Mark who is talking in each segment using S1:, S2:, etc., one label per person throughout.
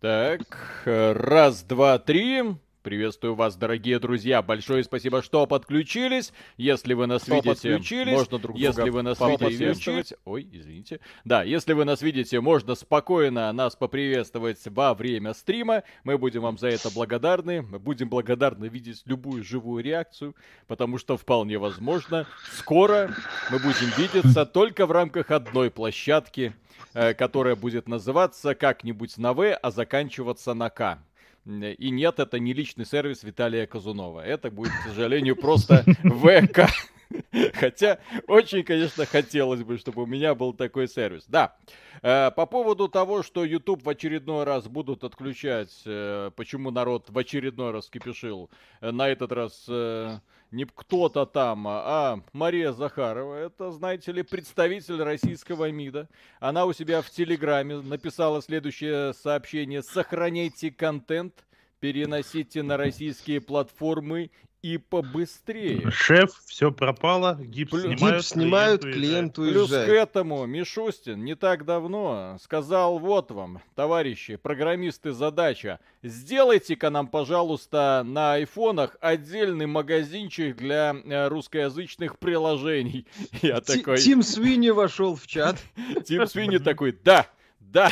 S1: Так, э, раз, два, три. Приветствую вас, дорогие друзья. Большое спасибо, что подключились. Если вы нас
S2: Что
S1: видите,
S2: подключились.
S1: можно друг
S2: Если
S1: друга
S2: вы нас
S1: поприветствовать. Ой, извините. Да, если вы нас видите, можно спокойно нас поприветствовать во время стрима. Мы будем вам за это благодарны. Мы будем благодарны видеть любую живую реакцию, потому что вполне возможно, скоро мы будем видеться только в рамках одной площадки, э, которая будет называться как-нибудь на В, а заканчиваться на К. М, И нет, это не личный сервис Виталия Казунова. Это будет, к сожалению, просто ВК. Хотя очень, конечно, хотелось бы, чтобы у меня был такой сервис. Да. Э, По поводу того, что YouTube в очередной раз будут отключать, э, почему народ в очередной раз кипишил, э, на этот раз э, не кто-то там, а Мария Захарова, это, знаете ли, представитель российского МИДа. Она у себя в Телеграме написала следующее сообщение. Сохраняйте контент, переносите на российские платформы и побыстрее.
S3: Шеф, все пропало, гипс
S1: Плю-
S3: снимают,
S2: Гипс снимают,
S3: уезжает.
S2: клиент
S1: Плюс к
S2: уезжает.
S1: этому Мишустин не так давно сказал вот вам, товарищи, программисты, задача. Сделайте-ка нам, пожалуйста, на айфонах отдельный магазинчик для э, русскоязычных приложений. Я
S2: Ти-
S1: такой,
S2: Тим Свини вошел в чат.
S1: Тим Свини такой, да, да.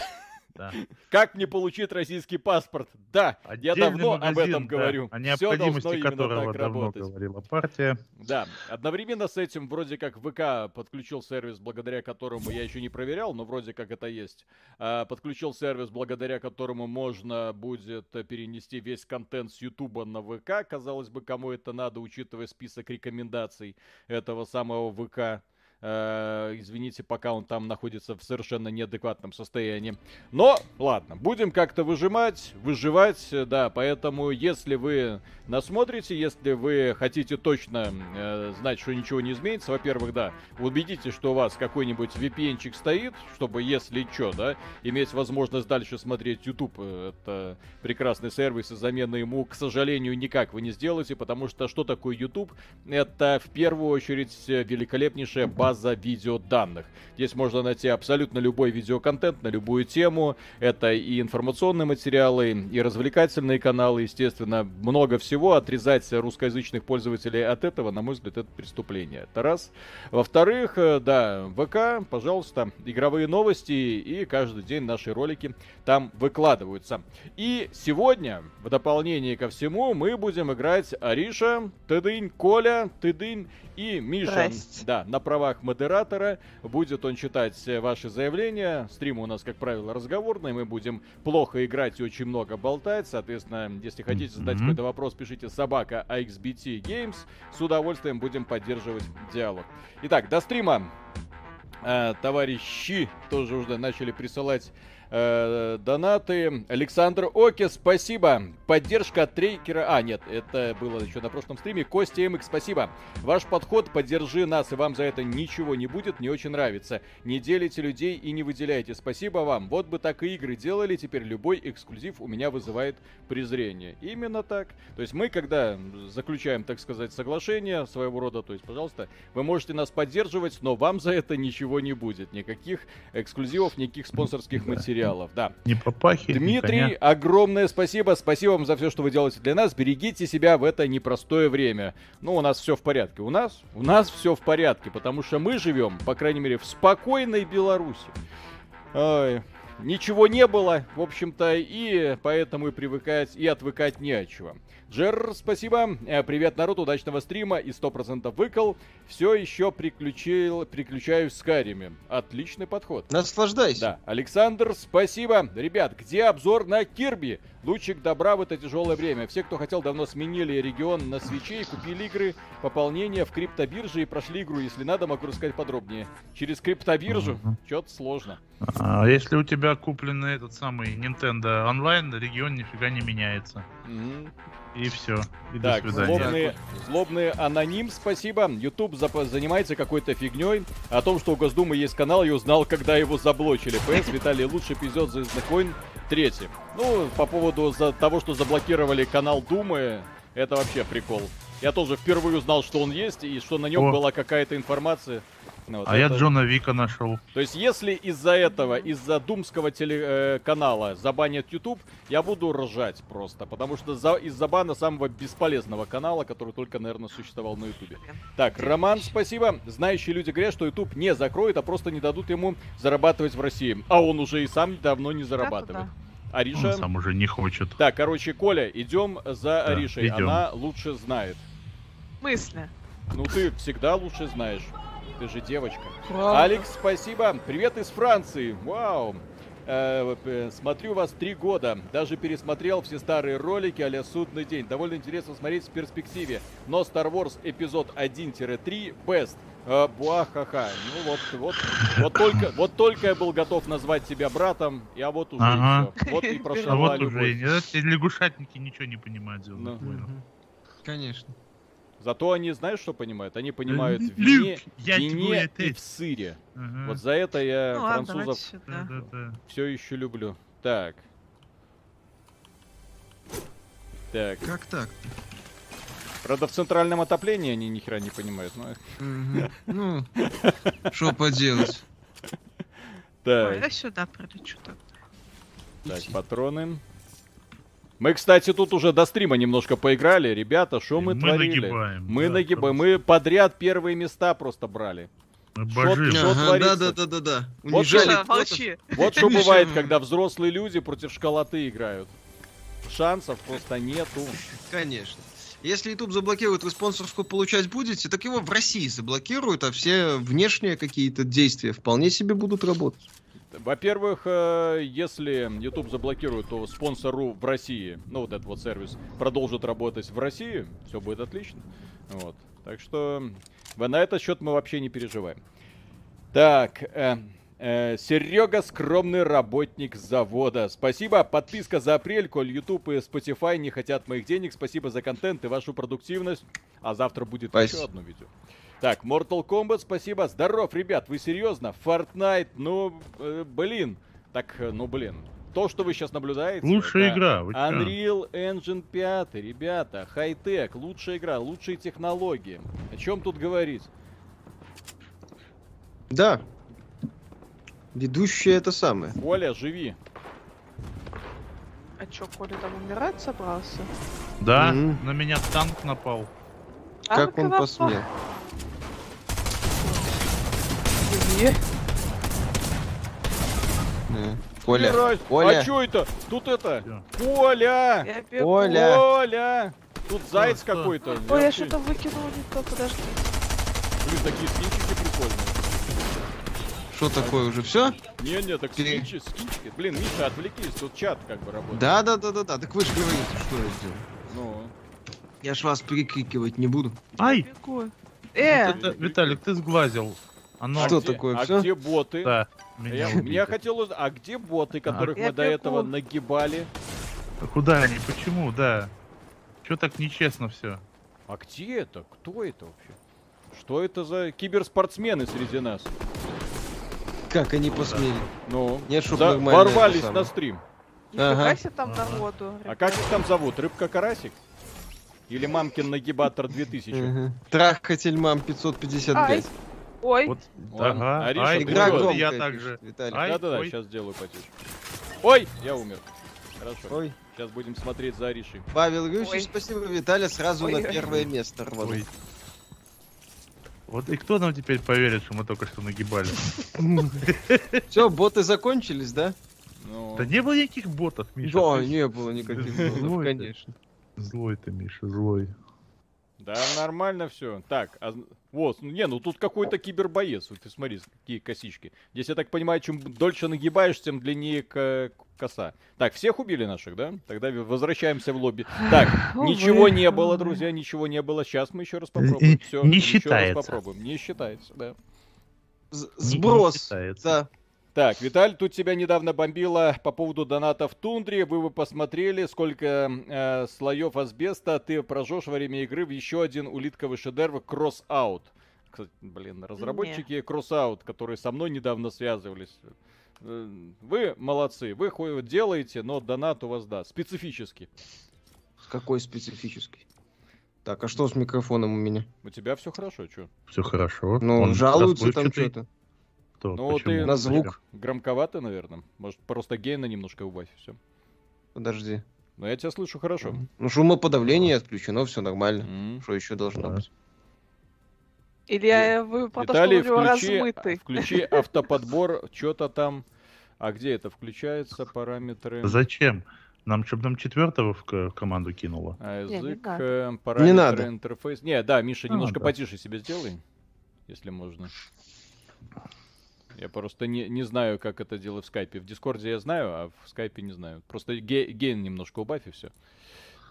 S3: Да.
S1: Как не получить российский паспорт? Да, я
S3: Отдельный
S1: давно об
S3: магазин,
S1: этом
S3: да,
S1: говорю.
S3: о
S1: Все должно
S3: необходимости
S1: именно
S3: которого
S1: так
S3: давно
S1: работать.
S3: говорила партия.
S1: Да, одновременно с этим вроде как ВК подключил сервис, благодаря которому я еще не проверял, но вроде как это есть. А, Подключил сервис, благодаря которому можно будет э, перенести весь контент с Ютуба на ВК. Казалось бы, кому это надо, учитывая список рекомендаций этого самого ВК. Э, Извините, пока он там находится в совершенно неадекватном состоянии. Но, ладно, будем как-то выжимать, выживать, э, да, поэтому если вы нас смотрите, если вы хотите точно э, знать, что ничего не изменится, во-первых, да, убедитесь, что у вас какой-нибудь VPN-чик стоит, чтобы, если что, да, иметь возможность дальше смотреть YouTube, э, это прекрасный сервис, и замена ему, к сожалению, никак вы не сделаете, потому что что такое YouTube? Это в первую очередь э, великолепнейшая база видеоданных. Здесь можно найти абсолютно любой видеоконтент на любую тему. Это и информационные материалы, и развлекательные каналы, естественно, много всего. Отрезать русскоязычных пользователей от этого, на мой взгляд, это преступление. Это раз. Во-вторых, э, да, ВК, пожалуйста, игровые новости и каждый день наши ролики там выкладываются. И сегодня, в дополнение ко всему, мы будем играть Ариша, Тыдынь, Коля, Тыдынь и Миша.
S4: Здрасте.
S1: Да, на правах модератора. Будет он читать э, ваши заявления. Стримы у нас, как правило, разговорные. Мы будем плохо играть и очень много болтать. Соответственно, если хотите задать
S3: Мгм.
S1: какой-то вопрос, пишите собака AXBT Games. С удовольствием будем поддерживать диалог. Итак, до стрима. э, товарищи тоже уже начали присылать э, донаты. Александр Оке, спасибо. Поддержка от трекера. А, нет, это было еще на прошлом стриме. Костя МХ, спасибо. Ваш подход поддержи нас, и вам за это ничего не будет, мне очень нравится. Не делите людей и не выделяйте. Спасибо вам. Вот бы так и игры делали, теперь любой эксклюзив у меня вызывает презрение. Именно так. То есть мы, когда заключаем, так сказать, соглашение своего рода, то есть, пожалуйста, вы можете нас поддерживать, но вам за это ничего не будет. Никаких эксклюзивов, никаких спонсорских
S3: Да.
S1: материалов. Да.
S3: Не попахи,
S1: Дмитрий, огромное спасибо. Спасибо вам за все, что вы делаете для нас. Берегите себя в это непростое время. Ну, у нас все в порядке. У нас? У нас все в порядке, потому что мы живем, по крайней мере, в спокойной Беларуси. Ой, ничего не было, в общем-то, и поэтому и привыкать, и отвыкать не от чего. Джер, спасибо. Э, Привет, народ, удачного стрима и 100% выкол. Все еще приключил, приключаюсь с Карими. Отличный подход.
S2: Наслаждайся.
S1: Да, Александр, спасибо. Ребят, где обзор на Кирби? Лучик добра в это тяжелое время. Все, кто хотел, давно сменили регион на свечей, купили игры, пополнение в криптобирже и прошли игру. Если надо, могу рассказать подробнее. Через криптобиржу?
S3: Мгм.
S1: Чё-то сложно.
S3: А если у тебя куплен этот самый Nintendo онлайн, регион нифига не меняется.
S1: Мгм.
S3: И все. И
S1: Так,
S3: до свидания.
S2: злобный-
S1: злобные, злобные аноним, спасибо. Ютуб зап- занимается какой-то фигней. О том, что у Госдумы есть канал, я узнал, когда его заблочили. ПС, Виталий, лучший эпизод «Звездных войн» третий. Ну, по поводу за того, что заблокировали канал Думы, это вообще прикол. Я тоже впервые узнал, что он есть, и что на нем
S3: О.
S1: была какая-то информация. Ну, вот
S3: А я
S1: это-
S3: Джона Вика нашел.
S1: То есть, если из-за этого, из-за думского телеканала забанят YouTube, я буду ржать просто, потому что за- из-за бана самого бесполезного канала, который только, наверное, существовал на YouTube. Так, Роман, спасибо. Знающие люди говорят, что YouTube не закроют, а просто не дадут ему зарабатывать в России. А он уже и сам давно не зарабатывает.
S3: Он
S1: Ариша?
S3: сам уже не хочет.
S1: Так, короче, Коля, идем за
S3: Да,
S1: Аришей.
S3: идем.
S1: Она лучше знает.
S4: Мысли.
S1: Ну ты всегда лучше знаешь. Ты же девочка.
S4: Правда.
S1: Алекс, спасибо. Привет из Франции. Вау. Э, вот, э, Смотрю вас три года. Даже пересмотрел все старые ролики а-ля «Судный день». Довольно интересно смотреть в перспективе. Но Star Wars эпизод 1-3 best. Э, Буахаха. Ну вот, вот, вот только, вот только я был готов назвать тебя братом, я вот уже
S3: Ага.
S1: всё. Вот и
S3: А
S1: прошла
S3: вот уже
S1: любовь.
S3: и- эти лягушатники ничего не понимают
S1: Ну.
S3: Звездных войн.
S2: Конечно.
S1: Зато они, знаешь, что понимают? Они понимают в
S3: Э, Люк,
S1: вине,
S3: я
S1: вине
S3: тебе
S1: и
S3: это-
S1: в сыре.
S3: Ага.
S1: Вот за это я
S4: Ну ладно,
S1: французов
S4: давайте сюда.
S3: Да-да-да.
S1: все еще люблю. Так. Так.
S2: Как так?
S1: Правда, в центральном отоплении они нихера не понимают. но-
S2: Мгм. Ну, что поделать?
S4: Ой,
S1: Так,
S4: я сюда прилечу так.
S1: так, патроны. Мы, кстати, тут уже до стрима немножко поиграли. Ребята, что мы,
S3: Мы
S1: творили?
S3: нагибаем,
S1: Мы
S3: да,
S1: нагибаем. Мы подряд первые места просто брали.
S3: Мы
S1: Шот- шот-
S3: божим.
S1: Что творится?
S2: Да-да-да-да.
S1: Вот
S2: Унижали
S4: Слушай,
S2: кто-то.
S4: молчи.
S1: Вот что
S2: Миша,
S1: бывает,
S2: м.
S1: когда взрослые люди против школоты играют. Шансов просто нету.
S2: Конечно. Если YouTube заблокирует, вы спонсорскую получать будете, так его в России заблокируют, а все внешние какие-то действия вполне себе будут работать.
S1: Во-первых, э, если YouTube заблокирует, то спонсору в России, ну вот этот вот сервис, продолжит работать в России, все будет отлично. Вот. Так что э, на этот счет мы вообще не переживаем. Так, э, Серега скромный работник завода. Спасибо. Подписка за апрель, коль YouTube и Spotify не хотят моих денег. Спасибо за контент и вашу продуктивность. А завтра будет
S2: Спасибо.
S1: еще одно видео. Так, Mortal Kombat, спасибо. Здоров, ребят, вы серьезно? Fortnite, ну, э, блин. Так, э, ну, блин. То, что вы сейчас наблюдаете...
S3: Лучшая
S1: это
S3: игра. вы чё?
S1: Unreal Engine 5, ребята, хай-тек, лучшая игра, лучшие технологии. О чем тут говорить?
S2: Да. Ведущая это самое.
S1: Коля, живи.
S4: А чё, Коля там умирать собрался?
S3: Да,
S2: Мгм.
S3: на меня танк напал.
S2: Как он посмел?
S4: Извини.
S2: Да. Коля,
S1: Мразь, А
S2: Коля,
S1: чё это? Тут это...
S3: Всё.
S1: Коля!
S4: Я бегу.
S2: Оля. Коля!
S1: Коля! Тут заяц
S3: что?
S1: какой-то.
S4: Ой, я
S1: вообще-
S4: что-то выкинула не то, подожди.
S1: Блин, такие скинчики прикольные.
S2: что такое уже? Все?
S1: Не-не, так
S2: Ты-
S1: скинчи- скинчики. Блин, Миша, отвлекись, тут чат как бы работает.
S2: Да, да, да, да, да. Так вы же говорите, что я сделал.
S1: Ну,
S2: Я ж вас прикрикивать не буду.
S4: Я
S3: Ай!
S4: бегу. Э,
S3: Это- Виталик, ты сглазил. Оно...
S1: а
S2: Ну, Что
S1: где-
S2: такое,
S1: А
S2: всё?
S1: где боты?
S3: Да,
S1: А Я,
S3: меня
S1: меня
S3: убили.
S1: хотел узнать, а где боты, которых
S4: Я
S1: мы до
S4: бегу.
S1: этого нагибали?
S3: Куда они? Почему? Да. Чё так нечестно все?
S1: А где это? Кто это вообще? Что это за киберспортсмены среди нас?
S2: Как они посмели?
S1: Ну,
S2: Нет, чтоб
S1: за-
S2: нормально это
S1: ворвались
S2: самое.
S1: на стрим.
S4: нифига
S2: Ага.
S4: себе там
S3: Ага.
S4: народу.
S1: А как их там зовут? Рыбка-карасик? Или мамкин нагибатор 2000?
S2: Мгм. Трахатель мам 555.
S4: Ай. Ой,
S3: Вот,
S1: Ладно,
S3: ага,
S1: Ариша,
S3: ай,
S1: ты
S2: Игра
S1: чё?
S3: вот,
S2: громкая,
S3: я
S2: пишет
S3: также.
S2: Виталий.
S3: Ай,
S1: Да-да-да,
S3: ой.
S1: сейчас сделаю потише. Ой, я умер. Хорошо.
S2: Ой.
S1: Сейчас будем смотреть за Аришей.
S2: Павел
S4: Ой.
S2: Юрьевич, спасибо, Виталий, сразу
S4: Ой,
S2: на
S4: ой.
S2: первое место рванул.
S3: Ой. Вот и кто нам теперь поверит, что мы только что нагибали?
S2: Все, боты закончились, да?
S1: Ну,
S3: Да не было никаких ботов, Миша.
S2: Да,
S3: ты
S2: не было никаких ботов,
S3: Злой ты.
S2: конечно.
S3: Злой ты, Миша, злой.
S1: да нормально все. Так, а зн- вот, ну, не, ну тут какой-то кибербоец. Вот ты смотри, какие косички. Здесь, я так понимаю, чем дольше нагибаешь, тем длиннее к- коса. Так, всех убили наших, да? Тогда в- возвращаемся в лобби. Так,
S4: Увы.
S1: Ничего не было, друзья, ничего не было. Сейчас мы еще раз попробуем.
S3: И-
S1: Все,
S3: Э, не считается.
S1: попробуем. Не считается, да.
S2: З-
S3: Не- не
S2: Сброс.
S3: считается.
S2: Да.
S1: Так, Виталь, тут тебя недавно бомбило по поводу доната в тундре. Вы бы посмотрели, сколько э, слоев асбеста ты прожжешь во время игры в еще один улитковый шедевр кросс-аут. Кстати, блин, разработчики кросс-аут, которые со мной недавно связывались. Э, Вы молодцы, вы хуй делаете, но донат у вас да, специфический.
S2: Какой специфический? Так, а что с микрофоном у меня?
S1: У тебя все хорошо, что?
S3: Все хорошо.
S2: Ну,
S3: Он
S2: жалуются там
S3: расплывчатый.
S2: что-то.
S3: Кто?
S1: Ну, вот
S3: Почему?
S1: и-
S2: На звук.
S1: Громковато, наверное. Может, просто гейна немножко убавь, все.
S2: Подожди.
S1: Но я тебя слышу хорошо.
S2: Ну, шумоподавление отключено, все нормально.
S1: М.
S2: Что еще должно
S3: Да.
S2: быть?
S4: Или я вы про то, что он
S1: Виталий,
S4: у него
S1: включи,
S4: размытый.
S1: включи автоподбор, что-то там. А где это включается? Параметры.
S3: Зачем? Нам, чтобы нам четвертого в к- команду кинуло.
S1: А
S4: Не, не
S1: язык,
S4: надо. А,
S1: э, параметры,
S2: надо.
S1: интерфейс. Не, да, Миша,
S3: Не
S1: немножко
S3: надо.
S1: потише себе сделай, если можно. Я просто не, не знаю, как это делать в скайпе. В Дискорде я знаю, а в скайпе не знаю. Просто ге- гейн немножко убавь и все.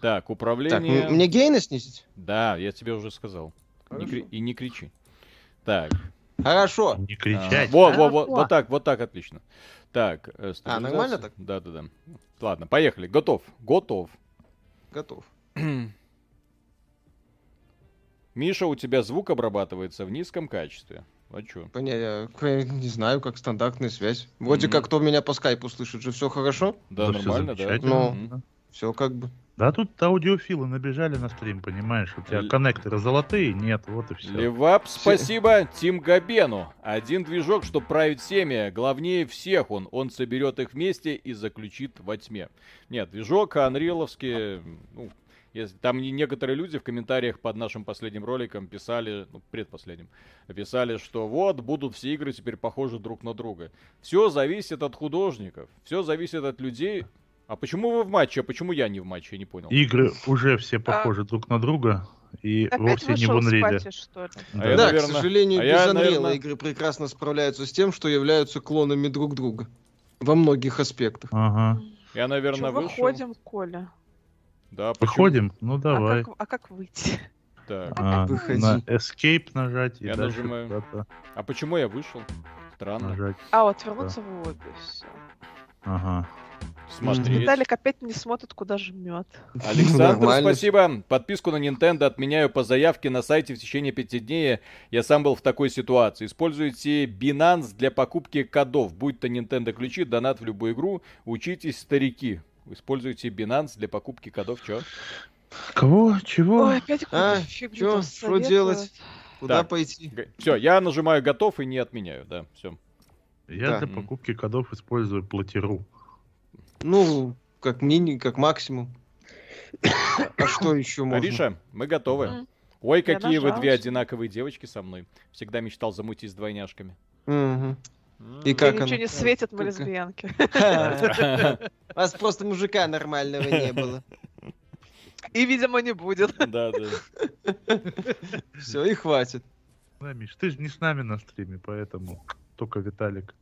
S1: Так,
S2: Так,
S1: управление.
S2: м- мне гейна снизить?
S1: Да, я тебе уже сказал. Не кри- И не кричи. Так.
S2: Хорошо.
S3: Не
S1: а,
S3: кричать.
S1: Во, во, во,
S4: Хорошо.
S1: вот так, вот так, отлично. Так, э,
S2: А, нормально
S1: стабилизация.
S2: так?
S1: Да, да, да. Ладно, поехали. Готов. Готов.
S2: Готов.
S1: Миша, у тебя звук обрабатывается в низком качестве. А чё?
S2: Поня- я к- не знаю, как стандартная связь. Вроде
S1: Мгм.
S2: как кто меня по скайпу слышит, же все хорошо?
S1: Да,
S3: Да всё
S1: нормально, да?
S2: Ну.
S3: замечательно.
S1: Мгм.
S2: Все как бы.
S3: Да тут аудиофилы набежали на стрим, понимаешь? У тебя
S1: Л-
S3: коннекторы золотые, нет, вот и все.
S1: Левап, спасибо Тим Габену. Один движок, чтобы править семья. Главнее всех он. Он соберет их вместе и заключит во тьме. Нет, движок анриловский, ну, если- там не- некоторые люди в комментариях под нашим последним роликом писали, ну, предпоследним, писали, что вот, будут все игры теперь похожи друг на друга. Все зависит от художников, все зависит от людей. А почему вы в матче, а почему я не в матче, я не понял.
S3: Игры уже все
S4: А.
S3: похожи друг на друга и
S4: Опять
S3: вовсе не
S4: вышел
S3: в
S4: из
S3: Unreal.
S4: пати, что ли?
S1: А
S3: Да.
S1: я,
S2: да, к
S1: наверно-
S2: сожалению,
S1: а
S2: без
S1: я,
S2: Unreal
S1: наверно-
S2: игры прекрасно справляются с тем, что являются клонами друг друга. Во многих аспектах.
S3: Ага.
S1: Я, наверное,
S4: Чё,
S1: вышел.
S4: выходим, Коля?
S1: Да, почему?
S3: Выходим? Ну
S4: А
S3: давай.
S4: как, а как выйти?
S1: Так.
S3: А,
S2: Выходи.
S3: на Escape нажать и
S1: Я
S3: дальше
S1: нажимаю. ну.
S3: куда-то
S1: А почему я вышел? Странно.
S3: нажать.
S4: А, вот вернуться в лобби, всё.
S3: Ага.
S1: Смотреть.
S4: Виталик опять не смотрит, куда жмет.
S1: Александр,
S2: Нормально.
S1: спасибо. Подписку на Nintendo отменяю по заявке на сайте в течение пяти дней. Я сам был в такой ситуации. Используйте Binance для покупки кодов. Будь то Nintendo ключи, донат в любую игру. Учитесь, старики. Используйте Binance для покупки кодов. Чё?
S3: Кого? Чего?
S4: Ой, опять какую-то
S2: А,
S4: фигню
S2: чё,
S4: там
S2: что делать?
S4: советует.
S2: Куда
S1: Так.
S2: пойти?
S1: Все, я нажимаю готов и не отменяю. Да, все.
S3: Я
S2: да.
S3: для покупки кодов использую платеру.
S2: Ну, как мини, как максимум. А что еще можно?
S1: Ариша, мы готовы.
S4: Мгм.
S1: Ой,
S4: Я
S1: какие вы
S4: нажала
S1: две
S4: всё.
S1: одинаковые девочки со мной. Всегда мечтал замутить с двойняшками.
S2: Мгм. И
S4: Тебе
S2: как
S4: ничего
S2: она?
S4: не светит, мы
S2: Только.
S4: лесбиянки.
S2: Ха, Вас просто мужика нормального не было.
S4: И, видимо, не будет.
S1: Да, да.
S2: Все, и хватит.
S3: Да, Миш, ты же не с нами на стриме, поэтому только Виталик.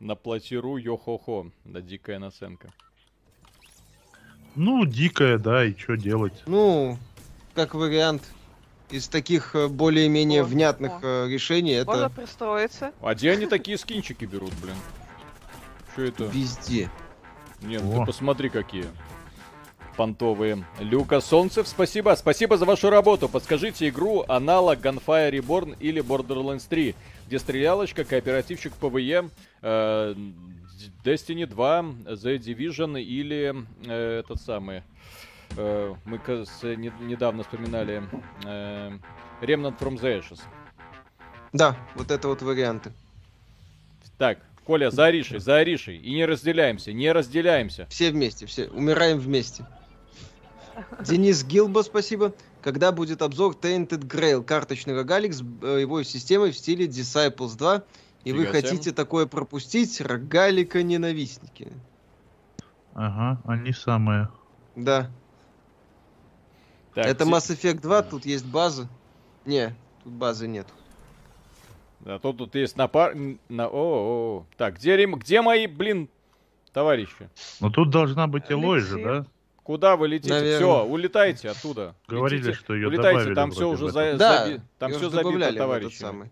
S1: На платиру йо-хо-хо. Да, дикая наценка.
S3: Ну, дикая, да, и что делать?
S2: Ну, как вариант из таких э, более-менее
S4: О,
S2: внятных
S4: о.
S2: э, решений
S4: Можно
S2: это
S4: пристроиться.
S1: А где они такие скинчики берут, блин? Что это?
S2: везде.
S1: Нет, ты
S3: О.
S1: посмотри какие. Понтовые. Люка Солнцев, спасибо. Спасибо за вашу работу. Подскажите игру аналог Gunfire Reborn или Borderlands 3, где стрелялочка, кооперативщик ПВЕ, э, Д- Destiny 2, The Division или э, этот самый... э, мы кажется, не- недавно вспоминали э, Remnant from the Ashes.
S2: Да, вот это вот варианты.
S1: Так, Коля, за Аришей, за Аришей. И не разделяемся, не разделяемся.
S2: Все вместе, все умираем вместе. Денис Гилба, спасибо. Когда будет обзор Tainted Grail, карточный рогалик с э, его системой в стиле Disciples 2, и вы
S1: Фига себе.
S2: хотите такое пропустить, рогалика ненавистники.
S3: Ага, они самые.
S2: Да,
S1: Так,
S2: это
S1: те-
S2: Mass Effect 2, тут есть база. Не, тут базы нет.
S1: Да, тут, А тут есть напар... н- На... О, о, о. Так, где, Рим... где мои, блин, товарищи?
S3: Но Ну, тут должна быть Элойжа,
S4: Алексей.
S3: да?
S1: Куда вы летите?
S2: Наверное.
S1: Все, улетайте оттуда.
S3: Говорили,
S1: Летите,
S3: что ее
S1: улетайте,
S3: добавили
S1: там все
S3: вроде
S1: уже
S3: в
S1: за...
S3: этом.
S2: да,
S1: Э, заби- там
S2: её
S1: все
S2: же добавляли в
S1: забито,
S2: этот
S1: товарищи.
S2: самый.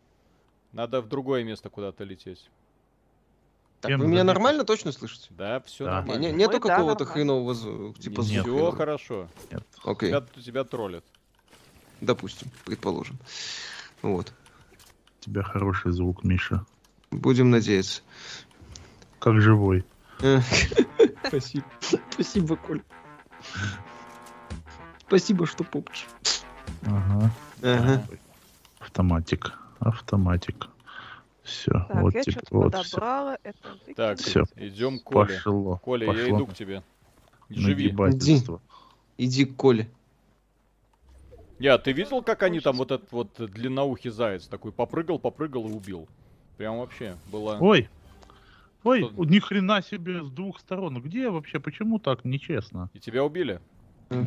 S1: Надо в другое место куда-то лететь.
S2: Так,
S3: Кем
S2: вы меня
S3: забито?
S2: нормально точно слышите?
S1: Да, все
S3: Да.
S2: Не-
S1: нормально.
S2: не-
S1: Нет,
S2: нету
S4: Ой, да,
S2: какого-то
S4: нормально.
S2: хренового зв- типа
S3: Не-
S1: все
S3: нет.
S2: звука хренового?
S1: хорошо.
S2: Окей,
S1: Тебя, тебя троллят.
S2: допустим, предположим. Вот.
S3: У тебя хороший звук, Миша.
S2: Будем надеяться.
S3: Как живой.
S2: Спасибо. Спасибо, Коль. Спасибо, что помнишь.
S3: Ага.
S2: Ага.
S3: Автоматик. Автоматик. Все.
S4: Так,
S3: вот
S4: я
S3: тебе.
S4: что-то
S3: Вот всё.
S4: подобрала. Это Ну, ты
S1: Так,
S4: кинь.
S3: Всё.
S1: идем к Коле.
S3: Пошло.
S1: Коля,
S3: пошло Ну,
S1: я иду к тебе. Живи.
S3: нагибательство.
S2: Иди к Коле.
S1: Я, ты видел, как они там вот этот вот длинноухий заяц такой попрыгал, попрыгал и убил? Прям вообще было...
S3: Ой. Ой,
S1: Что-
S3: ни хрена себе с двух сторон. Где вообще? Почему так? Нечестно.
S1: И тебя убили?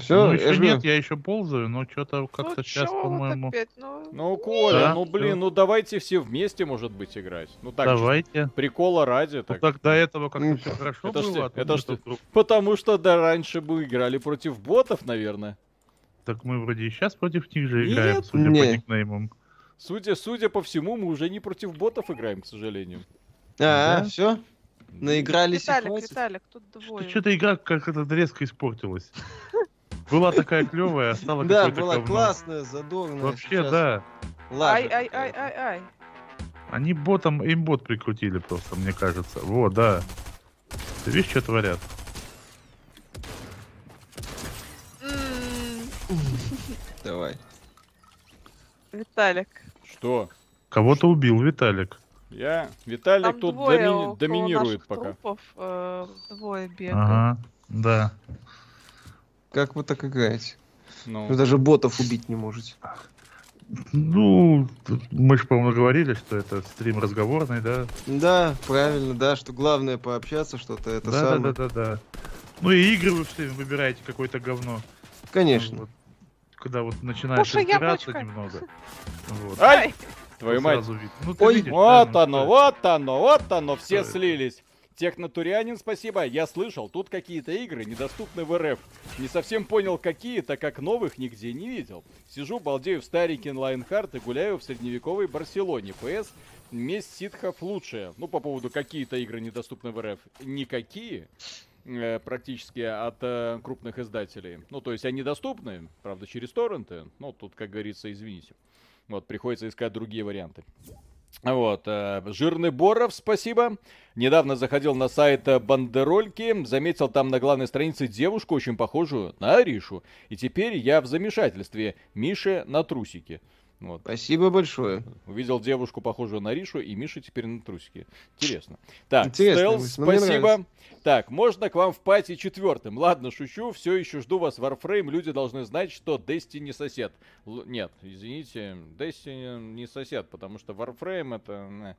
S2: Все,
S3: ну, еще нет, я еще ползаю, но что-то
S4: Ну,
S3: как-то сейчас,
S4: чё вот
S3: по-моему.
S4: опять? Ну,
S1: Ну, Коля,
S3: Да,
S1: ну блин,
S3: всё.
S1: ну давайте все вместе, может быть, играть. Ну так,
S3: Давайте.
S1: чисто прикола ради.
S3: Ну,
S1: Так.
S3: как до этого как-то
S2: Ну,
S3: все хорошо
S1: это ж ты,
S3: было. а тут
S1: это ж
S3: что
S1: ты.
S3: вдруг-
S1: Потому что да раньше бы играли против ботов, наверное.
S3: Так мы вроде и сейчас против них же
S1: Нет.
S3: играем, судя по
S2: Не.
S3: никнеймам.
S1: Судя, судя по всему, мы уже не против ботов играем, к сожалению.
S2: А,
S3: Да.
S2: все? Ну, Наигрались и
S4: Виталик,
S2: хватит?
S4: Виталик, тут двое.
S3: Что-то игра как-то резко испортилась. Была такая клевая, а стала
S2: Да,
S3: какое-то
S2: была
S3: говно.
S2: классная, задорная.
S3: Вообще,
S2: сейчас
S3: да.
S2: лажа
S4: Ай, ай, ай,
S2: какая-то.
S4: ай, ай.
S3: Они ботом им бот прикрутили просто, мне кажется. Во, да. Ты видишь, что творят?
S4: М,
S2: Давай.
S4: Виталик.
S1: Ну, Что?
S3: Кого-то убил Виталик.
S1: Я. Виталик
S4: Там
S1: тут
S4: двое
S1: домини-
S4: около
S1: доминирует
S4: наших
S1: пока.
S4: трупов, э, двое бегают.
S3: Ага, да.
S2: Как вы так играете?
S1: Ну.
S2: Вы даже ботов убить не можете.
S3: Ну, тут мы же, по-моему, говорили, что это стрим разговорный, да?
S2: Да, правильно, да, что главное пообщаться, что-то это
S3: да, да,
S2: самое.
S3: да, да, да. Ну и игры вы все выбираете какое-то говно.
S2: Конечно.
S3: Вот, когда вот начинаешь
S4: Слушай,
S3: разбираться
S4: яблочко.
S3: немного. Вот.
S1: Ай!
S3: то
S1: Твою мать.
S3: сразу видно. Ну, ты
S1: Ой,
S3: видишь,
S1: вот
S3: да,
S1: оно,
S3: ну,
S1: вот оно, вот оно, все
S3: это?
S1: слились. Технотурианин, спасибо. Я слышал, тут какие-то игры недоступны в РФ. Не совсем понял, какие, так как новых нигде не видел. Сижу, балдею в старенький Лайнхарт и гуляю в средневековой Барселоне. ПС, месть ситхов лучшая. Ну, по поводу какие-то игры недоступны в РФ. Никакие э, практически от э, крупных издателей. Ну, то есть они доступны, правда, через торренты. Ну, тут, как говорится, извините. Вот, приходится искать другие варианты. Вот, э, Жирный Боров, спасибо. Недавно заходил на сайт э, Бандерольки, заметил там на главной странице девушку, очень похожую на Аришу. И теперь я в замешательстве. Миша на трусике. Вот.
S2: Спасибо большое.
S1: Увидел девушку, похожую на Ришу, и Миша теперь на трусике. Интересно. Так,
S2: Интересная
S1: Стелс,
S2: мысль, но мне
S1: спасибо.
S2: нравится.
S1: Так, можно к вам в пати четвертым? Ладно, шучу, все еще жду вас в Warframe. Люди должны знать, что Destiny не сосед. Л- нет, извините, Destiny не сосед, потому что Warframe это... м,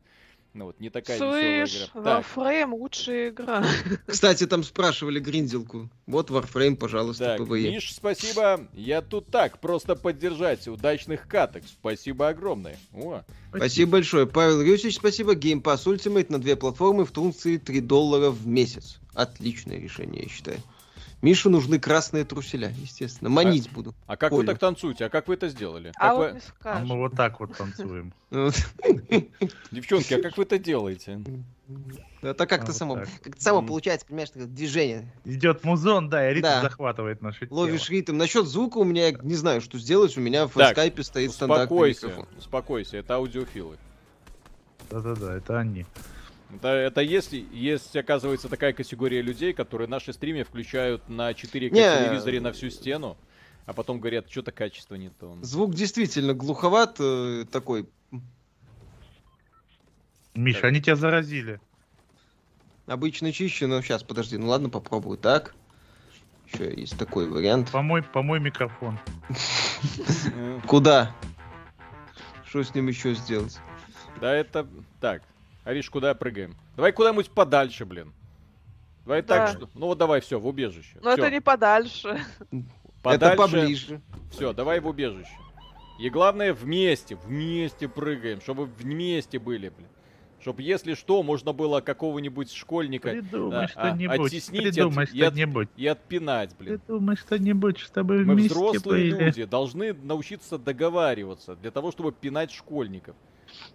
S1: Ну вот, не такая
S4: Слышь,
S1: веселая игра. Так,
S4: Warframe лучшая игра.
S2: Кстати, там спрашивали гринделку. Вот Warframe, пожалуйста,
S1: Так,
S2: ПВЕ.
S1: Миш, спасибо. Я тут так, просто поддержать. Удачных каток. Спасибо огромное. О,
S2: Спасибо большое. Павел Юсич, спасибо. Game Pass Ultimate на две платформы в функции 3 доллара в месяц. Отличное решение, я считаю. Мише нужны красные труселя, естественно. Манить буду.
S1: а как вы
S2: Оля.
S1: так танцуете? А как вы это сделали?
S4: А
S1: Как
S4: вот
S1: вы-
S4: не
S3: А мы
S4: скажешь.
S3: вот так вот танцуем.
S2: Вот.
S1: Девчонки, а как вы это делаете?
S2: Это А
S1: А,
S2: как-то
S3: вот
S2: само.
S3: так.
S2: Как-то само
S3: Мгм.
S2: получается, понимаешь, такое движение.
S3: Идет музон, да, и ритм
S2: Да.
S3: захватывает наши
S2: Ловишь ритм. Насчет звука у меня не знаю, что сделать. У меня в
S1: Так,
S2: скайпе стоит стандартный
S1: Успокойся,
S2: микрофон.
S1: успокойся, это аудиофилы.
S3: Да-да-да, это они.
S1: Это, это есть, есть, оказывается, такая категория людей, которые наши стримы включают на 4К
S2: Не.
S1: телевизоре на всю стену, а потом говорят, что-то качество не то.
S2: Звук действительно глуховат э, такой.
S3: Миша, они тебя заразили.
S2: Обычно чище, но сейчас, подожди, ну ладно, попробую так. Еще есть такой вариант.
S3: Помой, помой микрофон.
S1: Э,
S2: Куда? Что с ним еще сделать?
S1: Да это... Так, Ариш, куда прыгаем? Давай куда-нибудь подальше, блин. Давай
S4: Да.
S1: так, что... Ну вот давай, все, в убежище.
S4: Но это не подальше.
S2: Это поближе.
S1: Все, давай в убежище. И главное, вместе, вместе прыгаем, чтобы вместе были, блин. Чтобы, если что, можно было какого-нибудь школьника
S3: Придумай
S1: а,
S3: что-нибудь.
S1: оттесните от-
S3: Придумай
S1: и от-
S3: что-нибудь.
S1: и отпинать, блин.
S3: Придумай что-нибудь, чтобы
S1: Мы
S3: вместе
S1: взрослые ну,
S3: были.
S1: люди должны научиться договариваться для того, чтобы пинать школьников.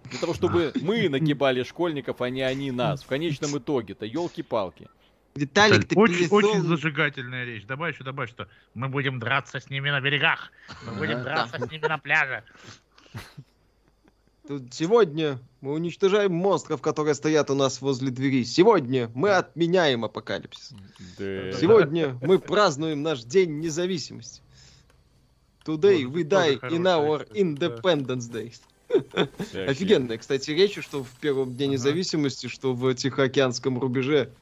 S1: Для того, чтобы мы нагибали школьников, а не они нас. В конечном итоге-то, елки-палки.
S2: Виталик, ты
S3: очень,
S2: пересол-
S3: очень зажигательная речь. Добавь еще, добавь, что мы будем драться с ними на берегах. Мы будем
S2: Да.
S3: драться с ними на пляже.
S2: Тут сегодня мы уничтожаем монстров, которые стоят у нас возле двери. Сегодня мы отменяем апокалипсис.
S1: Да.
S2: Сегодня мы празднуем наш день независимости. Today
S3: Может
S2: we
S3: быть, тоже
S2: die in our
S3: хорошая история, да.
S2: Independence Day.
S1: Всякие.
S2: Офигенная, кстати, речь, что в первом дне
S3: Ага.
S2: независимости, что в Тихоокеанском рубеже.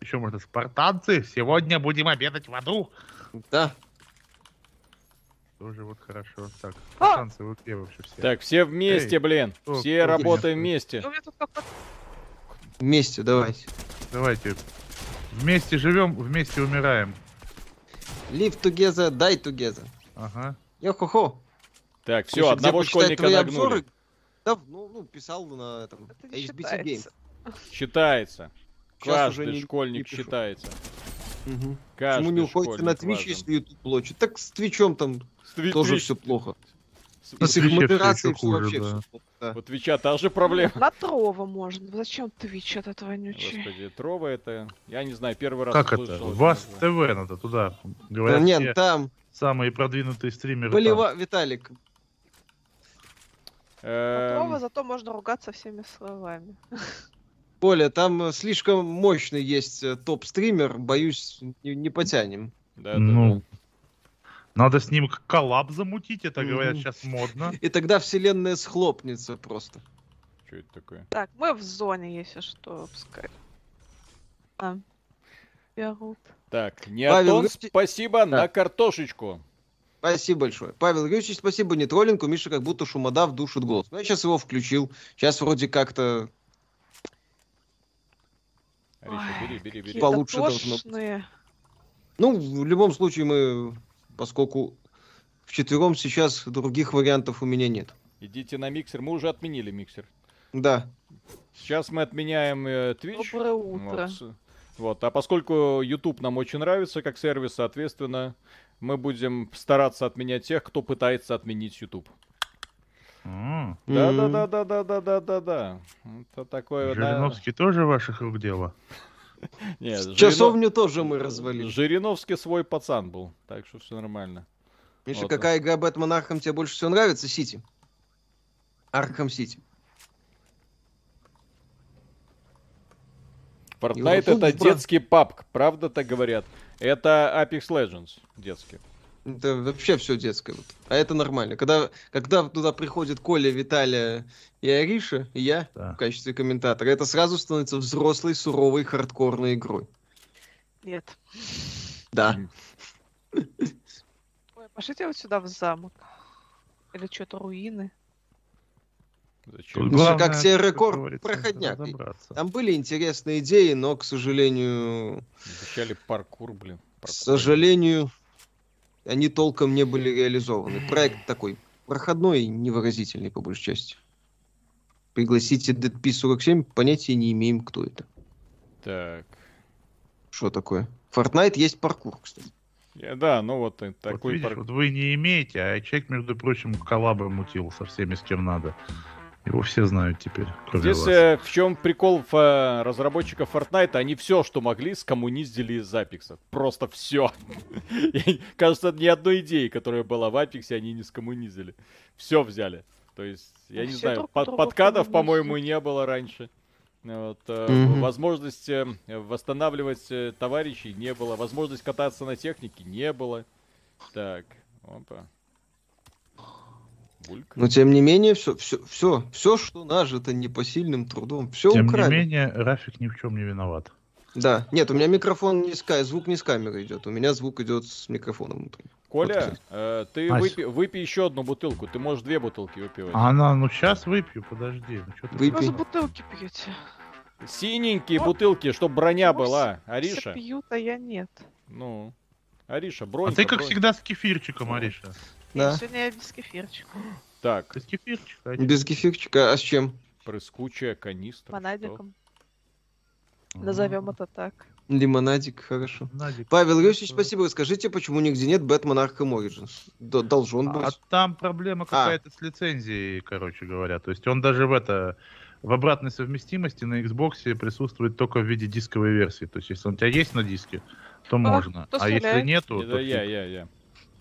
S3: Еще можно спартанцы. Сегодня будем обедать в аду.
S2: Да,
S3: Тоже вот хорошо. Так,
S4: А!
S3: спартанцы, вы где вообще все?
S1: Так, все вместе,
S3: Эй,
S1: блин.
S3: кто-
S1: Все
S3: кто
S1: работаем
S3: меня
S1: вместе.
S4: Ну, у меня тут как-то
S2: вместе давайте.
S3: Давайте. Вместе живем, вместе умираем.
S2: Live together, die together.
S3: Ага.
S2: Йо-хо-хо.
S1: Так, все,
S2: Слушай, где
S1: одного
S2: почитать
S1: школьника
S2: твои
S1: нагнули.
S2: обзоры? Давно, ну, писал на этом,
S4: это не
S2: HBC Games.
S4: считается.
S1: Считается.
S2: Сейчас уже
S1: Каждый
S2: не- не
S1: школьник
S2: пишу.
S1: считается.
S2: Мгм.
S1: Каждый
S2: Почему не уходите на
S1: школьник
S2: Twitch,
S1: важен.
S2: если YouTube плачет? Так с Твичом там
S1: С Твич-
S2: тоже
S1: Твич-
S2: все плохо.
S3: На
S1: с-
S2: С их
S3: Твиче всё
S2: модерацией
S3: ещё
S2: всё
S3: хуже,
S2: вообще
S3: да.
S2: всё плохо. да.
S1: У Твича та же проблема.
S4: На Трова можно. Зачем Твич этот вонючий?
S1: Господи, Трова это... Я не знаю, первый раз
S3: Как это?
S1: услышал.
S3: Вас ТВ
S1: название.
S3: надо туда. Говорят,
S2: Да
S3: все
S2: нет, там
S3: самые продвинутые стримеры. там.
S2: Болева... Виталик,
S4: На Трова
S1: Эм,
S4: зато можно ругаться всеми словами.
S2: Коля, там э, слишком мощный есть э, топ-стример, боюсь, не, не потянем.
S1: да, да,
S3: ну,
S1: да.
S3: надо с ним коллаб замутить, это
S2: Мгм.
S3: говорят сейчас модно.
S2: И тогда вселенная схлопнется просто.
S1: Что это такое?
S4: Так, мы в зоне, если что, пускай. А, берут.
S1: Так,
S2: Павел,
S1: Неотон,
S2: выпусти-
S1: спасибо на картошечку.
S2: Спасибо большое. Павел Юрьевич, спасибо, не троллинку, Миша как будто шумодав душит голос. Ну, я сейчас его включил, сейчас вроде как-то...
S1: Ариша, бери, бери, бери.
S4: Какие-то
S2: Получше должно быть.
S4: тошные.
S2: Ну, в любом случае мы, поскольку вчетвером сейчас других вариантов у меня нет.
S1: Идите на миксер. Мы уже отменили миксер.
S2: Да,
S1: Сейчас мы отменяем э, Twitch.
S4: Доброе утро.
S1: Вот. с- Вот. А поскольку YouTube нам очень нравится как сервис, соответственно, мы будем стараться отменять тех, кто пытается отменить YouTube.
S3: М,
S1: Да, да,
S2: Мгм.
S1: да, да, да, да, да, да, да. Это такое. на-
S3: Жириновский тоже ваших рук дело.
S1: Не, Жиринов-
S2: Часовню тоже мы развалили.
S1: Жириновский свой пацан был, так что все нормально.
S2: Миша,
S1: Вот
S2: какая игра Бэтмен Архам тебе больше всего нравится? Сити. Архам Сити.
S1: Fortnite
S2: Европа,
S1: это
S2: брат.
S1: детский папк, правда так говорят. Это Apex Legends детский.
S2: Это вообще все детское. вот. А это нормально. Когда, когда туда приходит Коля, Виталия и Ариша, и я
S3: Да.
S2: в качестве комментатора, это сразу становится взрослой, суровой, хардкорной игрой.
S4: Нет.
S2: Да.
S4: Ой, пошлите вот сюда в замок. Или что-то руины.
S1: Зачем?
S2: Ну,
S3: Главное,
S2: как себе рекорд
S3: говорится,
S2: проходняк.
S3: разобраться.
S2: Там были интересные идеи, но, к сожалению,
S1: Обещали паркур, блин.
S2: к
S1: паркур.
S2: сожалению, они толком не были реализованы. Проект такой проходной и невыразительный, по большей части. Пригласите DP47, понятия не имеем, кто это.
S1: Так.
S2: Что такое? Fortnite есть паркур, кстати.
S1: Я- да, ну вот и
S3: Вот
S1: такой
S3: видишь,
S1: паркур.
S3: вот вы не имеете, а человек, между прочим, коллабы мутил со всеми, с кем надо. Его все знают теперь, кроме
S1: Здесь
S3: вас.
S1: э, в чем прикол ф- э, разработчиков Fortnite, они все, что могли, скоммуниздили из Apex. Просто все. Кажется, ни одной идеи, которая была в Apex, они не скоммунизили. Все взяли. То есть, я
S4: Ну,
S1: не
S4: всё
S1: знаю,
S4: друг
S1: под-
S4: друга
S1: подкатов, по-моему,
S4: коммунизм.
S1: не было раньше. Вот, э,
S2: Мгм.
S1: Возможность э, восстанавливать э, товарищей не было. Возможность кататься на технике не было. Так, опа. Бульк.
S2: Но тем не менее, все, все, все, все, что нажито непосильным трудом, все
S3: Тем
S2: украли.
S3: не менее, Рафик ни в чем не виноват.
S2: Да. Нет, у меня микрофон не с ка- звук не с камеры идет. У меня звук идет с микрофоном внутри.
S1: Коля,
S2: кстати.
S1: э, ты
S3: Ась.
S1: выпей, выпей еще одну бутылку. Ты можешь две бутылки выпивать.
S3: А она, ну сейчас выпью, подожди. Ну, чё ты
S2: Выпей.
S4: Вы же
S3: сказала?
S4: бутылки пьете.
S1: Синенькие
S4: Вот.
S1: бутылки, чтобы броня
S4: Ну,
S1: была.
S4: Все
S1: Ариша,
S4: пьют, а я нет.
S1: ну. Ариша, бронь.
S3: А ты, как всегда, с кефирчиком, Ариша.
S4: Я
S2: Да.
S4: Сегодня я без кефирчика.
S1: Так,
S3: Ты с кефирчиком. а
S2: Без кефирчика. А с чем?
S1: прыскучая канистра.
S4: Монадиком.
S3: чё?
S4: Назовем это так.
S2: Лимонадик, хорошо.
S3: Надик.
S2: Павел Юрьевич, спасибо. Расскажите, почему нигде нет Бэтмен Архам Origins? Д- должен
S3: А
S2: быть.
S3: там проблема какая-то с лицензией, короче говоря. То есть он даже в это в обратной совместимости на Xbox присутствует только в виде дисковой версии. То есть если он у тебя есть на диске, то можно.
S4: то
S3: а если
S4: стреляй.
S3: нету,
S1: Это
S3: то
S1: я,
S3: фиг.
S1: я, я.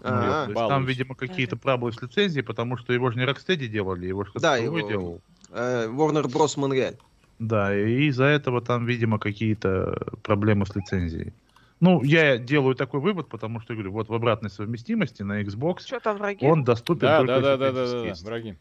S2: Ага.
S3: То есть там,
S1: Балуюсь.
S3: видимо, какие-то проблемы с лицензией, потому что его же не Rocksteady делали, его же кто-то
S2: Да,
S3: другой
S2: его-
S3: делал.
S2: Э, Warner Bros. Монреаль.
S3: Да, и из-за этого там, видимо, какие-то проблемы с лицензией. Ну, я делаю такой вывод, потому что, говорю, вот в обратной совместимости на Xbox
S4: Что там враги?
S3: он доступен
S1: Да,
S3: только
S1: да, да, да,
S3: если
S1: да,
S3: диск
S1: да,
S3: есть.
S1: враги.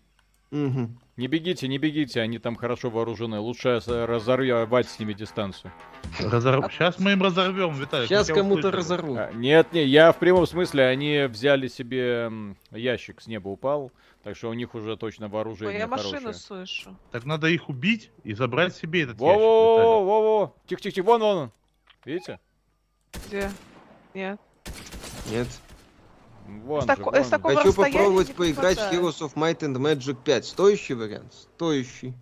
S2: Мгм.
S1: Не бегите, не бегите, они там хорошо вооружены. Лучше с- разорвать с ними дистанцию.
S3: Разор- Сейчас мы им разорвем, Виталий. мы
S2: Сейчас
S3: тебя
S2: А кому-то
S3: услышали.
S2: разорву.
S1: А, Нет, не, я в прямом смысле, они взяли себе м, ящик с неба упал, так что у них уже точно
S4: Ой,
S1: вооружение
S4: я
S1: хорошее.
S4: машину слышу.
S3: Так надо их убить и забрать себе этот ящик,
S1: Во-во-во,
S3: Виталий.
S1: во-во, тихо-тихо, вон он, видите?
S4: Где? Нет.
S2: Нет.
S1: Вон
S4: С
S1: же,
S4: тако- с
S1: вон.
S4: такого
S2: Хочу
S4: расстояния
S2: попробовать
S4: не
S2: поиграть в
S4: хватает.
S2: Heroes of Might and Magic 5. Стоящий вариант? Стоящий.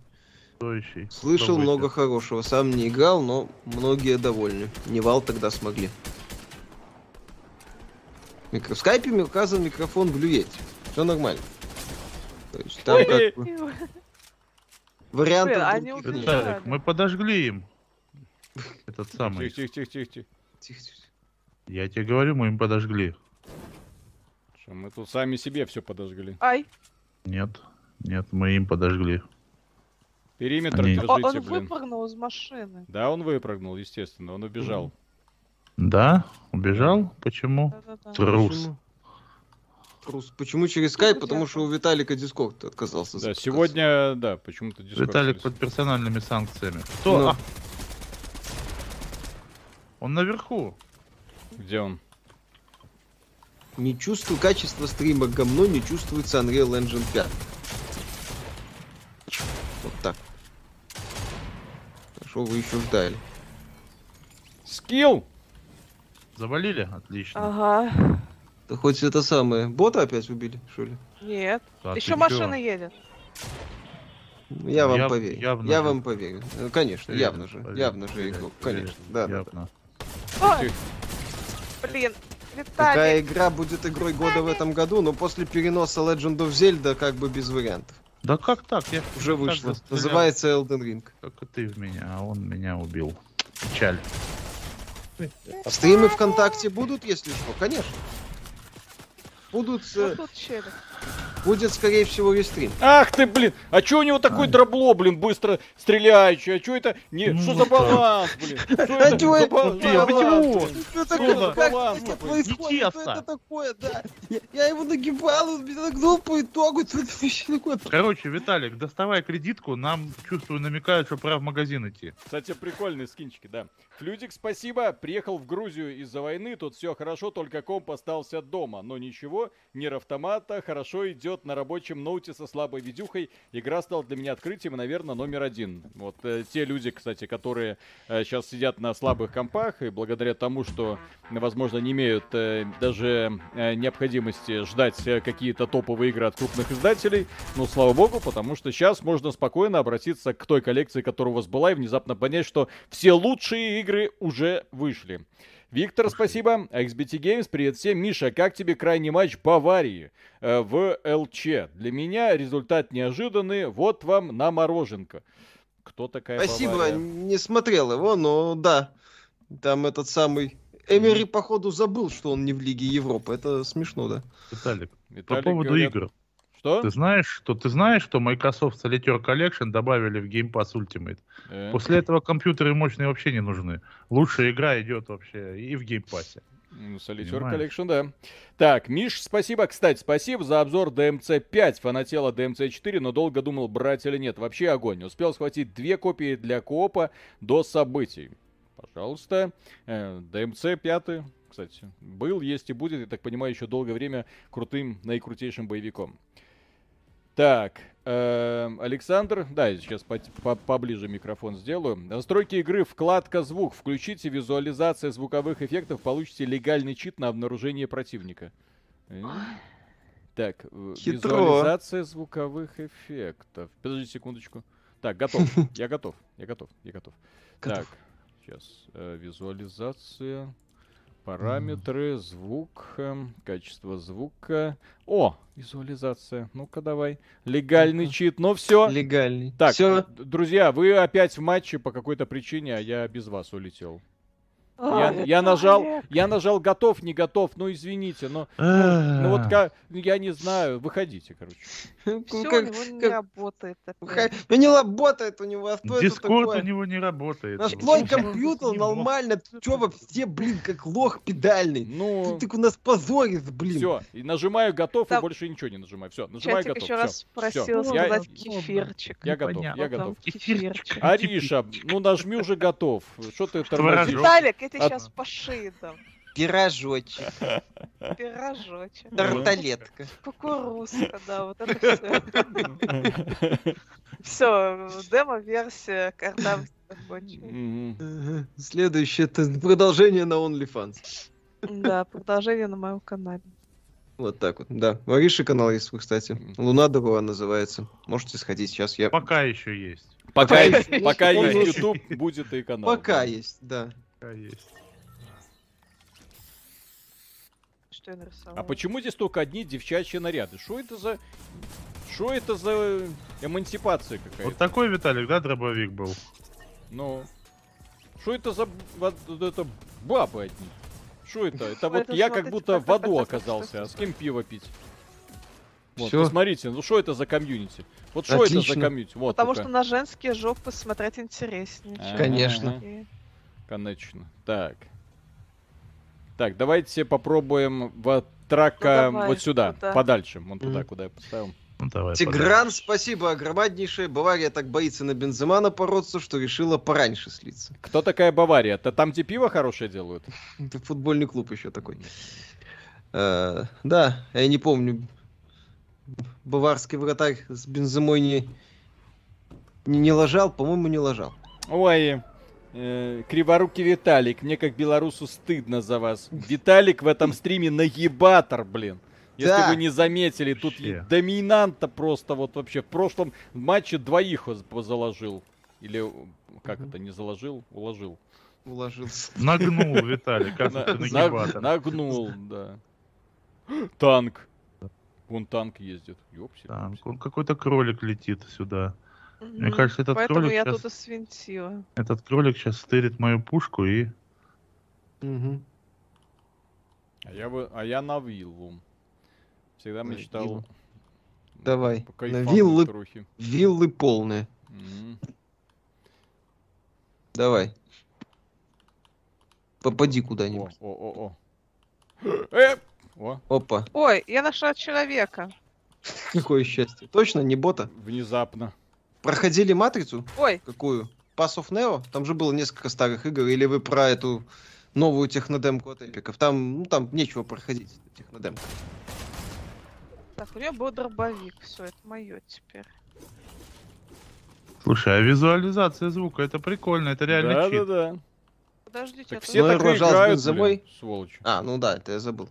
S3: Стоящий.
S2: Слышал
S3: Попробуйте.
S2: много хорошего. Сам не играл, но многие довольны. Невал тогда смогли. Микро- В скайпе мне указан микрофон в люете. Все нормально. То есть там как бы вариантов
S4: Блин, они
S2: других
S4: убили.
S2: нет.
S3: Виталик, мы подожгли им этот самый.
S1: Тихо-тихо-тихо-тихо.
S2: Тихо, тихо, тихо.
S3: Я тебе говорю, мы им подожгли.
S1: Что, Мы тут сами себе все подожгли.
S4: Ай,
S3: Нет, нет, мы им подожгли.
S1: Периметр
S3: Они-
S4: о- он
S1: держите, блин.
S4: выпрыгнул из машины.
S1: Да, он выпрыгнул, естественно, он убежал.
S3: Да? Убежал? Почему?
S4: Да-да-да.
S3: Трус.
S2: Почему? Трус. Почему через скайп? Потому что у Виталика Дискорд отказался.
S1: Да,
S2: запускаться.
S1: сегодня, да, почему-то Discord
S3: Виталик
S1: через-
S3: под персональными санкциями. Кто?
S2: Ну.
S3: А. Он наверху.
S1: Где он?
S2: Не чувствую качества стрима говно, не чувствуется Unreal Engine 5. Вот так. А Что вы еще ждали?
S1: Скилл!
S3: Завалили?
S4: А,
S3: Отлично.
S4: Ага.
S2: Да хоть это самое. Бота опять убили, что ли?
S4: Нет.
S1: А,
S3: Так,
S4: Еще
S3: и
S4: машина
S3: чё?
S4: едет.
S2: Ну, Я вам
S3: Яв-
S2: поверю.
S3: явно
S2: я
S3: же.
S2: вам поверю. Э, Конечно,
S3: Уверен,
S2: явно же.
S3: поверь,
S2: явно же
S3: поверь,
S2: игрок.
S3: поверь,
S2: Конечно. Да, да, да.
S3: явно.
S4: Ой,
S1: Тихо.
S4: блин. Виталик.
S2: Такая игра будет игрой года в этом году, но после переноса Legend of Zelda как бы без вариантов.
S3: Да как так? Я
S2: Уже
S3: так
S2: вышло.
S3: расстрелял.
S2: Называется Elden Ring.
S3: Как и ты в меня, а он меня убил. Печаль.
S2: А Стримы ВКонтакте будут, если что, конечно. Будут, э,
S4: Вот тут челик.
S2: будет, скорее всего, рестрим.
S1: Ах ты, блин! А чё у него такое
S3: Ай.
S1: дробло, блин, быстро стреляющее? А чё это? Не,
S3: Ну,
S1: что за
S3: да.
S1: баланс, блин? Что
S2: А чё
S1: за
S2: это?
S1: ба-
S2: Купил.
S1: за баланс,
S3: Почему?
S1: блин?
S2: Что
S1: Что
S2: такое?
S1: за
S2: Как
S1: баланс,
S2: это
S1: блин?
S2: происходит? Что
S3: Нечестно.
S2: это такое, да? Я, я его нагибал, он меня нагнул по итогу. Это вообще такое.
S3: Короче, Виталик, доставай кредитку, нам, чувствую, намекают, что пора в магазин идти.
S1: Кстати, прикольные скинчики, да. Флюдик, спасибо. Приехал в Грузию из-за войны. Тут все хорошо, только комп остался дома. Но ничего, мир автомата. Хорошо идет на рабочем ноуте со слабой видюхой. Игра стала для меня открытием, наверное, номер один. Вот э, те люди, кстати, которые сейчас э, сидят на слабых компах, и благодаря тому, что, возможно, не имеют э, даже э, необходимости ждать э, какие-то топовые игры от крупных издателей, ну, слава богу, потому что сейчас можно спокойно обратиться к той коллекции, которая у вас была, и внезапно понять, что все лучшие игры уже вышли. Виктор, спасибо. XBT Games, привет всем. Миша, как тебе крайний матч Баварии э, в ЛЧ? Для меня результат неожиданный. Вот вам на мороженка. Кто такая
S2: Спасибо,
S1: Бавария?
S2: не смотрел его, но да. Там этот самый... Эмери, походу, забыл, что он не в Лиге Европы. Это смешно, да?
S3: Виталик, по
S1: Виталик
S3: поводу
S1: говорят-
S3: игр.
S1: Что?
S3: Ты знаешь, что ты знаешь, что Microsoft Solitaire Collection добавили в Game Pass Ultimate?
S1: Э,
S3: После этого компьютеры мощные вообще не нужны. Лучшая игра идет вообще и в Game Pass.
S1: Ну, Solitaire
S3: Понимаешь?
S1: Collection, да. Так, Миш, спасибо. Кстати, спасибо за обзор DMC 5. Фанатела DMC 4, но долго думал, брать или нет. Вообще огонь. Успел схватить две копии для коопа до событий. Пожалуйста. Э, DMC 5, кстати, был, есть и будет, я так понимаю, еще долгое время крутым, наикрутейшим боевиком. Так, эм, Александр, да, я сейчас пот- по- поближе микрофон сделаю. Настройки игры, вкладка звук. Включите визуализация звуковых эффектов, получите легальный чит на обнаружение противника. Э, Так, в-
S2: Хитро.
S1: визуализация звуковых эффектов. Подожди секундочку. Так, готов. Я готов. Я готов. Я готов.
S2: Готов.
S1: Так, сейчас. э, визуализация. Параметры, звук, эм, качество звука. О, визуализация. Ну-ка давай. Легальный
S2: Ну-ка.
S1: чит. Ну все.
S2: Легальный.
S1: Так,
S2: Все.
S1: д- друзья, вы опять в матче по какой-то причине, а я без вас улетел. Я,
S4: Ай,
S1: я нажал,
S4: Олег.
S1: я нажал готов, не готов, ну извините, но ну
S3: Э,
S1: вот как, я не знаю, выходите, короче.
S2: Ну,
S4: Все у
S2: как-
S4: него не
S2: как-
S4: работает.
S2: Ха- Ну не работает у него, а что это
S3: Дискорд
S2: такое?
S3: у него не работает. ну,
S2: Наш
S3: Вот
S2: плой
S3: это
S2: компьютер
S3: не
S2: нормально, чё вообще, блин, как лох педальный.
S1: Ну,
S2: Ты так у нас позорит, блин.
S1: все, и нажимаю готов, и
S4: Там-
S1: больше ничего не нажимаю. Все, нажимаю
S4: Чатик
S1: готов.
S4: еще
S1: всё,
S4: раз
S1: всё,
S4: просил
S1: я-
S4: сказать кефирчик.
S1: Я готов,
S3: Понятно.
S1: я
S4: Вот там
S1: готов.
S4: Кефирчик.
S1: Ариша, ну нажми уже готов. Что ты тормозишь?
S3: Пирожок.
S4: Виталик, я тебе
S1: А-
S4: сейчас по шее дам.
S2: Пирожочек,
S4: Пирожочек.
S2: тарталетка.
S4: Кукурузка, да, вот это все. Все, демо-версия картавости рабочей.
S1: Мгм.
S2: Ага. Следующее это продолжение на OnlyFans.
S4: Да, продолжение на моем канале.
S2: Вот так вот, да. У Ариши канал есть, свой, кстати. Луна Дорога называется. Можете сходить сейчас. Я...
S3: Пока еще есть.
S1: Пока
S2: Пока
S1: есть-
S2: есть.
S1: пока
S2: Он
S1: есть
S2: есть.
S1: YouTube, будет и канал.
S2: Пока
S1: Да.
S2: есть, да.
S3: Пока есть.
S4: Что я нарисовала?
S1: А почему здесь только одни девчачьи наряды? Что это за... Что это за эмансипация
S3: Вот
S1: какая-то?
S3: такой Виталик, да, дробовик был?
S1: Ну... Что это за... б- вот это бабы одни? Что это? Это вот
S4: Это
S1: я
S4: смотрите,
S1: как будто в
S4: так, так,
S1: аду
S4: так, так,
S1: оказался.
S4: так,
S1: А с кем пиво пить? Вот,
S2: Всё.
S1: посмотрите, ну что это за комьюнити? Вот что это А. за
S2: Отлично.
S1: комьюнити? Вот
S4: Потому
S1: такая.
S4: что на женские жопы смотреть интереснее. чем
S1: Ага,
S2: Конечно.
S1: ага.
S4: такие.
S1: Конечно. Так. Так, давайте попробуем вот
S4: Ну,
S1: трака
S4: давай,
S1: вот сюда,
S4: туда.
S1: подальше. Вон туда,
S2: Мгм.
S1: куда я поставил.
S3: Ну давай.
S2: Тигран, спасибо огромнейшее. Бавария так боится на Бензема напороться, что решила пораньше слиться.
S1: Кто такая Бавария? Это там, где пиво хорошее делают?
S2: Это футбольный клуб еще такой. Э, да, я не помню. Баварский вратарь с бензимой не, не, не лажал, по-моему, не лажал.
S1: Ой, э, криворукий Виталик, мне как белорусу стыдно за вас. Виталик в этом стриме наебатор, блин. Если
S2: Да.
S1: вы не заметили, тут и
S3: Вообще.
S1: доминанта просто вот вообще. В прошлом матче двоих он заложил. Или э, как
S2: Мгм.
S1: это, не заложил, уложил.
S2: Уложился.
S3: Ну, Нагнул Виталик, как
S1: На-
S3: ты
S1: наг-
S3: нагибатор.
S1: Нагнул, да. Танк. Вон танк ездит. Ёпсель.
S3: Танк. Он какой-то кролик летит сюда. Мне
S4: Мгм.
S3: кажется, этот
S4: Поэтому
S3: кролик
S4: я
S3: щас-
S4: тут и свинтила.
S3: Этот кролик сейчас стырит мою пушку и...
S2: Мгм.
S1: А я, бы, а я на виллу. Всегда
S2: На
S1: мечтал.
S2: виллу. Давай,
S1: Пока
S2: на виллы.
S1: Трухи.
S2: Виллы полные.
S1: Мгм.
S2: Давай. Попади
S1: О,
S2: куда-нибудь.
S1: о, о, о. Э! О,
S2: Опа,
S4: Ой, я нашла человека.
S2: какое счастье. Точно, не бота.
S1: внезапно.
S2: Проходили матрицу?
S4: Ой,
S2: Какую? Pass of Neo? Там же было несколько старых игр, или вы про эту новую технодемку от эпиков? Там, ну, там нечего проходить, технодемка.
S4: так, у нее был дробовик. Все, это мое теперь.
S3: Слушай, а визуализация звука, это прикольно, это реально
S1: да,
S3: чит.
S1: да, да.
S4: Подождите,
S1: Так
S4: а то
S1: все
S2: Ну,
S1: так и
S2: рожал с
S1: играют,
S2: бензовой.
S1: блин, сволочи.
S2: А, ну да, это я забыл.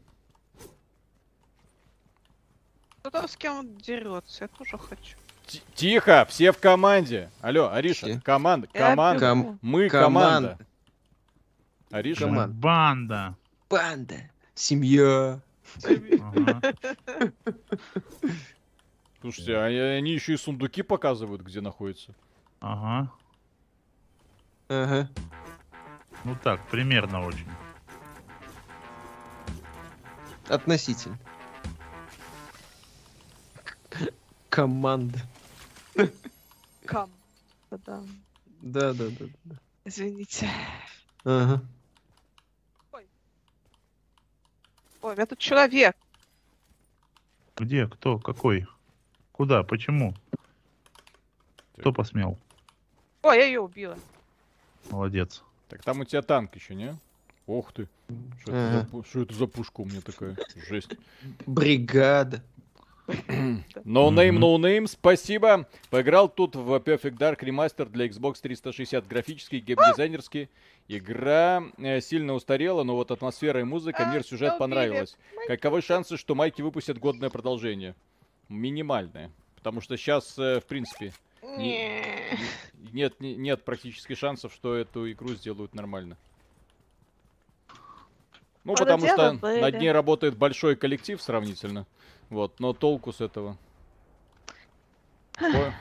S4: кто там с кем дерется. Я тоже хочу.
S1: Ти- Тихо, все в команде. Алло, Ариша,
S2: Все.
S1: команда,
S4: Я
S1: команда.
S2: Ком-
S4: бегу.
S1: Мы
S2: команда.
S1: команда. Ариша,
S2: Команда.
S3: Банда.
S2: Банда. Семья.
S3: Ага.
S1: слушайте, а я- они еще и сундуки показывают, где находятся.
S3: Ага.
S2: Ага.
S3: Ну так, примерно очень.
S2: Относительно. Команда.
S4: Кам. Да-да.
S2: Да, да, да.
S4: Извините.
S2: Ага.
S4: Ой, у меня тут человек.
S3: Где, кто, какой? Куда, почему? Кто посмел?
S4: Ой, я ее убила.
S3: Молодец.
S1: Так там у тебя танк еще, не? Ох ты. Что это, за,
S2: Ага.
S1: пу- что это за пушка у меня такая? Жесть.
S2: Бригада.
S1: Ноунейм,
S3: Мгм.
S1: ноунейм, спасибо. Поиграл тут в Perfect Dark Remaster для Xbox 360. Графический, геймдизайнерский. Игра э, сильно устарела, но вот атмосфера и музыка,
S4: А,
S1: мир, сюжет
S4: убили.
S1: понравилось. Каковы шансы, что Майки выпустят годное продолжение? Минимальные. Потому что сейчас, в принципе,
S4: Не.
S1: нет, не- нет практически шансов, что эту игру сделают нормально. Ну,
S4: Вот
S1: потому
S4: где
S1: что
S4: вы были?
S1: над ней работает большой коллектив сравнительно. Вот, но толку с этого. Ой,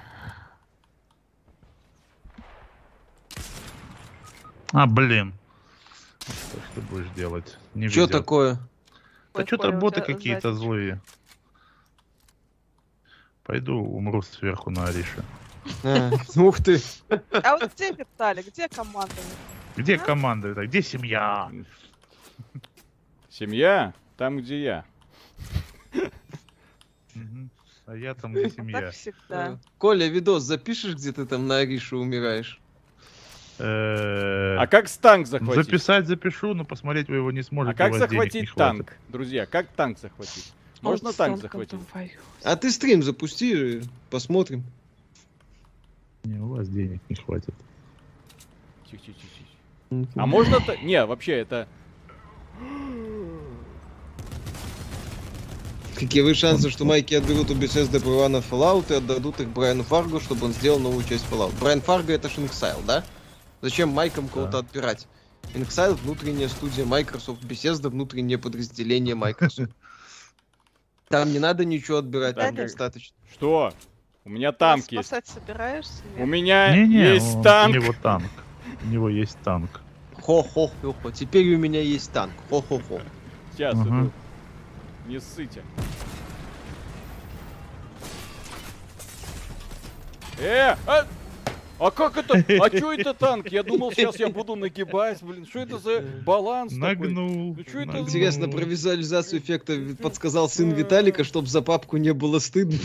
S3: А, блин. Так что будешь делать? Не
S2: Че
S3: везет.
S2: такое?
S3: Да
S4: Ой,
S3: что-то
S4: Коля, у
S3: боты
S4: тебя
S3: какие-то
S4: запись.
S3: злые. Пойду умру сверху на Арише.
S2: А, Ух ты.
S4: А вот где Виталий, где команда?
S3: Где
S4: А?
S3: команда? Это? Где семья?
S1: Семья там, где я.
S3: Мгм. А я там где семья.
S4: Так всегда.
S2: Коля, видос запишешь, где ты там на Аришу умираешь?
S3: Э,
S1: А как с танк захватить?
S3: Записать запишу, но посмотреть вы его не
S1: А
S3: сможете. у
S1: как
S3: вас денег не
S1: захватить
S3: хватит.
S1: танк? Друзья, как танк захватить? Можно
S4: Вот с
S1: танк
S4: танком там
S1: захватить?
S4: воюю.
S2: А ты стрим запусти, э, посмотрим.
S3: Не, у вас денег не хватит.
S1: Тихо-тихо-тихо. А можно... та- Не, вообще это...
S2: Какие вы шансы, что майки отберут у Bethesda права на Fallout и отдадут их Брайану Фаргу, чтобы он сделал новую часть Fallout? Брайан Фарго это Шинксайл, да? Зачем майкам кого-то
S3: Да.
S2: отбирать? Инксайл внутренняя студия Microsoft, Bethesda внутреннее подразделение Microsoft. Там не надо ничего отбирать,
S1: Да,
S2: там
S1: да.
S2: достаточно.
S1: Что? У меня танк
S4: Ты нас
S1: есть.
S4: Спасать собираешься?
S1: У
S4: Нет?
S1: меня
S3: Не-не,
S1: А, есть
S3: у-
S1: танк.
S3: У него танк. У него есть танк.
S2: Хо-хо-хо-хо. Теперь у меня есть танк. Хо-хо-хо.
S1: Сейчас
S3: Ага.
S1: иду. Не ссыте. Э, а, а как это? А чё это танк? Я думал, сейчас я буду нагибать, блин. Что это за баланс такой?
S3: Нагнул.
S1: Ну чё это за-
S3: нагнул.
S2: Интересно, про визуализацию эффекта ви- подсказал сын Виталика, чтобы за папку не было стыдно.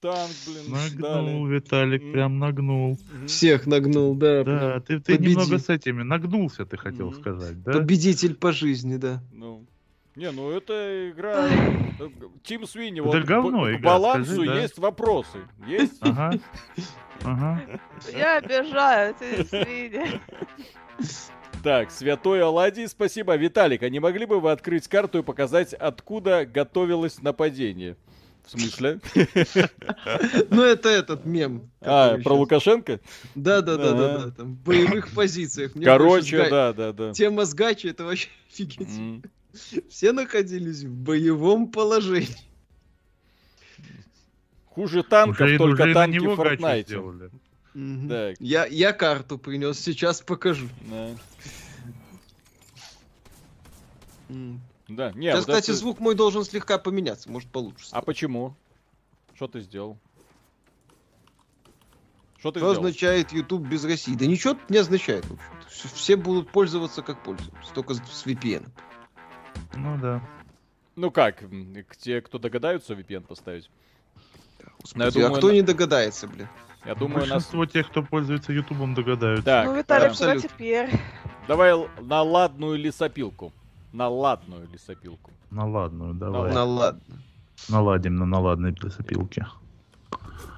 S1: Танк, блин,
S3: Нагнул,
S1: дали.
S3: Виталик, прям нагнул.
S1: Мгм.
S2: Всех нагнул, да.
S3: Да, ты, ты
S2: победил.
S3: немного с этими нагнулся, ты хотел
S1: Мгм.
S3: сказать, да?
S2: Победитель по жизни, да.
S1: Ну. Не, ну это игра... э, Тим Свинни,
S3: Это
S1: вот к-
S3: говно
S1: к
S3: игра,
S1: балансу
S3: скажи, да.
S1: есть вопросы. Есть?
S3: Ага. Ага.
S4: Я обижаю, ты свинья.
S1: Так, святой Оладий, спасибо. Виталик, а не могли бы вы открыть карту и показать, откуда готовилось нападение? В смысле?
S2: Ну, это этот мем.
S1: А,
S2: который
S1: про
S2: щас.
S1: Лукашенко?
S2: Да, да, да, да,
S1: Ага.
S2: да. Там в боевых позициях. Мне больше
S1: Короче,
S2: сга-
S1: да, да, да.
S2: Тема с гачи это вообще офигеть.
S1: М.
S2: Все находились в боевом положении.
S1: Хуже танков,
S3: Уже,
S1: только
S3: уже и на
S1: танки
S3: него
S1: в
S3: гачу
S1: Фортнайте.
S3: сделали.
S2: Мгм.
S1: Так.
S2: Я, я карту принес, сейчас покажу.
S1: Да.
S2: М.
S1: Да, не,
S2: Да,
S1: вот
S2: кстати,
S1: это-
S2: звук мой должен слегка поменяться, может получше.
S1: А почему? Что ты сделал? Что ты
S2: Что
S1: сделал?
S2: означает YouTube без России? Да ничего тут не означает. в общем-то. Все- Все будут пользоваться как пользуются, только с с VPN.
S3: Ну да.
S1: Ну как, м, к те, кто догадаются VPN поставить?
S2: Господи, а
S1: думаю,
S2: кто
S1: на-
S2: не догадается, блин?
S3: Ну,
S1: Я думаю, нас...
S2: Ну,
S3: Большинство тех, кто пользуется Ютубом, догадаются.
S1: Так,
S4: Ну, Виталий,
S1: да.
S4: куда
S2: абсолютно.
S4: теперь?
S1: Давай л- на ладную лесопилку. На ладную лесопилку.
S3: На ладную, давай.
S2: Ну ладно.
S3: Наладим на наладной лесопилке.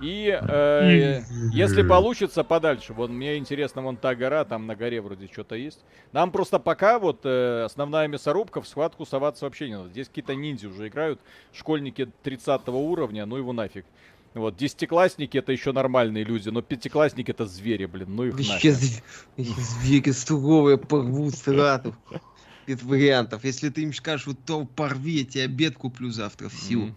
S1: И э, если получится подальше, вот мне интересно, вон та гора, там на горе вроде что-то есть. Нам просто пока вот э, основная мясорубка, в схватку соваться вообще не надо. Здесь какие-то ниндзя уже играют, школьники 30 уровня, ну его нафиг. Вот, десятиклассники это еще нормальные люди, но пятиклассники это звери, блин, ну их
S2: Вообще
S1: нафиг.
S2: зв- эти звери суровые порвут срату. Без вариантов. Если ты им скажешь, вот то порви, я тебе обед куплю завтра в силу.
S1: Мгм.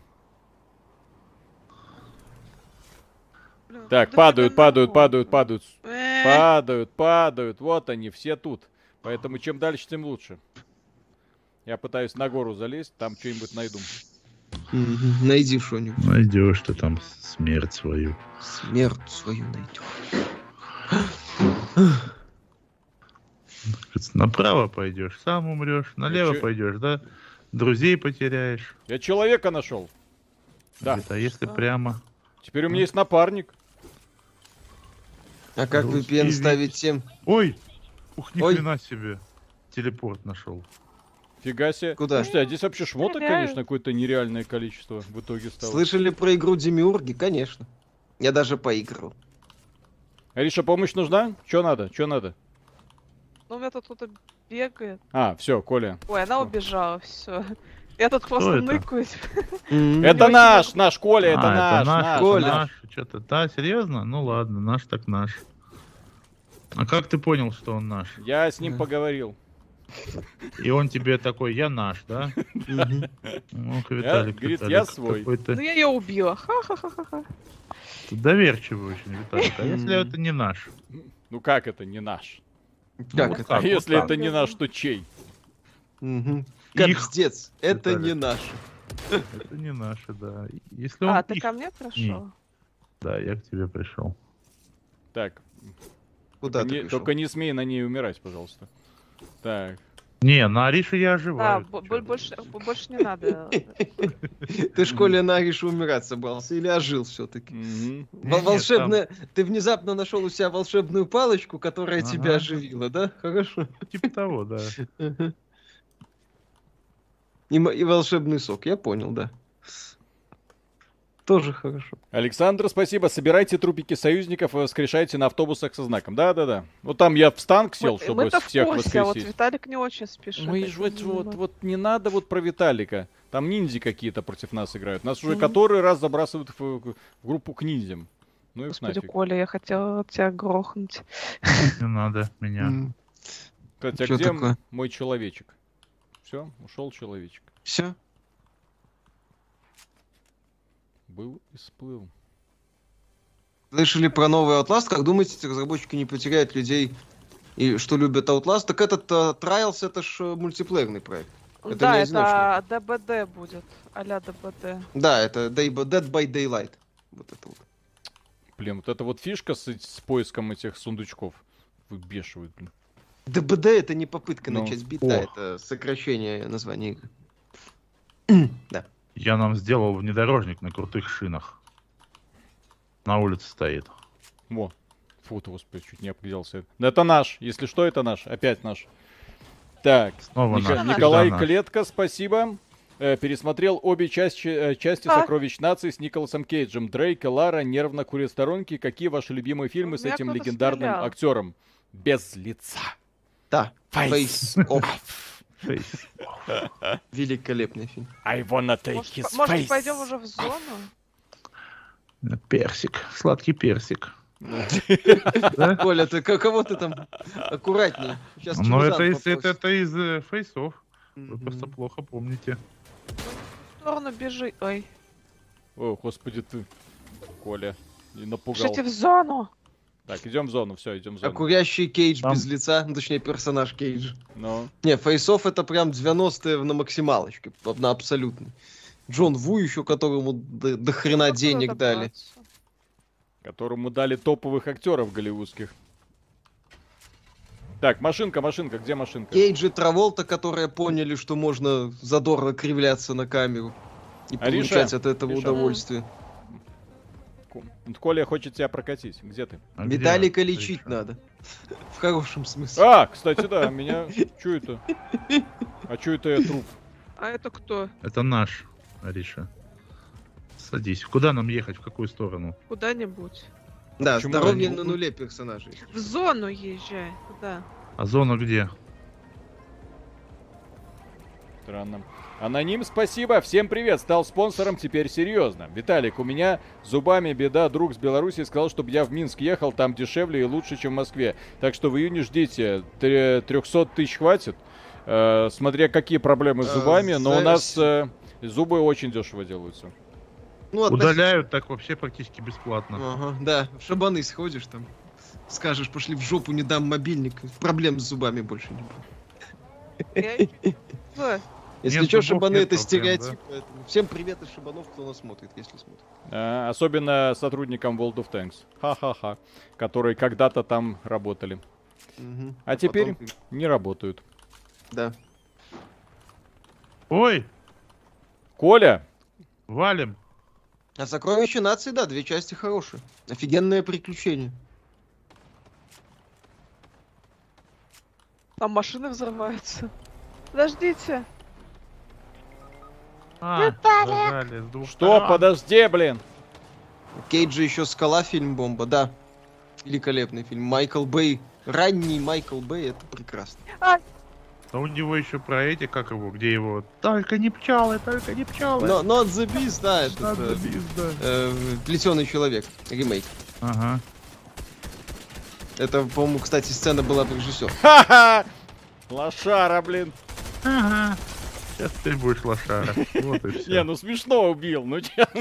S4: ну,
S1: Так, падают, падают, падают, падают,
S4: падают.
S1: Падают, падают. Вот они, все тут. Поэтому чем дальше, тем лучше. Я пытаюсь на гору залезть, там что-нибудь найду.
S2: Мгм. Найди что-нибудь.
S3: Найдешь ты там смерть свою.
S2: Смерть свою найдешь.
S3: Направо пойдешь, сам умрешь. Налево
S1: чё-
S3: пойдешь, да? Друзей потеряешь.
S1: Я человека нашел. Да.
S3: Говорит, а если
S4: Что?
S3: прямо?
S1: Теперь у меня есть напарник.
S2: А как
S3: Русский
S2: VPN
S3: вид.
S2: ставить всем?
S3: Ой! Ух, ни
S2: Ой.
S3: хрена себе! Телепорт нашел.
S1: Фига себе.
S2: Куда?
S1: Слушайте, а здесь вообще шмоток,
S4: Стреляют.
S1: конечно, какое-то нереальное количество в итоге стало.
S2: Слышали про игру Демиурги? Конечно. Я даже поиграл.
S1: Ариша, А помощь нужна? Че надо? Че надо?
S4: Ну, у меня тут кто-то бегает.
S1: А, все, Коля.
S4: Ой, она убежала, все. Я тут просто
S3: это?
S4: ныкаюсь.
S2: Мгм.
S1: Это
S4: очень
S1: наш, наш Коля, это
S3: А,
S1: наш, наш.
S2: Коля.
S3: Что-то, да, серьезно? Ну ладно, наш так наш. А как ты понял, что он наш?
S1: Я с ним
S2: Да.
S1: поговорил.
S3: И он тебе такой, я наш, да? Ну,
S2: Мгм.
S3: Ох,
S1: говорит, я свой.
S3: какой-то
S4: Ну, я ее убила. Ха-ха-ха-ха.
S3: доверчивый очень, Виталик. А если
S2: Мгм.
S3: это не наш?
S1: Ну как это не наш?
S2: Как
S3: вот
S2: это?
S3: так, вот
S1: Если
S3: так.
S1: это не наш, то чей?
S2: Мгм.
S3: Их.
S2: Капздец, это
S3: Виталик.
S2: не наше.
S3: Это не наши, да. Если он
S4: А, ты
S3: их-
S4: ко мне пришел?
S3: Да, я к тебе пришел.
S1: Так,
S2: Куда
S1: не-
S2: ты пришел?
S1: только не смей на ней умирать, пожалуйста. Так,
S3: Не, на Арише я
S4: Да,
S3: оживаю.
S4: А, бо-
S3: Ты
S4: бо-
S3: чё?
S4: больше, бо- больше не надо.
S2: Ты в школе на Аришу умирать собрался или ожил все-таки?
S1: мгм.
S3: Не-не,
S2: Волшебная... Ты внезапно нашел у себя волшебную палочку, которая тебя
S3: Ага.
S2: оживила, да? Хорошо.
S3: Типа того, да.
S2: Ага. И, м- и волшебный сок, я понял, да. Тоже хорошо.
S1: Александр, спасибо. Собирайте трупики союзников и воскрешайте на автобусах со знаком. Да-да-да. Вот там я в станк сел,
S4: Мы-
S1: чтобы
S4: Мы-то в
S1: всех
S4: курсе, а вот
S1: воскресить.
S4: Виталик не очень спешит.
S1: Мы
S4: это
S1: ж вот,
S4: не
S1: вот,
S4: мы.
S1: вот не надо вот про Виталика. Там ниндзя какие-то против нас играют. Нас уже
S4: Мгм.
S1: который раз забрасывают в, в группу к ниндзям. Ну и
S4: Господи,
S1: нафиг.
S4: Коля, я хотела тебя грохнуть.
S3: Не надо меня.
S2: М,
S1: Кстати, а
S2: Чё
S1: где м-
S2: такое?
S1: мой человечек? Все, ушел человечек.
S2: Все?
S1: Был и сплыл.
S2: Слышали про новый Outlast? Как думаете, разработчики не потеряют людей, и что любят Outlast? Так этот э, Trials, это ж э, мультиплеерный проект. Это
S4: да,
S2: не
S4: это ДБД будет. Аля ДБД.
S2: Да, это Day by- Dead by Daylight. Вот это вот.
S1: Блин, вот это вот фишка с, эт- с поиском этих сундучков. Выбешивает, блин.
S2: ДБД это не попытка
S1: Ну,
S2: начать бить,
S3: о.
S2: да, это сокращение названия игры. да.
S3: Я нам сделал внедорожник на крутых шинах. На улице стоит.
S1: Во. Фу, ты, господи, чуть не обгляделся. Да это наш. Если что, это наш. Опять наш. Так.
S3: Снова
S1: Ника-
S3: наш.
S1: Николай
S3: всегда наш.
S1: Клетка, спасибо. Э, пересмотрел обе части, э, части
S4: А?
S1: «Сокровищ нации» с Николасом Кейджем. Дрейк и Лара нервно курят сторонки. Какие ваши любимые фильмы
S4: В
S1: с
S4: Ну, меня
S1: этим
S4: кто-то
S1: легендарным
S4: стрелял.
S1: актером? Без лица.
S2: Да.
S1: Face.
S2: Face Off.
S3: Жесть.
S2: Великолепный фильм.
S1: I wanna take
S4: Может,
S1: his
S4: по- может,
S1: face.
S4: пойдем уже в зону?
S3: Персик. Сладкий персик. Да?
S2: Коля, ты ка- кого ты там аккуратнее? Сейчас
S3: Ну, это из, это, это из э, фейсов. Вы просто плохо помните.
S4: В сторону бежи. Ой,
S1: О, господи ты, Коля. И напугал.
S4: бежите в зону.
S1: Так, идем в зону, все, идем в
S2: А
S1: зону.
S2: курящий Кейдж
S3: Там-
S2: без лица, ну, точнее персонаж Кейдж.
S1: Ну,
S2: Не, фейсов это прям 90-е в- на максималочке, п- на абсолютной. Джон Ву еще, которому до, до хрена
S4: Откуда
S2: денег дали.
S4: добраться?
S1: которому дали топовых актеров голливудских. Так, машинка, машинка, где машинка?
S2: Кейдж Э, и Траволта, которые поняли, что можно задорно кривляться на камеру и
S1: Ариша,
S2: получать от этого
S1: Ариша.
S2: удовольствие.
S1: Ку- Коля хочет тебя прокатить. Где ты?
S3: А где
S2: Виталика лечить
S3: Ариша?
S2: надо. В хорошем смысле.
S1: А, кстати, да, меня... Чё это? А чё это я труп?
S4: А это кто?
S3: Это наш, Ариша. Садись. Куда нам ехать? В какую сторону?
S4: Куда-нибудь.
S2: Да,
S1: почему
S2: здоровье
S1: они-
S2: на нуле персонажей.
S4: В зону езжай. Да.
S3: А зона где?
S1: Странно. Аноним, спасибо. Всем привет. Стал спонсором, теперь серьезно. Виталик, у меня зубами беда. Друг с Беларуси сказал, чтобы я в Минск ехал. Там дешевле и лучше, чем в Москве. Так что в июне ждите. Тре- 300 тысяч хватит. Э, смотря какие проблемы с
S2: Э,
S1: зубами. Но у
S2: за-
S1: нас э, зубы очень дешево делаются.
S2: Ну, относительно.
S3: Удаляют так вообще практически бесплатно.
S2: Ага, да, в шабаны сходишь там. Скажешь, пошли в жопу, не дам мобильник. Проблем с зубами больше не будет.
S4: Я ещё- Ой,
S2: Если
S3: Нет
S2: что,
S3: зубов,
S2: шабаны
S3: нет
S2: это
S3: проблем,
S2: стереотип. поэтому Всем привет из шабанов, кто нас смотрит, если смотрит.
S1: Э, особенно сотрудникам World of Tanks. Ха-ха-ха. Которые когда-то там работали.
S2: Мгм.
S1: А теперь
S2: Потом-
S1: не работают.
S2: Да.
S3: Ой,
S1: Коля,
S3: валим.
S2: А сокровище нации, да, две части хорошие. Офигенное приключение.
S4: Там машины взрываются. Подождите.
S3: А, зажали с двух
S1: что?
S3: сторон.
S1: Подожди, блин.
S2: Кейджи еще скала фильм бомба, да. Великолепный фильм. Майкл Бэй. Ранний Майкл Бэй, это прекрасно.
S3: А у него еще про эти, как его, где его? Только не пчелы, только не пчелы.
S2: Но Not the Beast, да, этот,
S3: Надо
S2: э,
S3: пизда.
S2: э, плетеный человек. Ремейк.
S3: Ага.
S2: Это, по-моему, кстати, сцена была от режиссера.
S1: Ха-ха! Лошара, блин.
S3: Ага. Сейчас ты будешь лошара. Вот и все.
S1: Не, ну смешно убил, ну чё.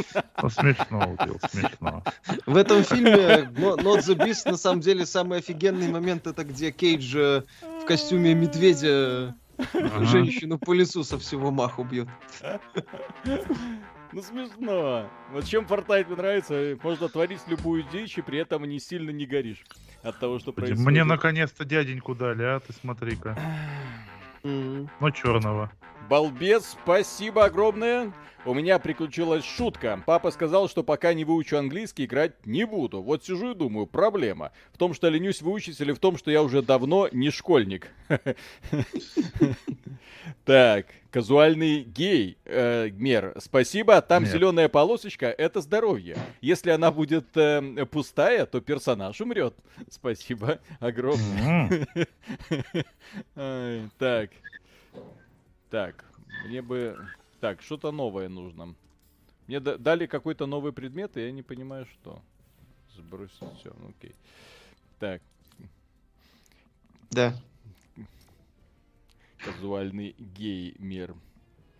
S3: Ну, смешно убил, смешно.
S2: В этом фильме «Но- Not the Beast на самом деле самый офигенный момент это где Кейдж э, в костюме медведя э,
S3: Ага.
S2: женщину по лесу со всего маху бьет.
S1: Ну смешно. Вот чем Fortnite мне нравится, можно творить любую дичь, и при этом не сильно не горишь от того, что происходит.
S3: Мне наконец-то дяденьку дали, а ты смотри-ка.
S2: М.
S3: Ну, черного.
S1: Балбес, спасибо огромное. У меня приключилась шутка. Папа сказал, что пока не выучу английский, играть не буду. Вот сижу и думаю, проблема. В том, что ленюсь выучить, или в том, что я уже давно не школьник. Так, казуальный гей, э, мер, спасибо. Там
S3: Нет.
S1: зеленая полосочка, это здоровье. Если она будет э, пустая, то персонаж умрет. Спасибо огромное.
S3: М.
S1: Ай, Так. Так, мне бы... Так, что-то новое нужно. Мне да- дали какой-то новый предмет, и я не понимаю, что. Сбросить все, окей. Так,
S2: Да,
S1: казуальный геймер.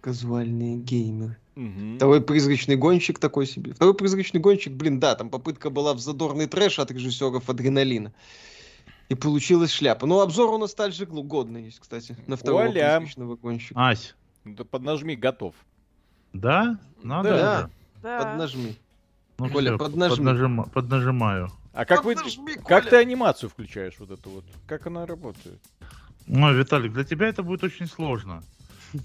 S2: казуальные геймеры.
S1: Мгм.
S2: Второй призрачный гонщик такой себе. Второй призрачный гонщик, блин, да, там попытка была в задорный трэш от режиссеров адреналина. И получилась шляпа. Но обзор у нас также гл- годный есть, кстати, на второго
S1: Оля.
S2: призрачного гонщика.
S3: Ась,
S1: Да поднажми, готов.
S3: да? Надо?
S2: Да.
S3: уже?
S4: Да.
S2: Поднажми.
S3: Ну,
S2: Коля,
S3: всё,
S2: поднажми.
S3: поднажима- Поднажимаю.
S1: А как вы...
S2: Поднажми,
S1: Как
S2: Коля.
S1: ты анимацию включаешь вот эту вот? Как она работает?
S3: Ну, Виталик, для тебя это будет очень сложно.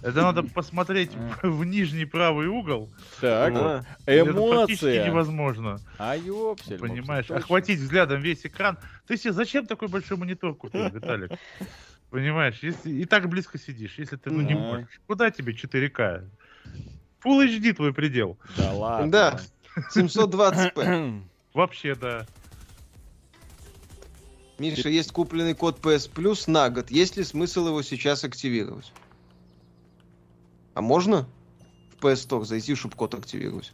S3: Это надо посмотреть
S2: Э.
S3: в нижний правый угол.
S1: Так,
S3: Вот.
S2: А,
S3: Это практически
S1: эмоция.
S3: невозможно.
S1: А ёпсель,
S3: Понимаешь,
S1: мопсель, точно.
S3: охватить взглядом весь экран. Ты себе зачем такой большой монитор купил, Виталик? Понимаешь, если и так близко сидишь, если ты ну, не
S1: Да.
S3: можешь. Куда тебе 4К? Full HD твой предел.
S1: Да ладно.
S2: Да. 720p.
S3: Вообще, да.
S2: Миша, есть купленный код PS Plus на год. Есть ли смысл его сейчас активировать? А можно в PS Store зайти, чтобы код активировать?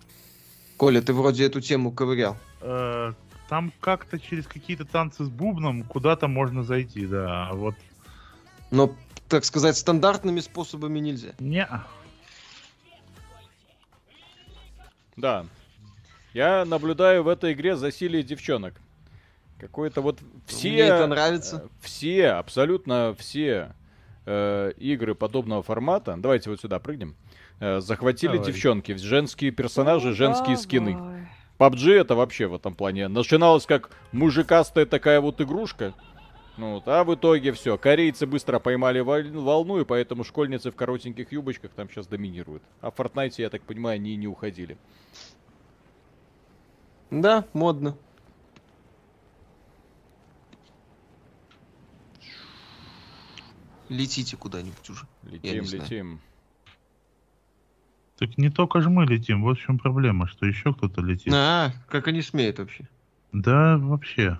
S2: Коля, ты вроде эту тему ковырял.
S3: Э, Там как-то через какие-то танцы с бубном куда-то можно зайти, да. А Вот.
S2: Но, так сказать, стандартными способами нельзя.
S3: Не.
S1: Да. Я наблюдаю в этой игре засилие девчонок. Какое-то вот все...
S2: Мне это нравится.
S1: э, Все, абсолютно все э, игры подобного формата, давайте вот сюда прыгнем, э, захватили
S3: Давай.
S1: девчонки, женские
S4: Ну,
S1: персонажи, женские скины.
S4: Давай.
S1: PUBG это вообще в этом плане начиналось как мужикастая такая вот игрушка. Ну вот, а в итоге все, корейцы быстро поймали воль- волну, и поэтому школьницы в коротеньких юбочках там сейчас доминируют. А в Fortnite, я так понимаю, они и не уходили.
S2: Да, модно. Летите куда-нибудь уже.
S1: Летим,
S2: не знаю.
S1: летим.
S3: Так не только же мы летим, вот в чем проблема, что еще кто-то летит.
S2: А, как они смеют вообще.
S3: Да, вообще.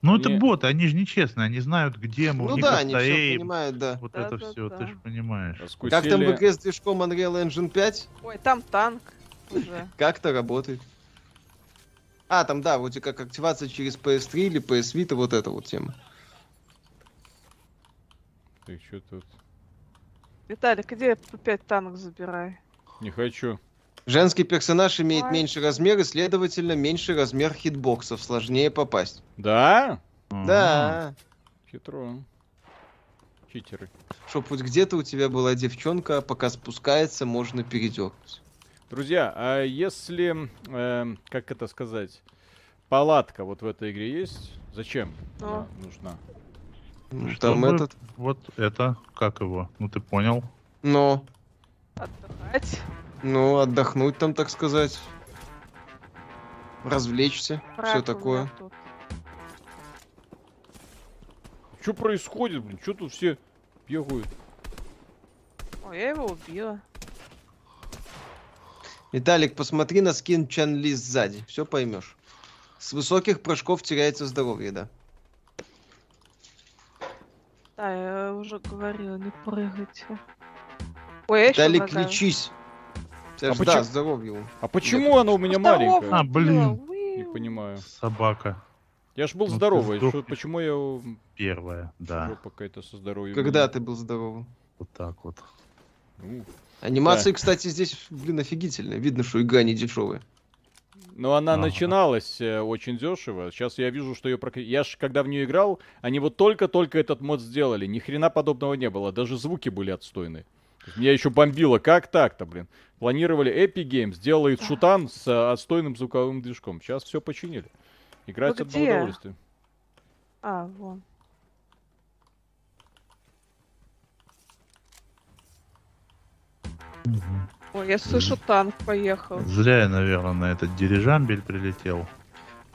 S3: Ну, это
S1: Они-
S3: боты, они же нечестные, они знают, где мы, у
S2: Ну
S3: них
S2: да, они все
S3: автоэйм,
S2: понимают, да.
S3: Вот
S4: Да,
S3: это
S4: да,
S3: все,
S4: да.
S3: ты же понимаешь.
S1: Раскусили.
S2: А Как там в игре с движком Unreal Engine 5?
S4: Ой, там танк уже.
S2: Как это работает? А, там, да, вроде как активация через PS3 или PS Vita, вот эта вот тема.
S1: Ты чё тут?
S4: Виталик, иди опять танк забирай.
S1: Не хочу.
S2: Женский персонаж имеет
S4: Ой.
S2: меньше размер и, следовательно, меньше размер хитбоксов, сложнее попасть.
S1: Да?
S3: Ага.
S2: Да,
S1: Хитро. Читеры.
S2: чтоб хоть где-то у тебя была девчонка, а пока спускается, можно передернуть.
S1: Друзья, а если, эм, как это сказать, палатка вот в этой игре есть? Зачем она нужна?
S2: Ну,
S3: Чтобы
S2: Там этот...
S3: Вот это, как его? Ну, ты понял.
S2: Но,
S4: Отдыхать,
S2: ну, отдохнуть там, так сказать. Развлечься, все
S4: Брат у
S2: такое.
S4: меня тут.
S1: Что происходит, блин? Что тут все бегают?
S4: О, я его убила.
S2: Виталик, посмотри на скин Чан Ли сзади, все поймешь. С высоких прыжков теряется здоровье, да.
S4: Да, я уже говорила, не прыгайте. Ой, я еще
S2: Виталик, лечись. Тебя
S1: А
S2: ж-
S1: почему-
S2: да, здоровье. у-
S1: А
S2: ну,
S1: почему она у меня маленькая?
S3: А, блин.
S1: Не понимаю.
S3: Собака
S1: Я ж был
S3: Ну ты
S1: здоровый.
S3: сдохнешь.
S1: Шо- почему я м,
S3: первая, да.
S1: жопа какая-то со здоровьем?
S2: Когда ты был здоровым?
S3: Вот так вот.
S1: Ну,
S2: Анимации, кстати, здесь, блин, офигительные. Видно, что игра не дешевая.
S1: Но она
S3: Ага.
S1: начиналась э, очень дешево. Сейчас я вижу, что ее прокли... Я ж когда в нее играл, они вот только-только этот мод сделали. Ни хрена подобного не было. Даже звуки были отстойны. То есть Меня еще бомбило. Как так-то, блин? Планировали Epic Games, делает
S4: Да.
S1: шутан с э, отстойным звуковым движком. Сейчас все починили. Играть
S4: Вы
S1: одно
S4: где?
S1: удовольствие.
S4: А, вон. Ой, я слышу, танк поехал.
S3: Зря я, наверное, на этот дирижамбель прилетел.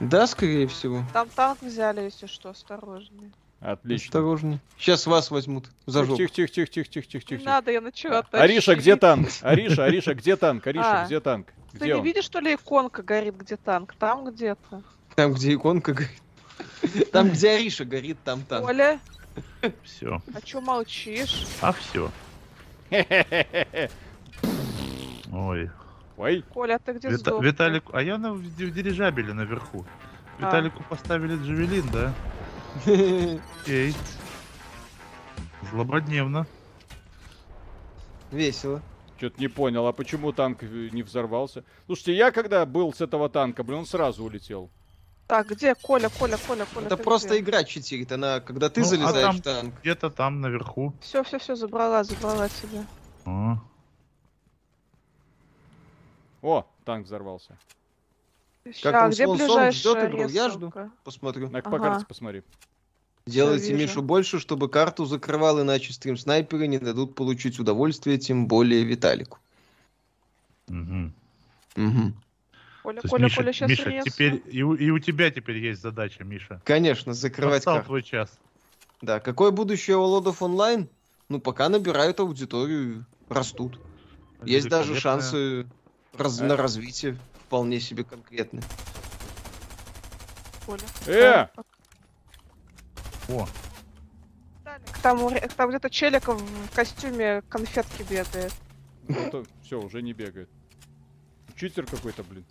S2: Да, скорее всего.
S4: Там танк взяли, если что, осторожнее.
S1: Отлично.
S2: Осторожнее. Сейчас вас возьмут за жопу.
S4: Не
S1: Тихо-тихо-тихо-тихо-тихо-тихо.
S4: надо, я начала тащить.
S1: Ариша, где танк? Ариша, Ариша, где танк? Ариша,
S4: А.
S1: где танк?
S4: Ты
S1: Где
S4: не
S1: он?
S4: видишь, что ли, иконка горит, где танк? Там где-то.
S2: Там, где иконка горит. Там, где Ариша горит, там там.
S4: Оля,
S3: Все.
S4: а чё молчишь?
S3: А все. Ой.
S1: Ой,
S4: Коля, а ты где
S3: Вита-
S4: сдох?
S3: Виталик, а я на в ди- в дирижабеле наверху.
S4: А.
S3: Виталику поставили джавелин, да? Эй. Злободневно.
S2: Весело.
S1: Что-то не понял, а почему танк э, не взорвался? Слушайте, я когда был с этого танка, блин, он сразу улетел.
S4: Так, где Коля, Коля, Коля, Коля?
S2: Это просто игра читерит. Она, когда ты
S3: Ну, а
S2: залезаешь
S3: там-
S2: в танк,
S3: Где-то там наверху.
S4: Все, все, все, забрала, забрала тебя.
S3: О.
S1: О, танк взорвался.
S4: Ща,
S2: там
S4: А, где
S2: Слон Сон
S4: ближайшая
S2: ждёт игру? Я жду.
S4: ресурка?
S2: посмотрю.
S1: на
S4: Ага.
S1: по карте посмотри.
S2: Делайте
S4: вижу.
S2: Мишу больше, чтобы карту закрывал, иначе стрим-снайперы не дадут получить удовольствие, тем более Виталику.
S3: Мгм.
S2: Мгм.
S4: Коля,
S3: То есть,
S4: Коля,
S3: Миша,
S4: Коля, сейчас
S3: Миша, теперь и у, и у тебя теперь есть задача, Миша.
S2: Конечно, закрывать
S3: Настал
S2: карту.
S3: твой час.
S2: Да, какое будущее у лодов онлайн? Ну, пока набирают аудиторию, растут. Есть даже
S3: Великолепная.
S2: шансы раз-
S1: А.
S2: на развитие вполне себе конкретные.
S1: Э!
S3: О,
S4: Там, у ре- там где-то челик в в костюме конфетки бегает.
S1: все, уже не бегает. Читер какой-то, блин.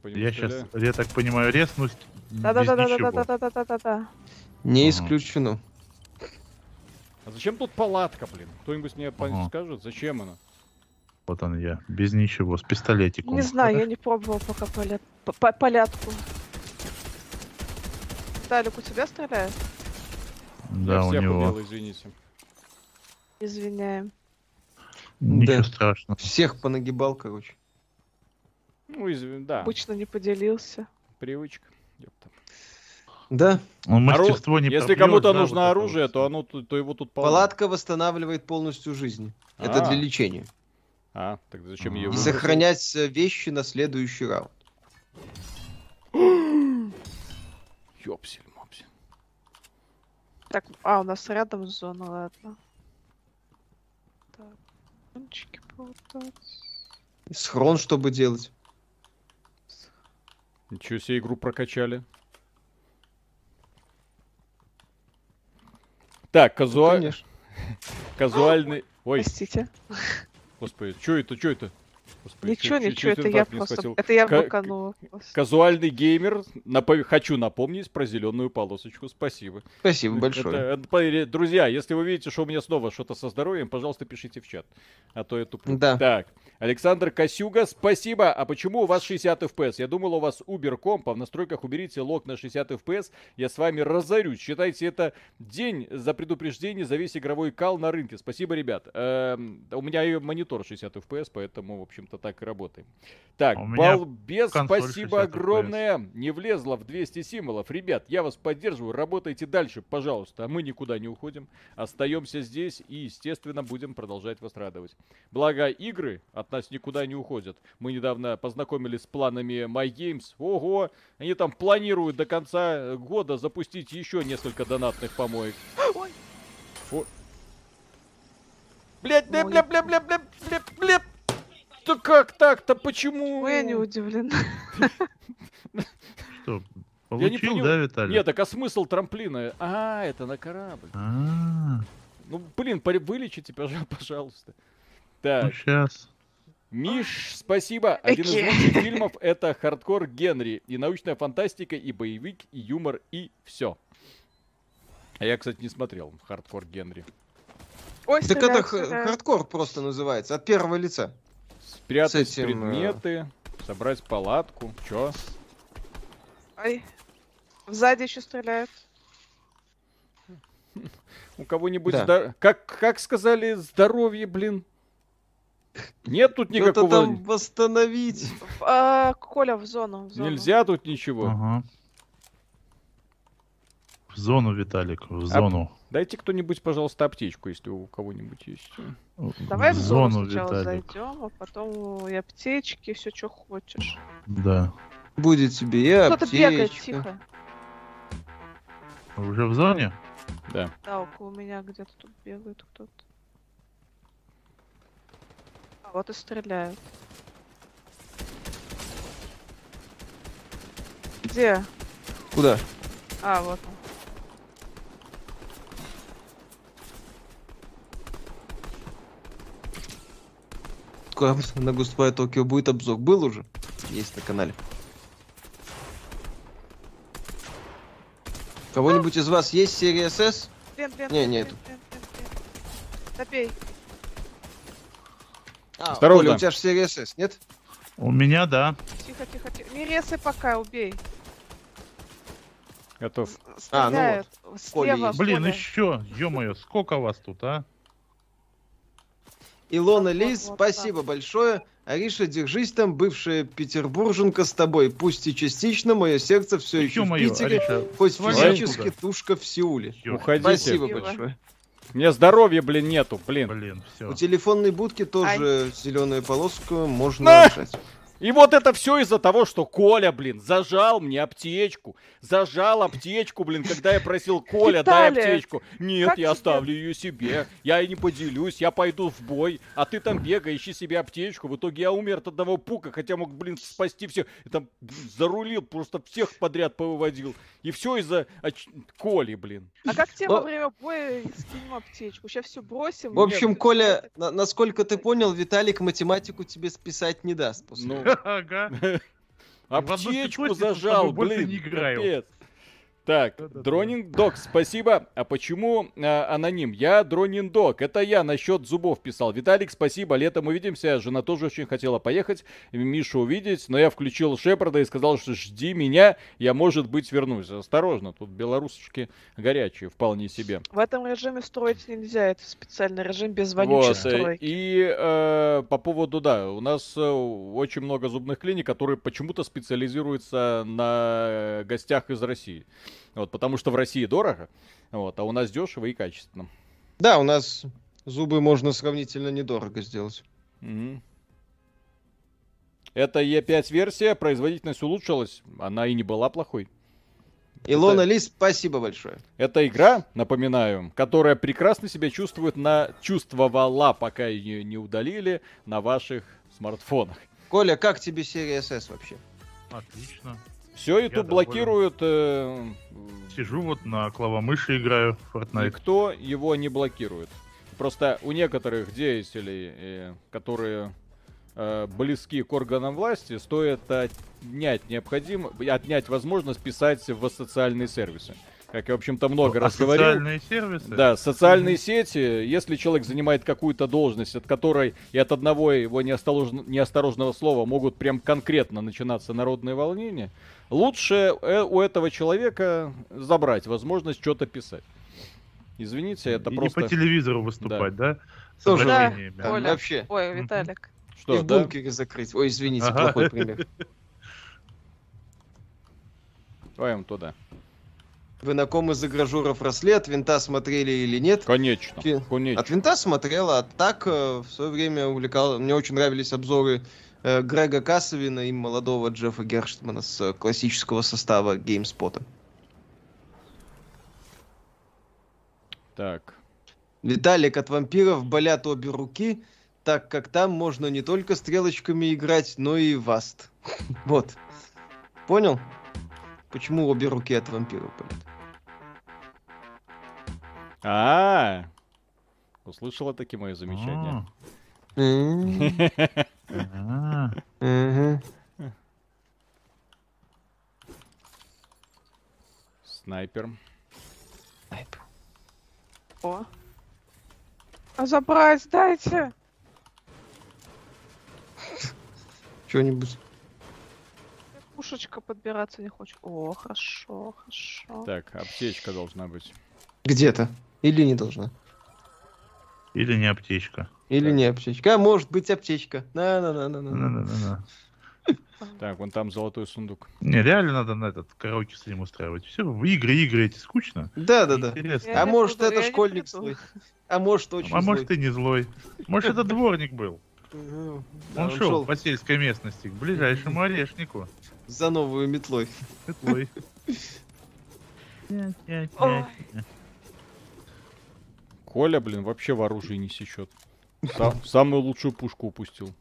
S1: По нему
S3: я сейчас,
S1: стреляю.
S3: я так понимаю, резнусь без ничего.
S4: Да-да-да-да-да-да-да-да-да.
S2: Не
S3: Ага.
S2: исключено.
S1: А зачем тут палатка, блин? Кто-нибудь мне по-
S3: Ага.
S1: скажет, зачем она?
S3: Вот он я, без ничего, с пистолетиком.
S4: Не знаю, я не пробовал пока поля- по- по- полятку. Виталик, у тебя стреляет?
S1: я
S3: Да, у
S1: всех
S3: него.
S1: убил, извините.
S4: Извиняем.
S3: Ничего
S2: Да.
S3: страшного.
S2: Всех понагибал, короче.
S1: Ну, изв... да,
S4: Обычно не поделился.
S1: привычка. Ёпта.
S2: Да,
S3: Он
S1: Ору-
S3: мастерство не
S1: Если
S3: пробьёт,
S1: кому-то
S3: да,
S1: нужно
S3: вот это
S1: оружие,
S3: вот
S1: то
S3: всё.
S1: оно тут- то его тут полно.
S2: палатка восстанавливает полностью жизнь. Это
S1: А.
S2: для лечения.
S1: А, тогда зачем
S3: И
S1: ее
S2: И
S3: Мгм.
S2: сохранять э, вещи на следующий раунд.
S1: Ёпсель-мопсель.
S4: Так, а, у нас рядом зона, ладно. Так, кончики полутать.
S2: Схрон, чтобы делать.
S1: Ничего себе игру прокачали. Так,
S4: Ну,
S1: казуаль...
S2: Конечно.
S4: А,
S1: Казуальный... Ой,
S4: Простите.
S1: господи, что это, что это? Господи,
S4: Ничего,
S1: чё- чё-
S4: ничего,
S1: чё
S4: это
S1: так
S4: я
S1: не
S4: просто...
S1: схватил?
S4: Это я
S1: Ка-
S4: быканула. просто.
S1: Казуальный геймер, напо- хочу напомнить про зеленую полосочку, спасибо.
S2: Спасибо большое.
S1: Это- это по- друзья, если вы видите, что у меня снова что-то со здоровьем, пожалуйста, пишите в чат, а то я туплю.
S2: Да.
S1: Так, Александр Косюга, спасибо. А почему у вас 60 FPS? Я думал, у вас Uber комп, а в настройках уберите лог на 60 FPS, я с вами разорюсь. Считайте, это день за предупреждение за весь игровой кал на рынке. Спасибо, ребят. Эм, у меня и монитор 60 FPS, поэтому, в общем-то, так и работаем. Так,
S3: А у меня
S1: балбес,
S3: консоль
S1: спасибо
S3: 60
S1: огромное. Не влезла в 200 символов. Ребят, я вас поддерживаю, работайте дальше, пожалуйста. А мы никуда не уходим. Остаемся здесь и, естественно, будем продолжать вас радовать. Благо, игры от нас никуда не уходят. Мы недавно познакомились с планами MyGames. Ого! Они там планируют до конца года запустить еще несколько донатных помоек.
S4: Ой.
S1: О. Блять, бля,
S4: Ой.
S1: бля, бля, бля, бля, бля, бля. Да как так-то? Почему?
S4: Ну, я не удивлена.
S3: Что,
S1: Я не
S3: получил,
S1: понял.
S3: да, Виталий?
S1: Нет, так а смысл трамплина? А, это на корабль.
S3: А,
S1: Ну, блин, пор- вылечите, пожа- пожалуйста.
S3: ну
S1: Так,
S3: сейчас.
S1: Миш, спасибо. Один из
S4: Окей.
S1: лучших фильмов — это хардкор Генри. И научная фантастика, и боевик, и юмор, и все. А я, кстати, не смотрел хардкор Генри.
S4: Ой,
S2: Так это
S4: стреляют,
S2: х-
S4: стреляют.
S2: хардкор просто называется, от первого лица.
S1: Спрятать
S2: С этим, э,
S1: предметы, собрать палатку. Чё?
S4: Ай. Сзади еще стреляют.
S1: У кого-нибудь
S2: Да.
S1: здор- как, как сказали, здоровье, блин. Нет тут
S2: Что-то
S1: никакого.
S2: Ну, там восстановить.
S4: В- а, Коля, в зону. в зону.
S1: Нельзя тут ничего.
S3: Ага. В зону, Виталик,
S1: А
S3: в зону.
S1: Дайте кто-нибудь, пожалуйста, аптечку, если у кого-нибудь есть.
S4: Давай в
S3: в
S4: зону,
S3: зону,
S4: сначала
S3: Виталик.
S4: зайдем, а потом и аптечки, все, что хочешь.
S3: Да.
S2: Будет тебе и
S4: Кто-то бегает,
S2: аптечка.
S4: тихо.
S3: Уже в зоне?
S1: Да.
S4: Да, около меня где-то тут бегает кто-то. А вот и стреляют. Где?
S2: Куда?
S4: А, вот он.
S2: Куда на Гуспай Токио будет обзор. Был уже? Есть на канале. Кого-нибудь из вас есть серия СС?
S4: Блин, блин,
S2: Не,
S4: блин,
S2: нету.
S4: блин, блин, блин, блин. Забей.
S2: А,
S1: Осторожно.
S2: Оля, у тебя же серия СС, нет?
S3: У меня, да.
S4: Тихо, тихо, тихо. Не резай пока, убей.
S1: Готов.
S2: А, ну
S4: Стреляют.
S2: Коля
S4: Слева,
S2: есть.
S3: Блин,
S4: Коля.
S3: еще, ё-моё, сколько вас тут, а?
S2: Илона
S4: Вот,
S2: Лис,
S4: вот, вот,
S2: спасибо большое. Ариша, держись там, бывшая петербурженка с тобой. Пусть и частично, мое сердце все еще в
S3: Ё-моё,
S2: Питере,
S3: Ариша,
S2: хоть
S3: свали
S2: физически
S3: оттуда.
S2: тушка в Сеуле.
S3: Ё-
S1: Уходи. Ходите.
S2: Спасибо
S4: Спасибо.
S2: большое.
S1: У меня здоровья, блин, нету, блин.
S3: Блин, все.
S2: У телефонной будки тоже зеленую полоску
S1: На!
S2: можно нажать.
S1: И вот это все из-за того, что Коля, блин, зажал мне аптечку. Зажал аптечку, блин, когда я просил Коля, дай
S4: Виталик,
S1: аптечку. Нет,
S4: как
S1: я
S4: тебе?
S1: оставлю ее себе. Я и не поделюсь, я пойду в бой. А ты там бегай, ищи себе аптечку. В итоге я умер от одного пука, хотя мог, блин, спасти всех. Я там блин, зарулил, просто всех подряд повыводил. И все из-за оч- Коли, блин.
S4: А как тебе во
S2: Ну.
S4: время боя скинем аптечку? Сейчас все бросим.
S2: В общем,
S4: Нет,
S2: Коля, на- насколько ты понял, Виталик математику тебе списать не даст. после
S1: Ну,
S2: этого.
S3: Ага. одну
S1: Аптечку
S3: пяточку с
S1: зажал,
S3: тобой больше
S1: блин.
S3: не играю.
S1: капец. Так,
S3: Да-да-да.
S1: Дронинг Док, спасибо. А почему э, аноним? Я Дронин Док. Это я насчет зубов писал. Виталик, спасибо. Летом увидимся. Жена тоже очень хотела поехать, Мишу увидеть, но я включил Шепарда и сказал, что жди меня, я, может быть, вернусь. Осторожно, тут белорусочки горячие, вполне себе.
S4: В этом режиме строить нельзя, это специальный режим без вонючей
S1: Вот, э,
S4: стройки.
S1: и э, по поводу, да, у нас э, очень много зубных клиник, которые почему-то специализируются на э, гостях из России. Вот, потому что в России дорого, вот, а у нас дешево и качественно.
S2: Да, у нас зубы можно сравнительно недорого сделать.
S1: Мгм. Это Е5 версия, производительность улучшилась, она и не была плохой.
S2: Илона Лис, спасибо большое.
S1: Это игра, напоминаю, которая прекрасно себя чувствует на чувствовала, пока ее не удалили на ваших смартфонах.
S2: Коля, как тебе серия СС вообще?
S3: Отлично.
S1: Все
S3: Я
S1: это
S3: доволен.
S1: блокируют. э,
S3: Сижу вот на клавомыши играю в Fortnite.
S1: Никто его не блокирует. Просто у некоторых деятелей, э, которые э, близки к органам власти, стоит отнять необходимо, отнять возможность писать в социальные сервисы. Как я, в общем-то, много
S3: А
S1: раз говорил.
S3: Социальные сервисы?
S1: Да, социальные сети, если человек занимает какую-то должность, от которой и от одного его неосторожно- неосторожного слова могут прям конкретно начинаться народные волнения, лучше э, у этого человека забрать возможность что-то писать. Извините, это
S3: И не
S1: просто...
S3: по телевизору выступать, да? С
S2: Тоже.
S3: обращениями.
S2: Там
S4: Коля.
S2: вообще.
S4: Ой,
S3: Мгм.
S4: Виталик.
S1: Что,
S2: и в
S1: да?
S2: бункере закрыть. Ой, извините,
S3: Ага.
S2: плохой пример.
S1: Давай им туда.
S2: Вы на ком из игражуров росли, от винта смотрели или нет?
S1: Конечно,
S2: Фи-
S1: конечно.
S2: От винта смотрела, а так э, в свое время увлекал. Мне очень нравились обзоры э, Грега Кассовина и молодого Джеффа Герштмана с э, классического состава геймспота.
S1: Так.
S2: Виталик, от вампиров болят обе руки, так как там можно не только стрелочками играть, но и васт. Вот. Понял? Почему обе руки от вампиров болят?
S1: А, услышала такие мои замечания.
S2: М,
S3: А, а.
S2: мгм.
S1: Снайпер.
S2: Ай,
S4: О, А забрать дайте.
S2: Что-нибудь.
S4: Пушечка подбираться не хочет. О, хорошо, хорошо.
S1: Так, аптечка должна быть.
S2: Где-то. Или не должна.
S3: Или не аптечка.
S2: Или
S1: Так.
S2: не аптечка. А может быть аптечка.
S3: Ну,
S2: На-на-на-на-на.
S3: На-на-на-на.
S1: Так, вон там золотой сундук.
S3: Не, реально надо на этот караоке с ним устраивать. Все, игры, игры эти скучно.
S2: Да-да-да.
S3: Интересно.
S4: Я
S2: А
S4: не
S2: может,
S4: буду,
S2: это
S4: я не
S2: школьник
S4: приду.
S2: злой. А может, очень
S3: А может
S2: злой.
S3: ты не злой. Может это дворник был.
S2: Мгм. Да,
S3: Он шел по сельской местности к ближайшему орешнику.
S2: за новую метлой.
S3: Ты злой.
S4: Ой.
S1: Коля, блин, вообще в оружии не сечет. Са- самую лучшую пушку упустил.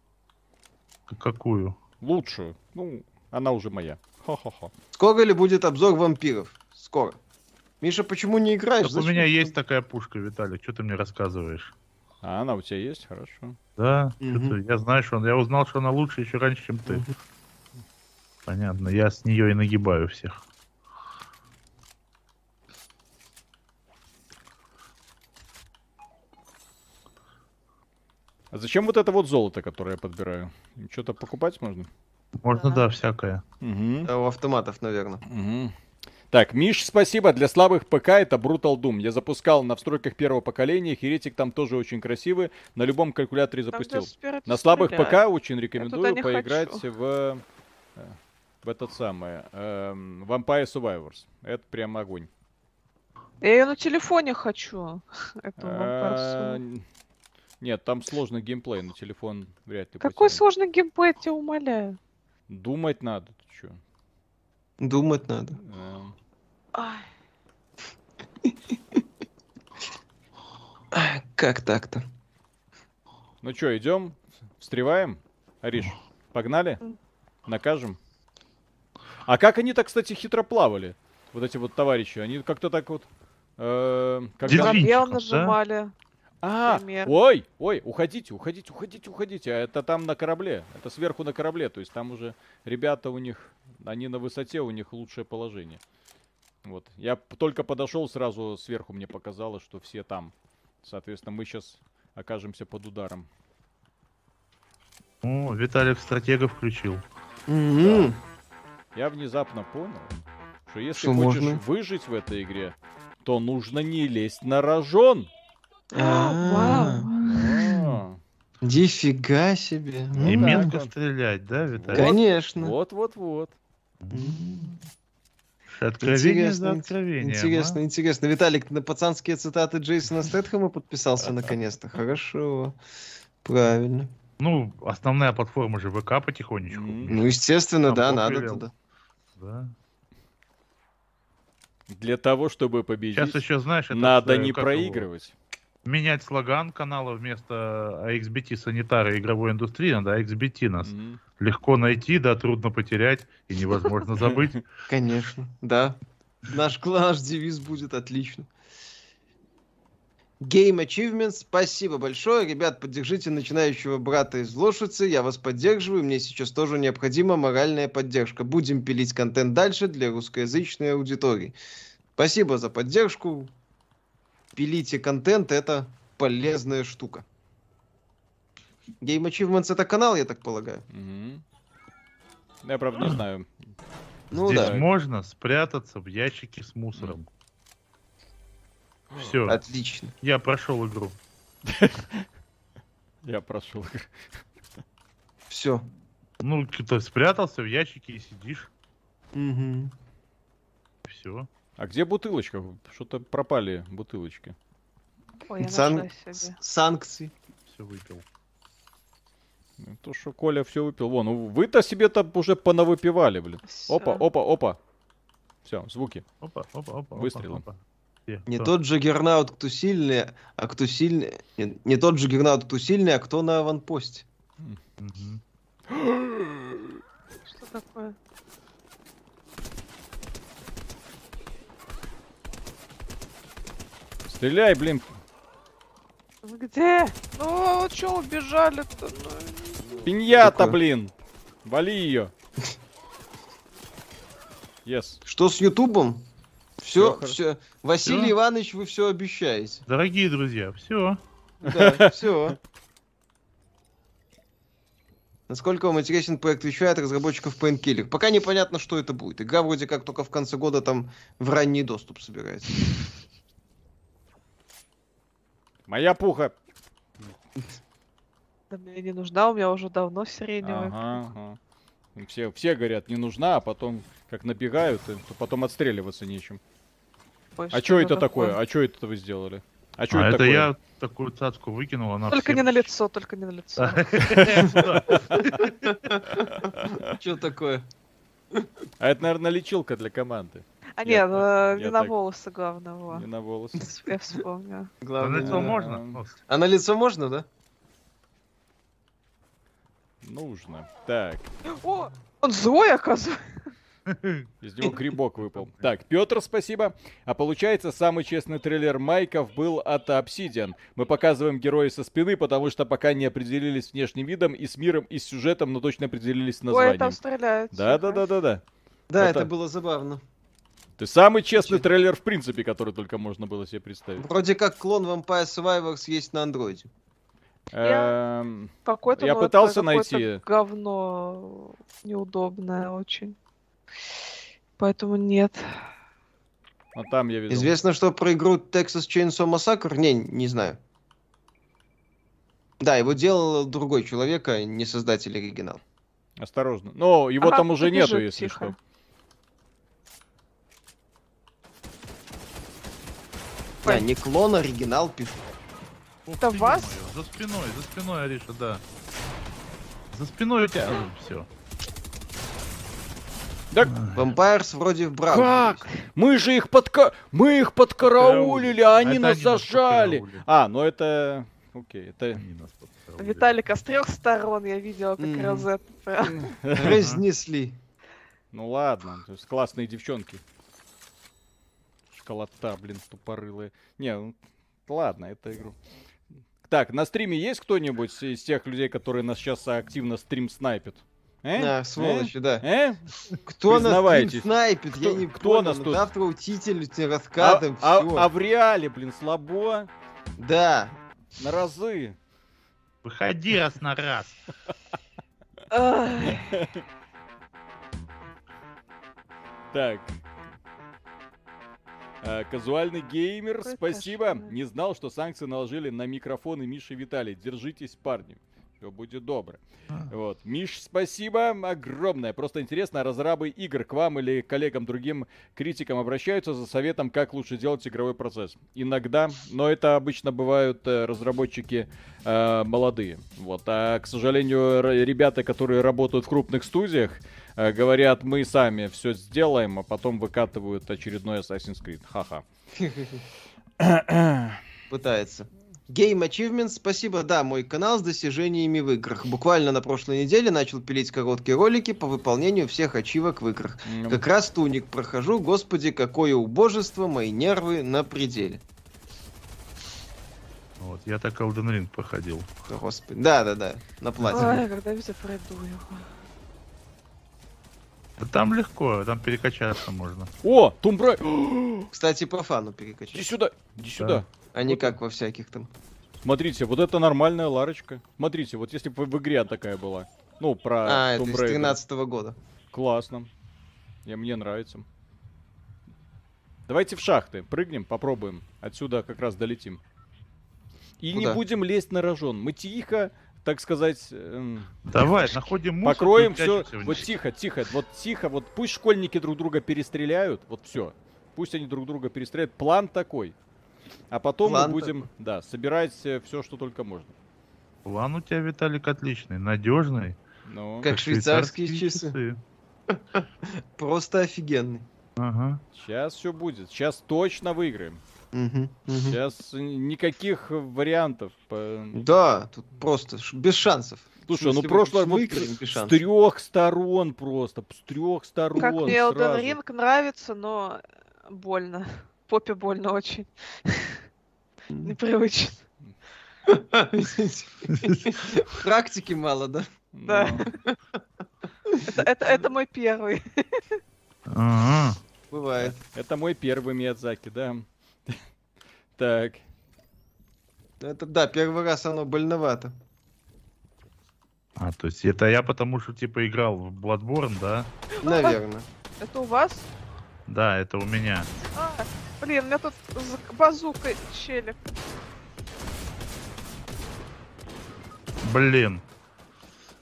S3: Какую?
S1: Лучшую. Ну, она уже моя. Ха-ха-ха.
S2: Скоро ли будет обзор вампиров? Скоро. Миша, почему не играешь?
S3: Так у
S2: Зачем
S3: меня
S2: ты-
S3: есть такая пушка, Виталик, что ты мне рассказываешь?
S1: А она у тебя есть? Хорошо.
S3: Да,
S2: Мгм.
S3: чё-то я знаю, что он, я узнал, что она лучше еще раньше, чем ты.
S2: Мгм.
S3: Понятно, я с нее и нагибаю всех.
S1: А зачем вот это вот золото, которое я подбираю? Что-то покупать можно?
S3: Можно,
S4: Да.
S3: да, всякое.
S1: Угу.
S2: А, У автоматов, наверное.
S1: Мгм. Так, Миш, спасибо. Для слабых ПК это Brutal Doom. Я запускал на встройках первого поколения. Херетик там тоже очень красивый. На любом калькуляторе
S4: Там
S1: запустил.
S4: даже спереди
S1: На слабых
S4: стреляют.
S1: ПК очень рекомендую
S4: не
S1: поиграть
S4: хочу.
S1: в, э, в этот самый эм, Vampire Survivors. Это прям огонь.
S4: Я ее на телефоне хочу. Эту
S1: А,
S4: вампирсу.
S1: н- Нет, там сложный геймплей, на телефон вряд ли
S4: Какой
S1: потянет.
S4: сложный геймплей, я тебя умоляю.
S1: Думать надо, ты чё.
S2: Думать надо.
S1: Эм,
S4: Ай,
S2: А, Как так-то?
S1: Ну чё, идем, встреваем? Ариш, погнали?
S4: М.
S1: Накажем? А как они так, кстати, хитро плавали? Вот эти вот товарищи, они как-то так вот... э, когда-
S4: на
S3: Дельфинчиков,
S4: бел
S3: да?
S4: нажимали.
S1: А,
S4: Например.
S1: ой, ой, уходите, уходите, уходите, уходите. А это там на корабле, это сверху на корабле. То есть там уже ребята у них, они на высоте, у них лучшее положение. Вот, я п- только подошел, сразу сверху мне показалось, что все там. Соответственно, мы сейчас окажемся под ударом.
S3: О, Виталик стратега включил.
S2: Мгм.
S1: Я внезапно понял, что если
S2: Что
S1: хочешь
S2: можно?
S1: выжить в этой игре, то нужно не лезть на рожон.
S2: А,
S4: Вау.
S1: А,
S2: Дифига себе. Ну
S3: и
S2: да.
S3: метко
S1: вот.
S3: стрелять, да, Виталик?
S2: Конечно.
S1: Вот-вот-вот.
S2: М.
S3: Откровение за
S2: Интересно,
S3: откровением. а?
S2: Интересно, интересно. Виталик, ты на пацанские цитаты Джейсона Стэтхэма подписался наконец-то. Хорошо. Правильно.
S3: Ну, основная платформа же ВК потихонечку.
S1: Мгм.
S2: Ну, естественно,
S3: Там
S2: да,
S3: Бог
S2: надо
S3: велел.
S2: туда.
S3: Да.
S1: Для того, чтобы победить.
S3: Сейчас еще, знаешь, этот,
S1: Надо
S3: э,
S1: не
S3: как его,
S1: проигрывать.
S3: Менять слоган канала вместо э, AXBT санитары игровой индустрии, надо AXBT нас.
S1: Мгм.
S3: Легко найти, да, трудно потерять и невозможно забыть.
S2: Конечно, да. Наш, кла- наш девиз будет отлично. Game Achievements, спасибо большое. Ребят, поддержите начинающего брата из Лошицы. Я вас поддерживаю. Мне сейчас тоже необходима моральная поддержка. Будем пилить контент дальше для русскоязычной аудитории. Спасибо за поддержку. Пилите контент, это полезная штука. Game Achievements это канал, я так полагаю.
S1: Мгм. Я правда не знаю.
S2: Ну
S3: Здесь
S2: да.
S3: можно спрятаться в ящике с мусором. Все,
S2: Отлично.
S3: я прошел игру.
S1: Я прошел.
S2: Все.
S3: Ну, ты спрятался в ящике и сидишь. Все.
S1: А где бутылочка? Что-то пропали бутылочки.
S4: Ой, я
S2: Сан-
S4: нашла
S2: С-
S4: себе.
S2: Санкции.
S3: Все выпил.
S1: Ну, То, что Коля все выпил. Вон, ну вы-то себе там уже понавыпивали, блин. Опа,
S4: Всё.
S1: опа, опа. Все, звуки.
S3: Опа, опа, опа.
S1: Выстрелом.
S3: опа, опа. Все,
S2: Не
S3: всё.
S2: тот же Гернаут, кто сильный, а кто сильный... Не, не тот же Гернаут, кто сильный, а кто на аванпосте.
S3: Мгм.
S4: Что такое?
S1: Стреляй, блин.
S4: Вы где? Ну, чё убежали-то? Ну,
S1: Пиньята,
S2: Такое.
S1: блин. Вали ее. Yes.
S2: Что с Ютубом? Все,
S1: Всё
S2: все. Василий
S3: Всё.
S2: Иванович, вы все обещаете.
S3: Дорогие друзья, все.
S2: Да, все. Насколько вам интересен проект Вича от разработчиков Painkiller? Пока непонятно, что это будет. Игра вроде как только в конце года там в ранний доступ собирается.
S1: Моя пуха.
S4: Да мне не нужна, у меня уже давно сиреневая.
S1: Ага, ага. И Все, все говорят, не нужна, а потом как набегают, и то потом отстреливаться нечем.
S4: Ой,
S1: А
S4: что
S1: чё это такое? А чё это вы сделали? А чё
S3: А
S1: это,
S3: это
S1: такое?
S3: я такую цацку выкинул, она
S4: Только
S3: всем-
S4: не на лицо, только не на лицо.
S2: Что такое?
S1: А это, наверное, лечилка для команды.
S4: А
S1: Я
S4: нет, э,
S1: так- я
S4: не на
S1: так.
S4: волосы главного.
S1: Не на волосы.
S4: Я вспомнила.
S3: Да на
S2: Главное,
S3: лицо
S1: Да.
S2: да.
S3: можно? Ну,
S2: А на лицо можно, да?
S1: Нужно. Так,
S4: О, он злой, оказывается.
S1: из него грибок выпал. Так, Петр, спасибо. А получается, самый честный трейлер Майков был от Obsidian. Мы показываем героя со спины, потому что пока не определились с внешним видом и с миром, и с сюжетом, но точно определились с
S4: Ой,
S1: названием.
S4: там стреляют.
S1: Да-да-да-да-да.
S2: Да,
S1: Это-
S2: это было забавно.
S1: Ты самый честный трейлер, в принципе, который только можно было себе представить.
S2: Вроде как клон Vampire Survivors есть на андроиде.
S4: Я-
S1: Эм,
S4: Какое-то,
S1: Я
S4: ну, это
S1: пытался
S4: какое-то
S1: найти.
S4: говно неудобное очень. Поэтому нет.
S1: А там я видел.
S2: Известно, что про игру Texas Chainsaw Massacre? Не, не знаю. Да, его делал другой человек, а не создатель оригинала.
S1: Осторожно. Но его
S4: Ага,
S1: там уже
S4: побежит,
S1: нету, если
S4: тихо.
S1: что.
S2: Да, не клон, а оригинал пишу.
S3: ух
S4: Это
S3: ты,
S4: вас?
S3: ё-моё, За спиной, за спиной, Ариша, да. За спиной у тебя ну, все.
S1: Так,
S2: Vampires вроде в Браузе
S1: Как?
S2: есть.
S1: мы же их подка... Мы их подкараулили, а они
S3: Это
S1: нас
S3: они нас
S1: зажали.
S3: подкараулили.
S1: А, ну это... Окей, это...
S4: Виталика а с трех сторон я видела, как
S2: Мгм.
S4: Розетта.
S2: Разнесли.
S1: Ну ладно, то есть классные девчонки. Школота, блин, тупорылые. Не, ну, ладно, это игру. Так, на стриме есть кто-нибудь из тех людей, которые нас сейчас активно стрим снайпят? Э?
S2: Да, сволочи, да.
S1: Э? Э?
S2: Кто нас
S1: Признавайтесь.
S2: тут снайпит?
S1: Кто-
S2: я не
S1: кто
S2: понял. ну,
S1: нас тут?
S2: Завтра утитель тебе
S1: А,
S2: раскадом,
S1: а-
S2: всё.
S1: а в реале, блин, слабо,
S2: Да.
S1: на разы.
S3: Выходи раз на раз.
S4: Ай,
S1: Так. А, Казуальный геймер,
S4: Какой
S1: спасибо.
S4: кошмар.
S1: Не знал, что санкции наложили на микрофоны Миши и Виталий. Держитесь, парни. Все будет добро. Вот. Миш, спасибо огромное. Просто интересно, а разрабы игр к вам или коллегам другим критикам обращаются за советом, как лучше делать игровой процесс. Иногда, но это обычно бывают э, разработчики э, молодые. Вот. А, к сожалению, р- ребята, которые работают в крупных студиях, э, говорят, мы сами все сделаем, а потом выкатывают очередной Assassin's Creed. Ха-ха.
S2: пытается. Game Achievements, спасибо, да, мой канал с достижениями в играх. Буквально на прошлой неделе начал пилить короткие ролики по выполнению всех ачивок в играх.
S1: М,
S2: Как раз туник прохожу, господи, какое убожество, мои нервы на пределе.
S3: Вот, я так Elden Ring проходил.
S2: Господи, да-да-да, на платье.
S4: ай, когда-нибудь я пройду его.
S3: Да там легко, там перекачаться можно.
S1: О, Тумбра!
S2: Кстати, по фану
S1: Иди
S2: перекачать,
S1: сюда! Иди сюда!
S2: а не как во всяких там.
S1: Смотрите, вот это нормальная ларочка. Смотрите, вот если бы в игре такая была. Ну, про
S2: А, это
S1: Tomb
S2: из
S1: Raider.
S2: 13 года.
S1: Классно. Я, мне нравится. Давайте в шахты. Прыгнем, попробуем. Отсюда как раз долетим. И не
S2: Куда?
S1: будем лезть на рожон. Мы тихо, так сказать, эм,
S3: Давай, находим мусор.
S1: покроем
S3: и
S1: все.
S3: прячемся в
S1: Вот
S3: них.
S1: тихо, тихо, вот тихо. Вот пусть школьники друг друга перестреляют. Вот все. Пусть они друг друга перестреляют. План такой. А потом
S2: План
S1: мы будем, да, собирать все, что только можно.
S3: План у тебя, Виталик, отличный, надежный.
S1: Ну,
S2: Как швейцарские часы.
S3: часы.
S2: Просто офигенный.
S3: Ага.
S1: сейчас все будет. Сейчас точно выиграем.
S2: Мгм, мгм.
S1: Сейчас никаких вариантов. по-
S2: Да, тут просто ш- без шансов.
S1: Ну, Слушай, ну
S2: Если мы
S1: прошлое
S2: тут
S1: вот
S2: выиграем, без
S1: с
S2: шансов.
S1: трех сторон просто, с трех сторон.
S4: Как мне Elden
S1: сразу.
S4: Ring нравится, но больно. Попе больно очень. Непривычно.
S2: Извините. Практики мало, да?
S1: Ну,
S4: да. Это, это, это мой первый.
S3: Ага.
S2: Бывает.
S1: Это мой первый Миядзаки, да. Так.
S2: Ну, Это да, первый раз оно больновато.
S3: А, то есть это я потому что, типа, играл в Bloodborne, да?
S2: Наверное.
S4: Это у вас?
S3: Да, это у меня.
S4: А, блин, у меня тут з- базука челик.
S3: Блин.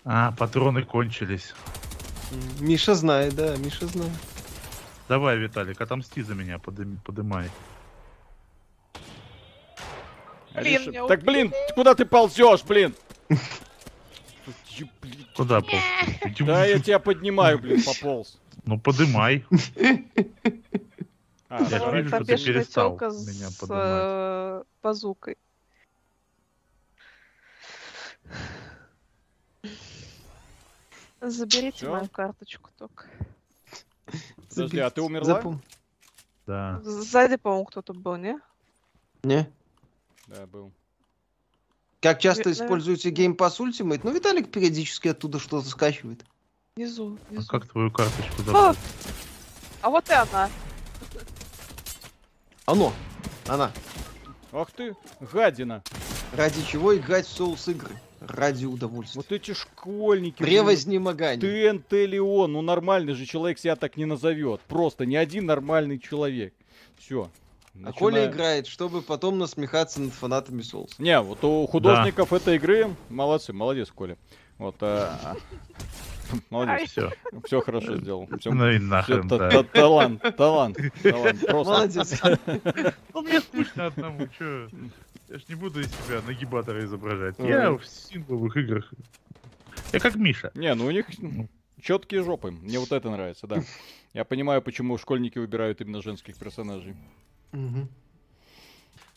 S3: А, патроны кончились.
S2: М, Миша знает, да, Миша знает.
S3: Давай, Виталик, отомсти за меня, подым- подымай.
S4: Блин, меня
S1: Так, блин, ты куда ты ползешь, блин? Ё, блин.
S3: Куда пол?
S1: Да, я тебя поднимаю, блин, пополз.
S3: Ну, подымай.
S1: А,
S3: Я
S1: жара-
S3: вижу,
S4: Там
S3: что ты
S4: бешеная
S3: перестал
S4: тёлка
S3: меня
S4: с
S3: поднимать.
S4: э, базукой. Заберите
S1: Всё?
S4: мою карточку только.
S1: Подожди, а ты
S2: Забить.
S1: умерла?
S2: Запом-
S3: Да.
S4: Сзади, по-моему, кто-то был, не?
S2: Не?
S1: Да, был.
S2: Как часто
S4: Наверное.
S2: используете Game Pass Ultimate? Ну, Виталик периодически оттуда что-то скачивает.
S4: Внизу,
S3: А
S4: внизу.
S3: как твою карточку
S4: А,
S3: забрать?
S4: а вот и она.
S2: Оно. Она.
S1: Ах ты, гадина.
S2: Ради чего играть в соус игры? Ради удовольствия.
S1: Вот эти школьники. блин.
S2: Превознемогание.
S1: ТНТ Леон, ну нормальный же человек себя так не назовет. Просто ни один нормальный человек. Все.
S2: А Коля играет, чтобы потом насмехаться над фанатами соуса.
S1: Не, вот у художников этой игры молодцы, молодец, Коля. Вот, а, молодец,
S3: Все,
S1: все хорошо сделал. Всё-
S3: ну и
S1: всё
S3: нахрен,
S1: та-
S3: да.
S1: та- Талант, талант, талант. Просто
S2: Молодец.
S3: Ну, мне скучно одному, чё? Я ж не буду из себя нагибатора изображать.
S2: Ой.
S3: Я в сингловых играх. Я как Миша.
S1: Не, ну у них четкие жопы. Мне вот это нравится, да. Я понимаю, почему школьники выбирают именно женских персонажей.
S2: Мгм.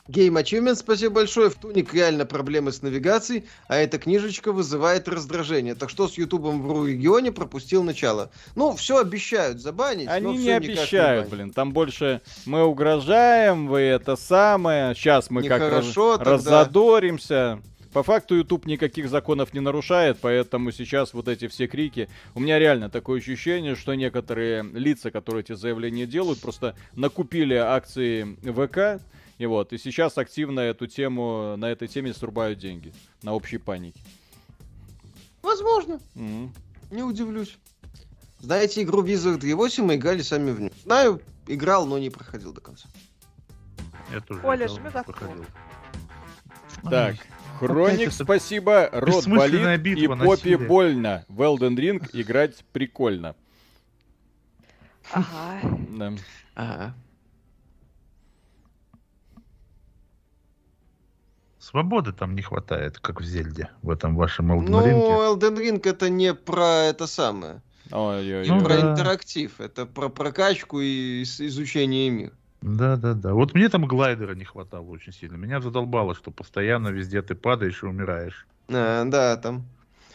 S2: Game Achievement, спасибо большое. В Туник реально проблемы с навигацией, а эта книжечка вызывает раздражение. Так что с Ютубом в РУ регионе пропустил начало. Ну, все обещают забанить. но
S1: Они не
S2: Ну, всё никак
S1: обещают,
S2: банят.
S1: блин. Там больше мы угрожаем, вы это самое. Сейчас мы как раз-
S2: Нехорошо тогда.
S1: раззадоримся. По факту YouTube никаких законов не нарушает, поэтому сейчас вот эти все крики. У меня реально такое ощущение, что некоторые лица, которые эти заявления делают, просто накупили акции ВК. И вот, и сейчас активно эту тему, на этой теме срубают деньги. На общей панике.
S2: Возможно,
S1: Мгм.
S2: не удивлюсь. Знаете, игру Wizard E8 мы играли сами в нее. Знаю, играл, но не проходил до конца.
S3: Я тоже
S4: Коля,
S3: давно
S4: жми за
S3: проходил. Ну,
S1: Так, Хроник,
S3: Опять это
S1: спасибо. Рот
S3: бессмысленная
S1: болит и
S3: битва,
S1: попе
S3: насилие.
S1: больно. В Elden Ring играть прикольно.
S4: Ага.
S1: Да.
S2: Ага.
S3: Свободы там не хватает, как в Зельде, в этом вашем Elden
S2: Ну,
S3: Ring'е.
S2: Elden Ring это не про это самое.
S1: Ой-ой-ой.
S3: Ну,
S2: про
S3: да.
S2: интерактив. Это про прокачку и с- изучение мира.
S3: Да-да-да. Вот мне там глайдера не хватало очень сильно. Меня задолбало, что постоянно везде ты падаешь и умираешь.
S2: А, да, там.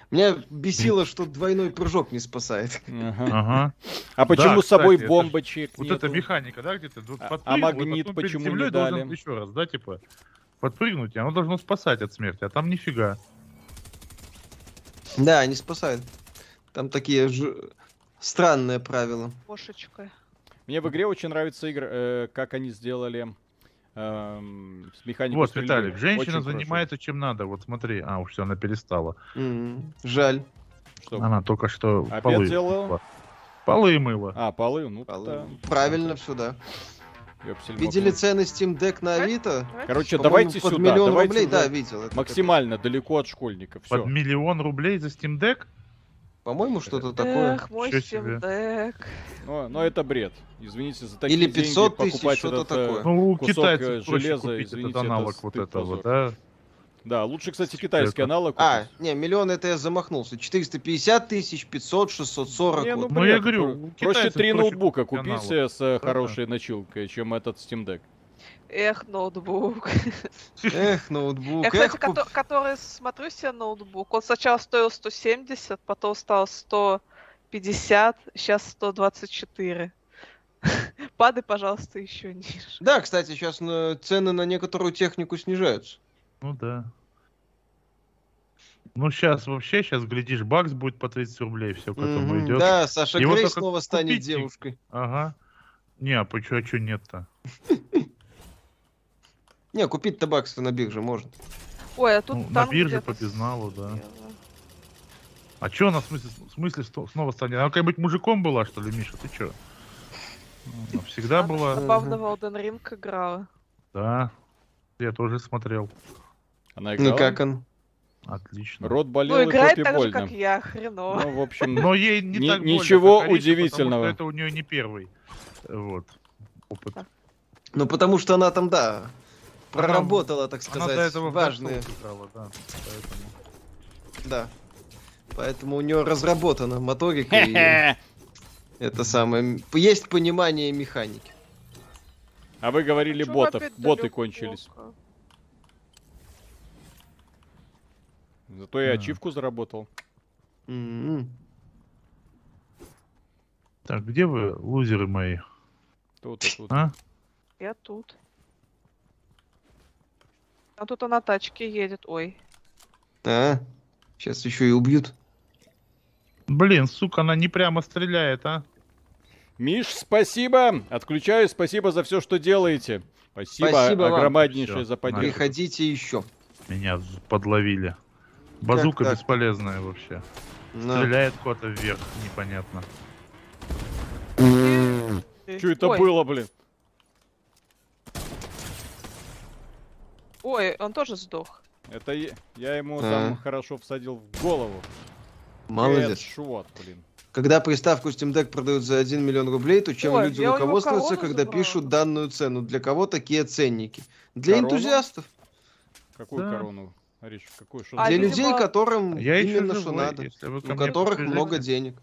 S2: Меня бесило, что двойной прыжок не спасает.
S1: Ага.
S3: Ага.
S1: А почему
S3: Да,
S1: с собой
S3: кстати, это ж
S1: бомбочек?
S3: Вот
S1: нету?
S3: эта механика, да, где ты д-
S1: А- а
S3: подпрыгнул, и
S1: магнит
S3: потом перед
S1: почему не
S3: землей
S1: дали?
S3: должен еще раз, да, типа, подпрыгнуть, и оно должно спасать от смерти, а там нифига.
S2: Да, не спасает. Там такие ж- странные правила.
S4: Кошечка.
S1: Мне в игре очень нравится игра, э, как они сделали эм, с механикой
S3: вот,
S1: стрельбы.
S3: Виталик, женщина
S1: Очень хорошо.
S3: занимается чем надо, вот смотри, а, уж все, она перестала.
S2: М, Жаль.
S1: Что?
S3: Она только что
S1: Опять
S3: полы,
S1: делала?
S3: полы мыла.
S1: А, полы, ну да.
S2: Правильно все, да.
S1: Ёпсель
S2: Видели
S1: мопсель.
S2: цены Steam Deck на Авито?
S1: Короче,
S2: По-моему,
S1: давайте
S2: под
S1: сюда.
S2: миллион
S1: давайте
S2: рублей,
S1: уже
S2: да, видел. это
S1: Максимально далеко от школьников. Все.
S3: Под миллион рублей за Steam Deck?
S2: как-то. По-моему, что-то такое.
S4: Эх, мой
S3: Чё себе.
S4: стимдек.
S1: Но, но это бред. Извините за такие
S2: Или
S1: деньги
S2: 500 тысяч,
S1: покупать
S2: что-то
S1: этот, э,
S2: такое.
S3: Ну, у
S1: Кусок, э,
S3: китайцев проще
S1: железа,
S3: купить
S1: извините,
S3: этот
S1: это
S3: аналог
S1: стыд,
S3: вот этого,
S1: позор.
S3: да?
S1: Да, лучше, кстати, китайский
S3: Это-
S1: аналог.
S2: А,
S1: купить.
S2: не, миллион это я замахнулся. 450 тысяч, 500, 640.
S1: Не,
S2: вот.
S3: Ну, я говорю,
S1: про-
S3: у
S1: проще
S3: китайцев
S1: три
S3: проще
S1: ноутбука
S3: купить
S1: купить
S3: аналог.
S1: э, с э, хорошей начилкой, чем этот Steam Deck.
S4: Эх, ноутбук.
S2: Эх, ноутбук.
S4: Я, кстати,
S2: эх, пу-
S4: кото- который смотрю себе ноутбук, он сначала стоил 170, потом стал 150, сейчас 124. Падай, пожалуйста, еще ниже.
S2: Да, кстати, сейчас цены на некоторую технику снижаются.
S3: Ну да. Ну сейчас вообще, сейчас глядишь, бакс будет по 30 рублей, все к этому
S2: Мгм,
S3: идет.
S2: Да, Саша
S3: Его
S2: Грей
S3: только
S2: снова станет
S3: купить не-
S2: девушкой.
S3: Ага. Не, а почему а чё нет-то?
S2: Не, купить табак на бирже можно.
S4: Ой, а тут
S3: Ну, на
S4: танк
S3: бирже
S4: где-то
S3: по безналу, да.
S4: слева.
S3: А чё она в смысле, в смысле сто- снова станет? Она какая-нибудь мужиком была, что ли, Миша? Ты чё? Ну, Она всегда
S4: Она
S3: была,
S4: Забавно в Elden Ring играла.
S3: да. Я тоже смотрел.
S1: Она играла?
S2: Ну как он?
S3: Отлично.
S1: Рот болел
S4: Ну,
S1: и
S4: играет
S1: попе
S4: так же,
S1: больно.
S4: как я, хреново.
S1: Ну, в общем,
S3: Но ей не
S1: Ни-
S3: так больно,
S1: ничего
S3: как Арисе,
S1: удивительного.
S3: Потому что это у нее не первый. э, Вот. Опыт.
S2: Ну потому что она там, да, проработала, так
S3: Она до
S2: сказать,
S3: этого в Dark Souls
S2: важные.
S3: играла, да. Поэтому.
S2: Да. Поэтому у нее разработана моторика и
S3: э.
S1: хе-хе.
S2: это самое. м, Есть понимание механики.
S1: А вы говорили
S4: Чё
S1: ботов.
S4: опять
S1: Боты
S4: далёко?
S1: кончились. Зато я
S3: Да.
S1: ачивку заработал.
S2: М,
S3: Так, где вы, лузеры мои?
S1: Тут, и тут.
S3: А?
S4: Я тут. А тут она тачке едет, ой.
S2: А, сейчас еще и убьют.
S3: Блин, сука, она не прямо стреляет, а?
S1: Миш, спасибо. Отключаюсь. Спасибо за все, что делаете. Спасибо,
S2: Спасибо вам.
S1: огромнейшее
S3: Всё,
S1: за поддержку.
S2: Приходите еще.
S3: Меня з- подловили. Базука
S2: так?
S3: бесполезная вообще.
S2: На.
S3: Стреляет куда-то вверх, непонятно.
S2: М,
S1: Что это
S4: Ой,
S1: было, блин?
S4: Ой, он тоже сдох.
S1: Это я, я ему
S2: А.
S1: там хорошо всадил в голову.
S2: Молодец.
S1: Шот, блин.
S2: Когда приставку Steam Deck продают за 1 миллион рублей, то чем
S4: Ой,
S2: люди
S4: я у него
S2: руководствуются,
S4: корону
S2: когда
S4: забрала.
S2: пишут данную цену? Для кого такие ценники? Для
S1: Корону?
S2: энтузиастов,
S1: Какую
S3: Да.
S1: корону? Ариш, какую шо
S4: А,
S2: для
S1: за-
S4: видимо,
S2: людей, которым
S3: А Я еще
S2: Ну, именно
S3: живой,
S2: что надо,
S3: если вы ко
S2: у
S3: мне
S2: которых
S3: подбежите,
S2: много денег.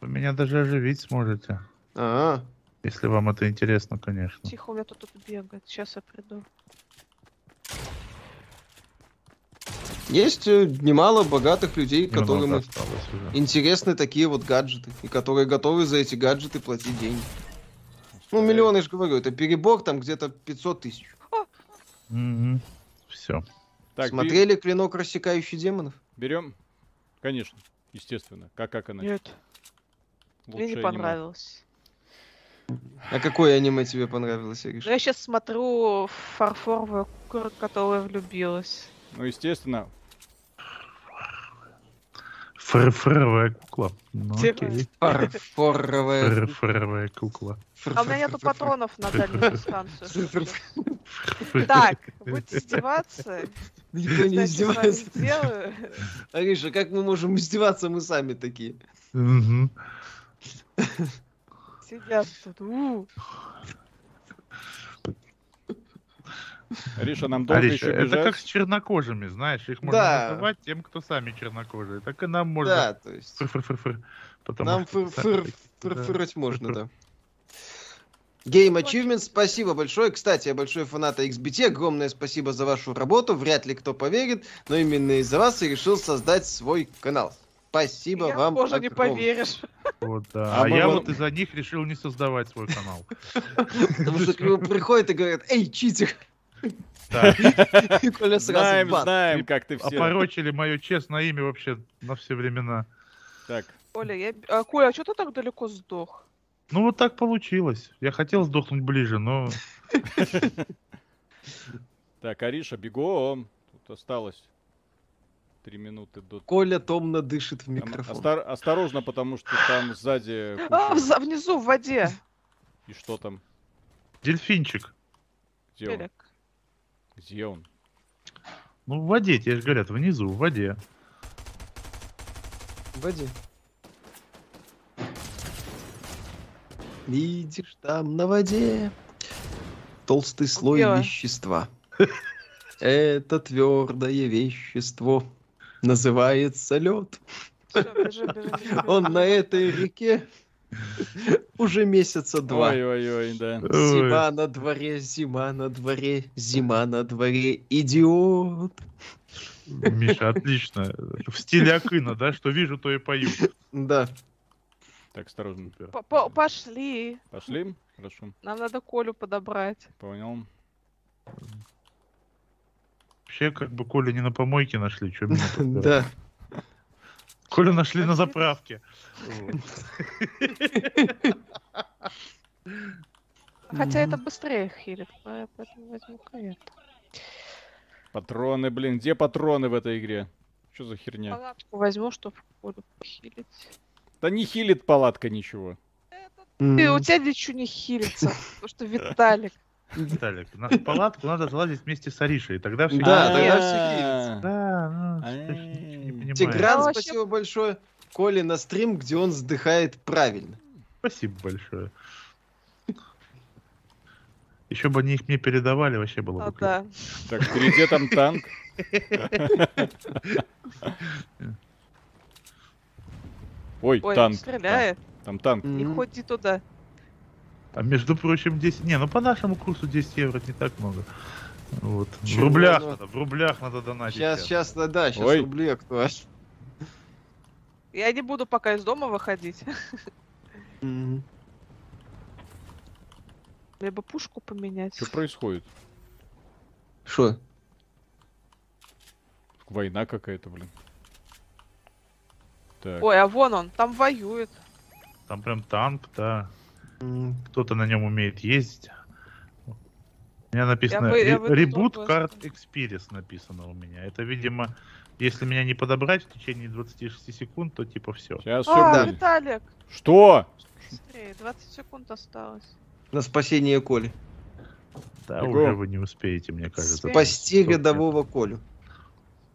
S3: Вы меня даже оживить сможете.
S2: А,
S3: Если вам это интересно, конечно.
S4: Тихо, у меня тут, тут бегает. Сейчас я приду.
S2: есть э, немало богатых людей,
S3: Немного
S2: которым их
S3: осталось уже.
S2: интересны такие вот гаджеты, и которые готовы за эти гаджеты платить деньги. Ну, миллионы, я же говорю, это перебор, там где-то 500 тысяч.
S3: Мгм. Все.
S1: Так,
S2: Смотрели «Клинок, рассекающий демонов»?
S1: берем? Конечно, естественно. Как, как иначе?
S4: Нет, мне
S1: Лучшее
S4: не
S1: аниме.
S4: понравилось.
S2: А какое аниме тебе понравилось, Ириш?
S4: Ну, я сейчас смотрю фарфоровую куколку, которая влюбилась.
S1: Ну, естественно.
S3: Фарфоровая кукла. Ну,
S4: Тихо.
S3: окей.
S2: Фарфоровая...
S3: Фарфоровая кукла.
S4: А у меня нету патронов на дальнюю дистанцию. чтобы я- Так, будете издеваться.
S2: Никто не
S4: знаете, с вами
S2: издевается.
S4: сделаю.
S2: Ариша, как мы можем издеваться, мы сами такие.
S3: Мгм.
S4: Сидят тут. у.
S1: Ариша, нам долго
S3: Ариша,
S1: еще
S3: это
S1: бежать.
S3: как с чернокожими, знаешь, их можно
S2: Да.
S3: называть тем, кто сами чернокожие. Так и нам можно
S2: Да, то есть...
S3: Фыр-фыр-фыр-фыр. Потому
S2: Нам
S3: что мы
S2: фыр-
S3: сами
S2: фыр-
S3: такие, да.
S2: Фырфырать можно, да. Game Achievement, спасибо большое. Кстати, я большой фанат XBT, огромное спасибо за вашу работу. Вряд ли кто поверит, но именно из-за вас я решил создать свой канал. Спасибо
S4: Я
S2: вам.
S4: тоже не
S2: огромное.
S4: поверишь.
S3: Вот, да.
S1: А
S3: А
S1: мы
S3: я
S1: вам-
S3: вот из-за них решил не создавать свой канал.
S2: Потому что к нему приходят и говорят, эй, читер!
S3: Так,
S2: И Коля сразу
S1: Знаем,
S2: бан.
S1: знаем, как ты все.
S3: Опорочили мое честное имя вообще на все времена.
S1: Так,
S4: Оля, я... б- А, Коля, а что ты так далеко сдох?
S3: Ну вот так получилось. Я хотел сдохнуть ближе, но
S1: так, Ариша, бегом. Тут осталось три минуты до...
S2: Коля томно дышит в
S1: Там
S2: микрофон.
S1: остор- Осторожно, потому что там сзади
S4: А,
S1: куча-
S4: вза- внизу, в воде.
S1: И что там?
S3: дельфинчик.
S1: Где он?
S4: Телек.
S1: Где он?
S3: Ну в воде, тебе же говорят, внизу, в воде.
S2: В воде. Видишь, там на воде толстый слой
S4: Купила.
S2: вещества. Это твердое вещество. Называется лед.
S4: Всё, бежим, бежим, бежим, бежим.
S2: Он на этой реке уже месяца два.
S1: Ой-ой-ой, да.
S2: Зима на дворе, зима на дворе, зима на дворе, идиот.
S3: Ой, Миша, отлично. В стиле Акына, да, что вижу, то и пою.
S2: Да.
S1: Так, осторожно.
S4: По- по- Пошли.
S1: Пошли? Хорошо,
S4: Нам надо Колю подобрать.
S1: понял.
S3: Вообще, как бы Коля не на помойке нашли, что меня тут-
S2: Да.
S3: Коля нашли на заправке. Вот.
S4: Хотя
S2: Мгм.
S4: а, это быстрее хилит, по- поэтому возьму-ка это.
S1: Патроны, блин, где патроны в этой игре? Что за херня?
S4: Палатку возьму, чтобы буду похилить.
S1: Да не хилит палатка ничего.
S4: Ты, у тебя ничего не хилится, потому что Виталик.
S3: Виталик, на палатку надо залазить вместе с Аришей, тогда все.
S2: Да,
S1: А,
S2: тогда
S1: а,
S2: всё
S3: Да, ну,
S1: Ай.
S3: что ж ничего не понимаю.
S2: Тигран,
S4: Ну, вообще-
S2: спасибо большое. Коле на стрим, где он вздыхает правильно.
S3: Спасибо большое. Еще бы они их мне передавали, вообще было бы
S4: А,
S3: клево.
S4: да.
S1: Так, впереди там танк. Ой,
S4: Ой,
S1: танк.
S4: стреляет.
S1: Там танк.
S4: Не
S2: Мгм.
S4: ходи туда.
S3: А между прочим, 10... Не, ну по нашему курсу 10 евро не так много. Вот. В
S2: Чего Ну,
S3: рублях
S2: оно?
S3: надо, в рублях надо донатить.
S2: Сейчас, сейчас, да, да, сейчас
S1: Ой.
S2: рублей актуально.
S4: Я не буду пока из дома выходить.
S2: Мгм.
S4: Мне бы пушку поменять.
S1: Что происходит?
S2: Шо?
S1: Война какая-то, блин. Так.
S4: Ой, а вон он, там воюет.
S3: Там прям танк, да.
S2: М,
S3: Кто-то на нем умеет ездить. У меня написано
S4: Я бы- я
S3: «Ре-
S4: бы тоже
S3: Reboot
S4: бы-
S3: Card Experience написано у меня. Это, видимо, если меня не подобрать в течение 26 секунд, то типа все.
S1: Сейчас все,
S4: А,
S2: да.
S1: блин.
S4: Виталик,
S1: Что?
S4: быстрее, 20 секунд осталось.
S2: На спасение Коли.
S3: Да,
S1: Бегом.
S3: уже вы не успеете, мне кажется.
S4: Спа-
S2: Спасти
S3: Сто
S2: годового Колю.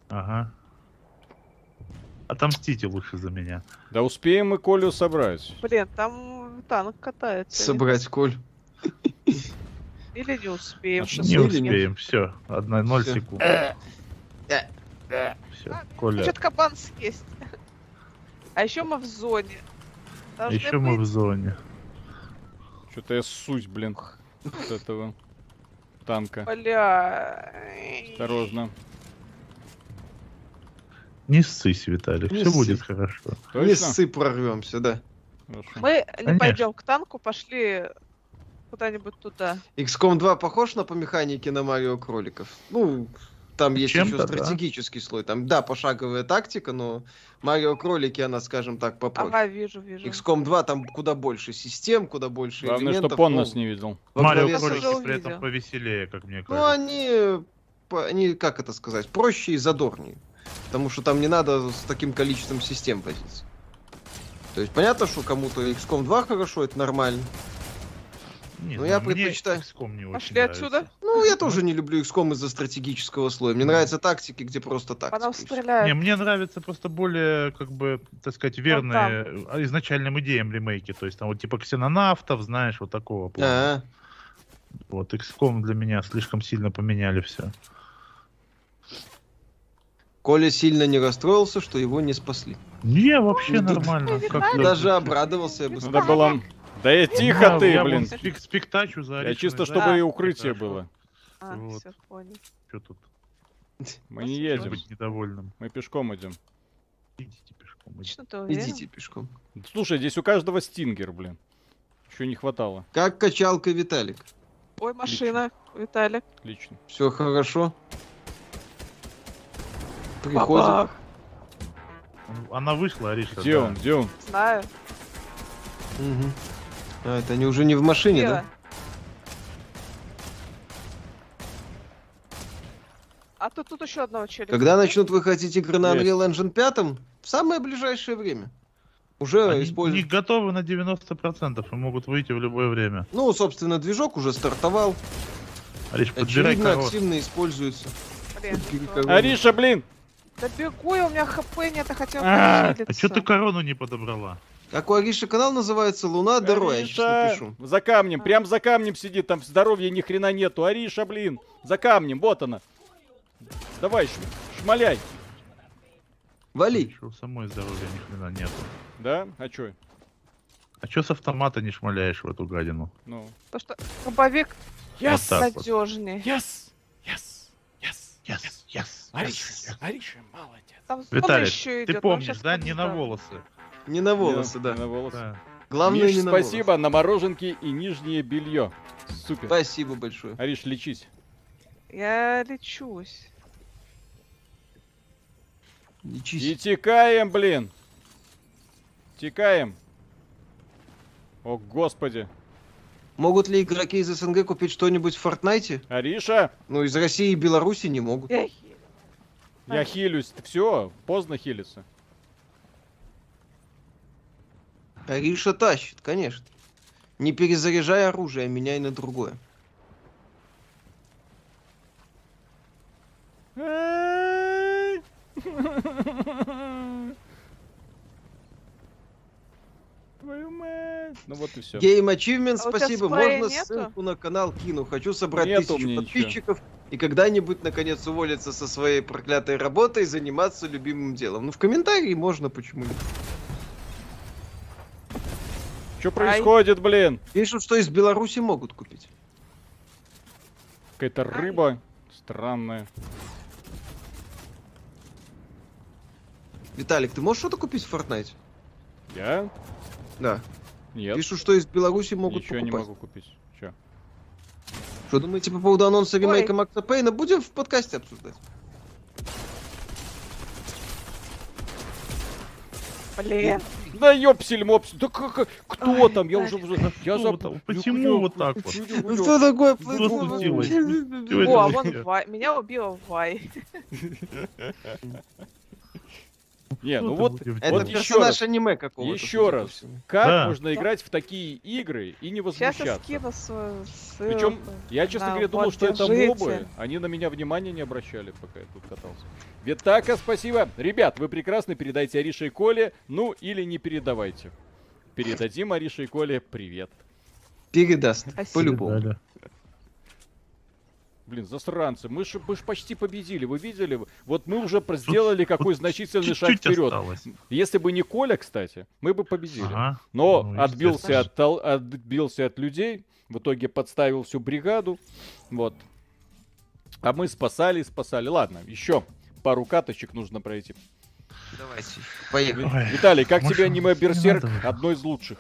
S3: Ага. Отомстите лучше за меня.
S1: Да успеем мы Колю собрать.
S4: Блин, там танк катается.
S2: Собрать Колю.
S4: Или не успеем.
S1: А
S4: Сейчас
S3: не
S2: Или нет?
S3: успеем, все. Одна ноль
S2: Всё.
S3: секунд. Все,
S4: Ну,
S3: Коля.
S4: Что-то кабан съесть. А еще мы в зоне. Должны
S3: Еще мы в
S4: быть-
S3: зоне.
S1: Что-то я суть, блин, от этого танка.
S4: Бля.
S1: Осторожно.
S3: Не ссысь, Виталик,
S2: Не
S3: все
S2: ссысь.
S3: будет хорошо.
S2: Не
S1: Точно?
S2: ссы прорвемся, да.
S1: Хорошо.
S4: Мы не
S3: Конечно.
S4: пойдем к танку, пошли куда-нибудь туда.
S2: XCOM 2 похож на по механике на Марио кроликов? Ну, там есть
S3: Чем-то
S2: еще
S3: да.
S2: стратегический слой. Там, да, пошаговая тактика, но Марио кролики, она, скажем так, попроще.
S4: Ага, вижу, вижу.
S2: XCOM 2 там куда больше систем, куда больше
S1: Главное,
S2: элементов.
S1: чтоб он
S2: ну,
S1: нас не видел.
S2: во
S3: Марио
S2: главе с-
S4: Кролик.
S3: кролики при
S4: Видео.
S3: этом повеселее, как мне
S2: Ну,
S3: кажется.
S2: они, э, по- они, как это сказать, проще и задорнее. Потому что там не надо с таким количеством систем возиться. То есть понятно, что кому-то XCOM 2 хорошо, это нормально.
S3: Не
S2: ну,
S3: знаю,
S2: я
S3: мне
S2: предпочитаю.
S3: XCOM не очень
S4: Пошли
S3: нравится.
S4: отсюда.
S2: Ну, я тоже не люблю XCOM из-за стратегического слоя. Мне нравятся тактики, где просто
S4: По
S2: тактика.
S4: нам
S2: и всё.
S3: Не,
S4: стреляют.
S3: мне нравятся просто более, как бы, так сказать, верные э, изначальным идеям ремейки. То есть там вот типа ксенонавтов, знаешь, вот такого плана.
S2: А,
S3: Вот XCOM для меня слишком сильно поменяли все.
S2: Коля сильно не расстроился, что его не спасли.
S3: Не, вообще
S2: Ну, да-
S3: нормально. как-то-
S2: Даже обрадовался, я бы
S1: Надо
S2: сказал.
S1: было... Ну, Да я тихо
S3: Да,
S1: ты,
S3: я
S1: блин.
S3: вон спек- спектачу за
S1: Я чисто,
S3: Аришиной,
S1: чтобы
S4: да.
S1: и укрытие
S3: Хорошо.
S1: было.
S4: А,
S3: вот.
S4: все, понял.
S3: Чё тут?
S1: Мы не
S4: Спасибо.
S1: едем.
S3: Быть недовольным.
S1: Мы пешком идем.
S3: Идите пешком. идите.
S4: Точно ты уверен?
S2: Идите пешком.
S1: Слушай, здесь у каждого стингер, блин. Еще не хватало.
S2: Как качалка Виталик.
S4: Ой, машина, Виталик.
S1: Отлично.
S2: Все хорошо. Приходит.
S4: Бабах.
S3: Он- Она вышла, Ариша.
S1: Где
S3: да.
S1: он? Где он?
S4: Знаю.
S2: Мгм. А, это они уже не ну. в машине,
S4: Дело.
S2: да?
S4: А тут, тут еще одного челика.
S2: Когда
S4: нет?
S2: начнут выходить игры на
S1: Есть.
S2: Unreal Engine 5, в самое ближайшее время. Уже
S3: Они не
S2: используют.
S3: готовы на 90% и могут выйти в любое время.
S2: Ну, собственно, движок уже стартовал.
S3: Ариш,
S2: А
S3: подбирай
S2: Очевидно,
S3: кого.
S2: активно используется.
S4: Блин,
S2: Кирилл,
S4: что?
S2: как бы-
S1: Ариша, блин!
S4: Да бегу я, у меня хп нет, а хотя бы
S1: А,
S3: А что ты корону не подобрала?
S2: Как у Ариши канал называется Луна Дорой, я сейчас напишу.
S1: Ариша! За камнем, прям за камнем сидит, там здоровья ни хрена нету. Ариша, блин! За камнем, вот она. Давай, шм- шмаляй.
S2: Вали.
S3: Ничего, самой здоровья ни хрена нету.
S1: Да? А чё?
S3: А чё с автомата не шмаляешь в эту гадину?
S1: Ну.
S4: Потому что дробовик
S3: Yes!
S1: Яс!
S3: Так вот.
S4: надежнее.
S1: Яс! Яс! Яс!
S3: Yes, yes,
S1: Ариша! Ариша, молодец!
S4: Там зона
S3: Виталик,
S4: еще идет.
S3: Ты помнишь, да? Не на волосы.
S2: Не на волосы, да.
S1: На волосы.
S3: Да.
S2: Главное,
S1: Миш,
S2: не на
S1: спасибо,
S2: волосы.
S1: на мороженке и нижнее белье. Супер.
S2: Спасибо большое.
S1: Ариш, лечись.
S4: Я лечусь.
S2: Лечись.
S1: И текаем, блин. Текаем. О, господи.
S2: Могут ли игроки из СНГ купить что-нибудь в Фортнайте?
S1: Ариша,
S2: Ну, из России и Беларуси не могут.
S4: Я хи-
S1: я хилюсь. Все, поздно хилиться.
S2: Ариша тащит, конечно. Не перезаряжай оружие, а меняй на другое.
S1: Твою мать. Ну вот и все.
S2: Game Achievement,
S4: А у тебя
S2: спасибо.
S4: спрея
S2: Можно
S4: нету?
S2: ссылку на канал кину. Хочу собрать
S1: Нету
S2: тысячу
S1: мне ничего.
S2: подписчиков и когда-нибудь, наконец, уволиться со своей проклятой работой и заниматься любимым делом. Ну, в комментарии можно, почему нет.
S1: Что происходит, блин?
S2: Пишут, что из Беларуси могут купить.
S1: Какая-то рыба странная.
S2: Виталик, ты можешь что-то купить в Fortnite?
S1: Я?
S2: Да.
S1: Нет.
S2: Пишут, что из Беларуси могут
S1: Ничего не
S2: покупать.
S1: могу купить. Че?
S2: Что думаете по поводу анонса
S4: Ой.
S2: ремейка Макса Пейна? Будем в подкасте обсуждать.
S4: Блин.
S1: Да ёпсель мопсель. Да как? Кто там? Я уже... Я
S3: Кто
S1: забыл.
S3: там? Почему вот так вот?
S2: Ну что такое
S3: Что случилось? Чё это
S4: О, а
S3: вообще?
S4: вон Вай. Меня убила Вай.
S1: Не, ну
S3: Кто-то
S1: вот...
S3: был удивлен.
S2: Это
S1: Вот ещё раз.
S2: персонаж аниме какого-то.
S1: Еще
S2: судя по
S1: раз,
S2: всему.
S1: как
S3: Да.
S1: можно играть в такие игры и не
S4: Сейчас я
S1: возмущаться?
S4: скину э, свою ссылку.
S1: Причем, я, честно
S4: Да,
S1: говоря, думал,
S4: вот,
S1: что это
S4: держите.
S1: мобы. Они на меня внимания не обращали, пока я тут катался. Витака, спасибо. Ребят, вы прекрасны, передайте Арише и Коле, ну или не передавайте. Передадим Арише и Коле привет.
S2: Передаст.
S4: Спасибо.
S2: По-любому.
S3: Да-да.
S1: Блин, засранцы, мы же почти победили, вы видели? Вот мы уже про- сделали какой значительный шаг
S3: Чуть-чуть
S1: вперед.
S3: осталось.
S1: Если бы не Коля, кстати, мы бы победили.
S3: Ага.
S1: Но
S3: Ну,
S1: отбился,
S3: естественно.
S1: от, тол- отбился от людей, в итоге подставил всю бригаду. Вот. А мы спасали, и спасали. Ладно, еще пару каточек нужно пройти.
S2: Давайте.
S1: Ви-
S2: Поехали.
S3: Ой,
S1: Виталий, как
S3: может,
S1: тебе аниме
S3: не
S1: Берсерк?
S3: надо.
S1: Одно из лучших.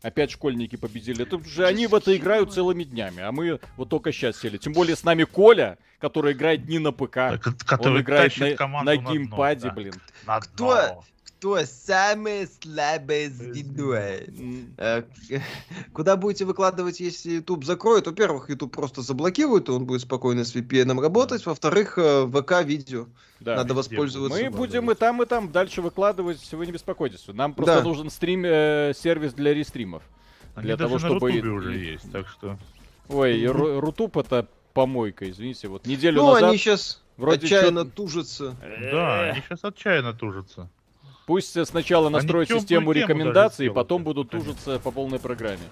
S1: Опять школьники победили. Тут же они в это играют целыми днями, а мы вот только сейчас сели. Тем более с нами Коля, который играет не на ПК.
S3: Так,
S1: А,
S3: ко-
S1: Он
S3: который
S1: играет
S3: тащит
S1: на,
S3: команду
S1: на
S3: на дно,
S1: геймпаде,
S3: да.
S1: блин.
S3: На
S2: Кто?
S3: дно.
S2: Кто самое слабое звено?
S1: М,
S2: Э, Куда будете выкладывать, если YouTube закроет? Во-первых, YouTube просто заблокирует, и он будет спокойно с VPN работать. Во-вторых, э, ВК-видео.
S1: да.
S3: везде
S2: Надо воспользоваться.
S1: Мы будем и там, и там дальше выкладывать, вы не беспокойтесь. Нам просто
S2: Да.
S1: нужен стрим, э, сервис для рестримов.
S3: Они
S1: для
S3: даже
S1: того,
S3: на
S1: чтобы-
S3: Рутубе уже есть, так что...
S1: Ой, и Ру- Рутуб это помойка, извините. Вот неделю
S2: Ну,
S1: назад
S2: они сейчас
S1: вроде
S2: отчаянно
S1: чё-
S2: тужатся.
S1: Э.
S3: Да, они сейчас отчаянно тужатся.
S1: пусть э, сначала настроят
S3: тёмную
S1: систему
S3: тему даже
S1: рекомендаций,
S3: сделали,
S1: потом
S3: да,
S1: будут
S3: конечно.
S1: ужиться по полной программе.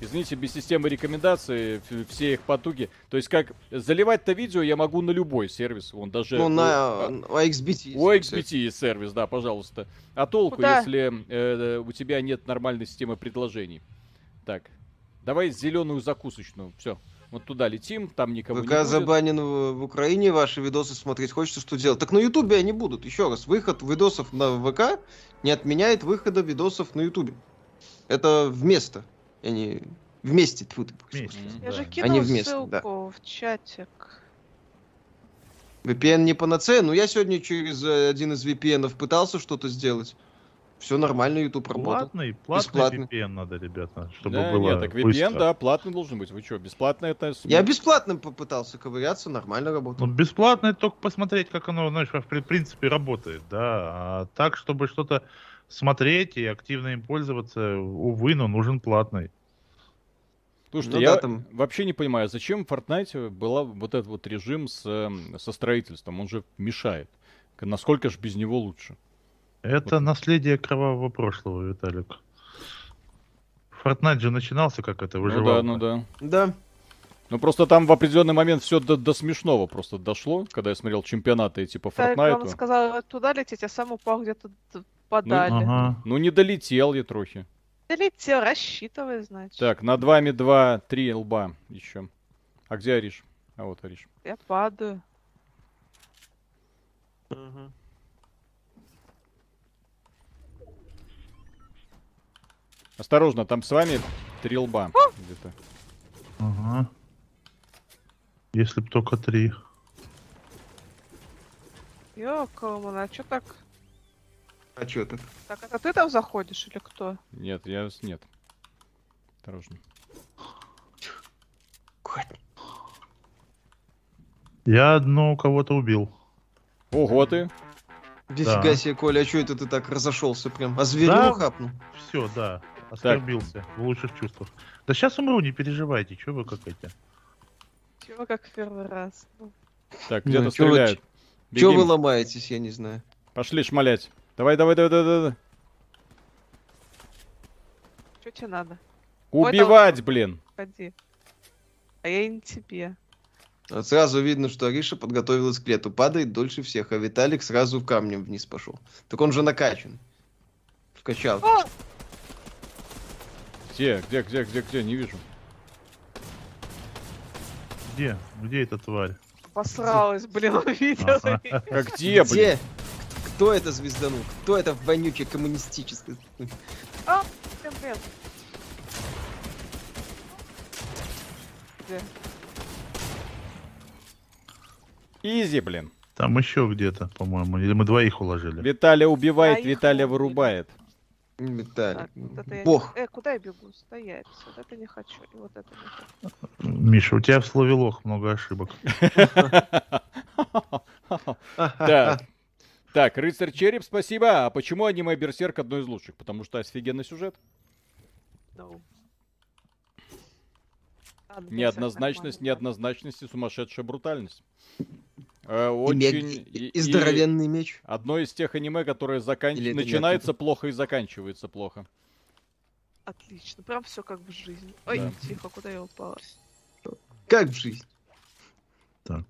S1: Извините, без системы рекомендаций ф- все их потуги. То есть как заливать-то видео я могу на любой сервис, он даже
S2: Ну,
S1: у-
S2: на
S1: а,
S2: на XBT. есть,
S1: у
S2: кстати.
S1: XBT есть сервис, да, пожалуйста. А толку,
S4: Куда?
S1: если э, у тебя нет нормальной системы предложений? Так, давай зеленую закусочную. Все, вот туда летим, там никого
S2: ВК
S1: не будет.
S2: забанен в, в Украине, ваши видосы смотреть хочется, что делать? Так на Ютубе они будут. Еще раз, выход видосов на ВК не отменяет выхода видосов на Ютубе. Это вместо. Они вместе. тьфу ты, господи.
S3: Вместе.
S1: Мгм.
S4: Я же
S1: Да.
S4: кинул
S2: вместе,
S4: ссылку
S2: да.
S4: в чатик.
S2: VPN не панацея, но я сегодня через э, один из VPN -ов пытался что-то сделать. Все нормально, YouTube работал.
S3: Платный, платный
S2: Бесплатный.
S3: VPN надо, ребята, чтобы
S1: Да,
S3: было
S1: нет, так VPN,
S3: быстро.
S1: да, платный должен быть. Вы что, бесплатно это... с-
S2: Я бесплатным попытался ковыряться, нормально
S3: Ну,
S2: работал.
S3: бесплатно это только посмотреть, как оно, знаешь, в при- принципе работает, да. А так, чтобы что-то смотреть и активно им пользоваться, увы, но нужен платный.
S1: Слушайте,
S2: Ну
S1: я
S2: да, там-
S1: вообще не понимаю, зачем в Fortnite была вот этот вот режим с, эм, со строительством? Он же мешает. К- Насколько же без него лучше?
S3: Это наследие кровавого прошлого, Виталик. Fortnite же начинался как это,
S1: Ну
S3: выживал.
S1: да, ну да.
S2: Да.
S1: Ну просто там в определенный момент все до, до смешного просто дошло, когда я смотрел чемпионаты типа
S4: Так,
S1: Fortnite.
S4: он сказал туда лететь, а сам упал где-то д- подали.
S3: Ага.
S1: Ну, не долетел я трохи.
S4: Долетел, рассчитывай, значит.
S1: Так, над вами два, три лба еще. А где Ариш? А вот Ариш.
S4: Я падаю.
S1: Осторожно, там с вами три лба где-то.
S3: Ага. Если б только три.
S4: Ёкалмана, а чё так?
S2: А что так?
S4: Так, это ты там заходишь или кто?
S1: Нет, я... с- Нет. Осторожно.
S2: бухать.
S3: Я одну кого-то убил.
S1: Ого ты.
S2: Нифига
S3: Да.
S2: себе, Коля, а что это ты так разошелся прям? А зверю
S3: Да.
S2: хапнул?
S3: Все, да. Оскорбился в лучших чувствах. Да сейчас умру, не переживайте, чего вы как эти.
S4: Чего как в первый раз? Ну,
S1: Так,
S2: Ну,
S1: где-то
S2: чё вы-
S1: стреляют.
S2: Чего
S1: Бегим.
S2: вы ломаетесь, я не знаю.
S1: Пошли шмалять. Давай, давай, давай, давай, давай.
S4: что тебе надо? Ой, там-
S1: Убивать, блин.
S4: Ходи. А я и не тебе.
S2: А Сразу видно, что Ариша подготовилась к лету. Падает дольше всех, а Виталик сразу камнем вниз пошел. Так он же накачан. Вкачал.
S4: О!
S1: Где, где, где, где, где, не вижу.
S3: Где? Где эта тварь?
S4: Посралась, блин, увидел.
S3: Ага.
S1: Как где, блин?
S2: Где? Кто это звезданул? Кто это вонючая коммунистическая?
S4: Всем привет. Где?
S1: Изи, блин.
S3: Там еще где-то, по-моему. Или мы двоих уложили.
S1: Виталия убивает,
S4: А их
S1: Виталия
S4: убили.
S1: вырубает.
S2: Виталик.
S4: Так, вот это я
S2: Бог.
S4: не- Э, куда я бегу? Стоять. Вот это не хочу. И вот это не хочу.
S3: Миша, у тебя в слове лох много ошибок.
S1: Да. Так, рыцарь череп, спасибо. А почему аниме Берсерк одно из лучших? Потому что офигенный сюжет.
S4: No. Ладно, Ну, всё,
S1: Неоднозначность,
S4: нормально.
S1: неоднозначность и сумасшедшая брутальность. Э,
S2: И, мег-
S1: Очень...
S2: и-
S1: и-
S2: и здоровенный меч.
S1: Одно из тех аниме, которое закан-
S2: Или это не
S1: начинается плохо и заканчивается плохо.
S4: Отлично. Прям все как в жизни. Ой,
S1: Да.
S4: тихо, куда я упала?
S2: Как в жизни.
S3: Так.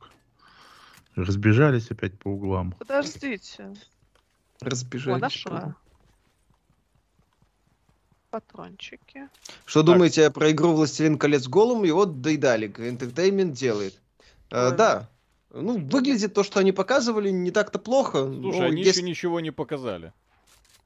S3: Разбежались опять по углам.
S4: Подождите.
S2: Разбежались.
S4: О, нашла. Патрончики.
S2: Что
S1: Так.
S2: думаете про игру «Властелин колец Голум»? Его доедали. Entertainment делает. Э,
S4: Ой.
S2: да. Ну, выглядит то, что они показывали, не так-то плохо.
S1: Слушай,
S2: но
S1: они
S2: Ну, есть
S1: еще ничего не показали.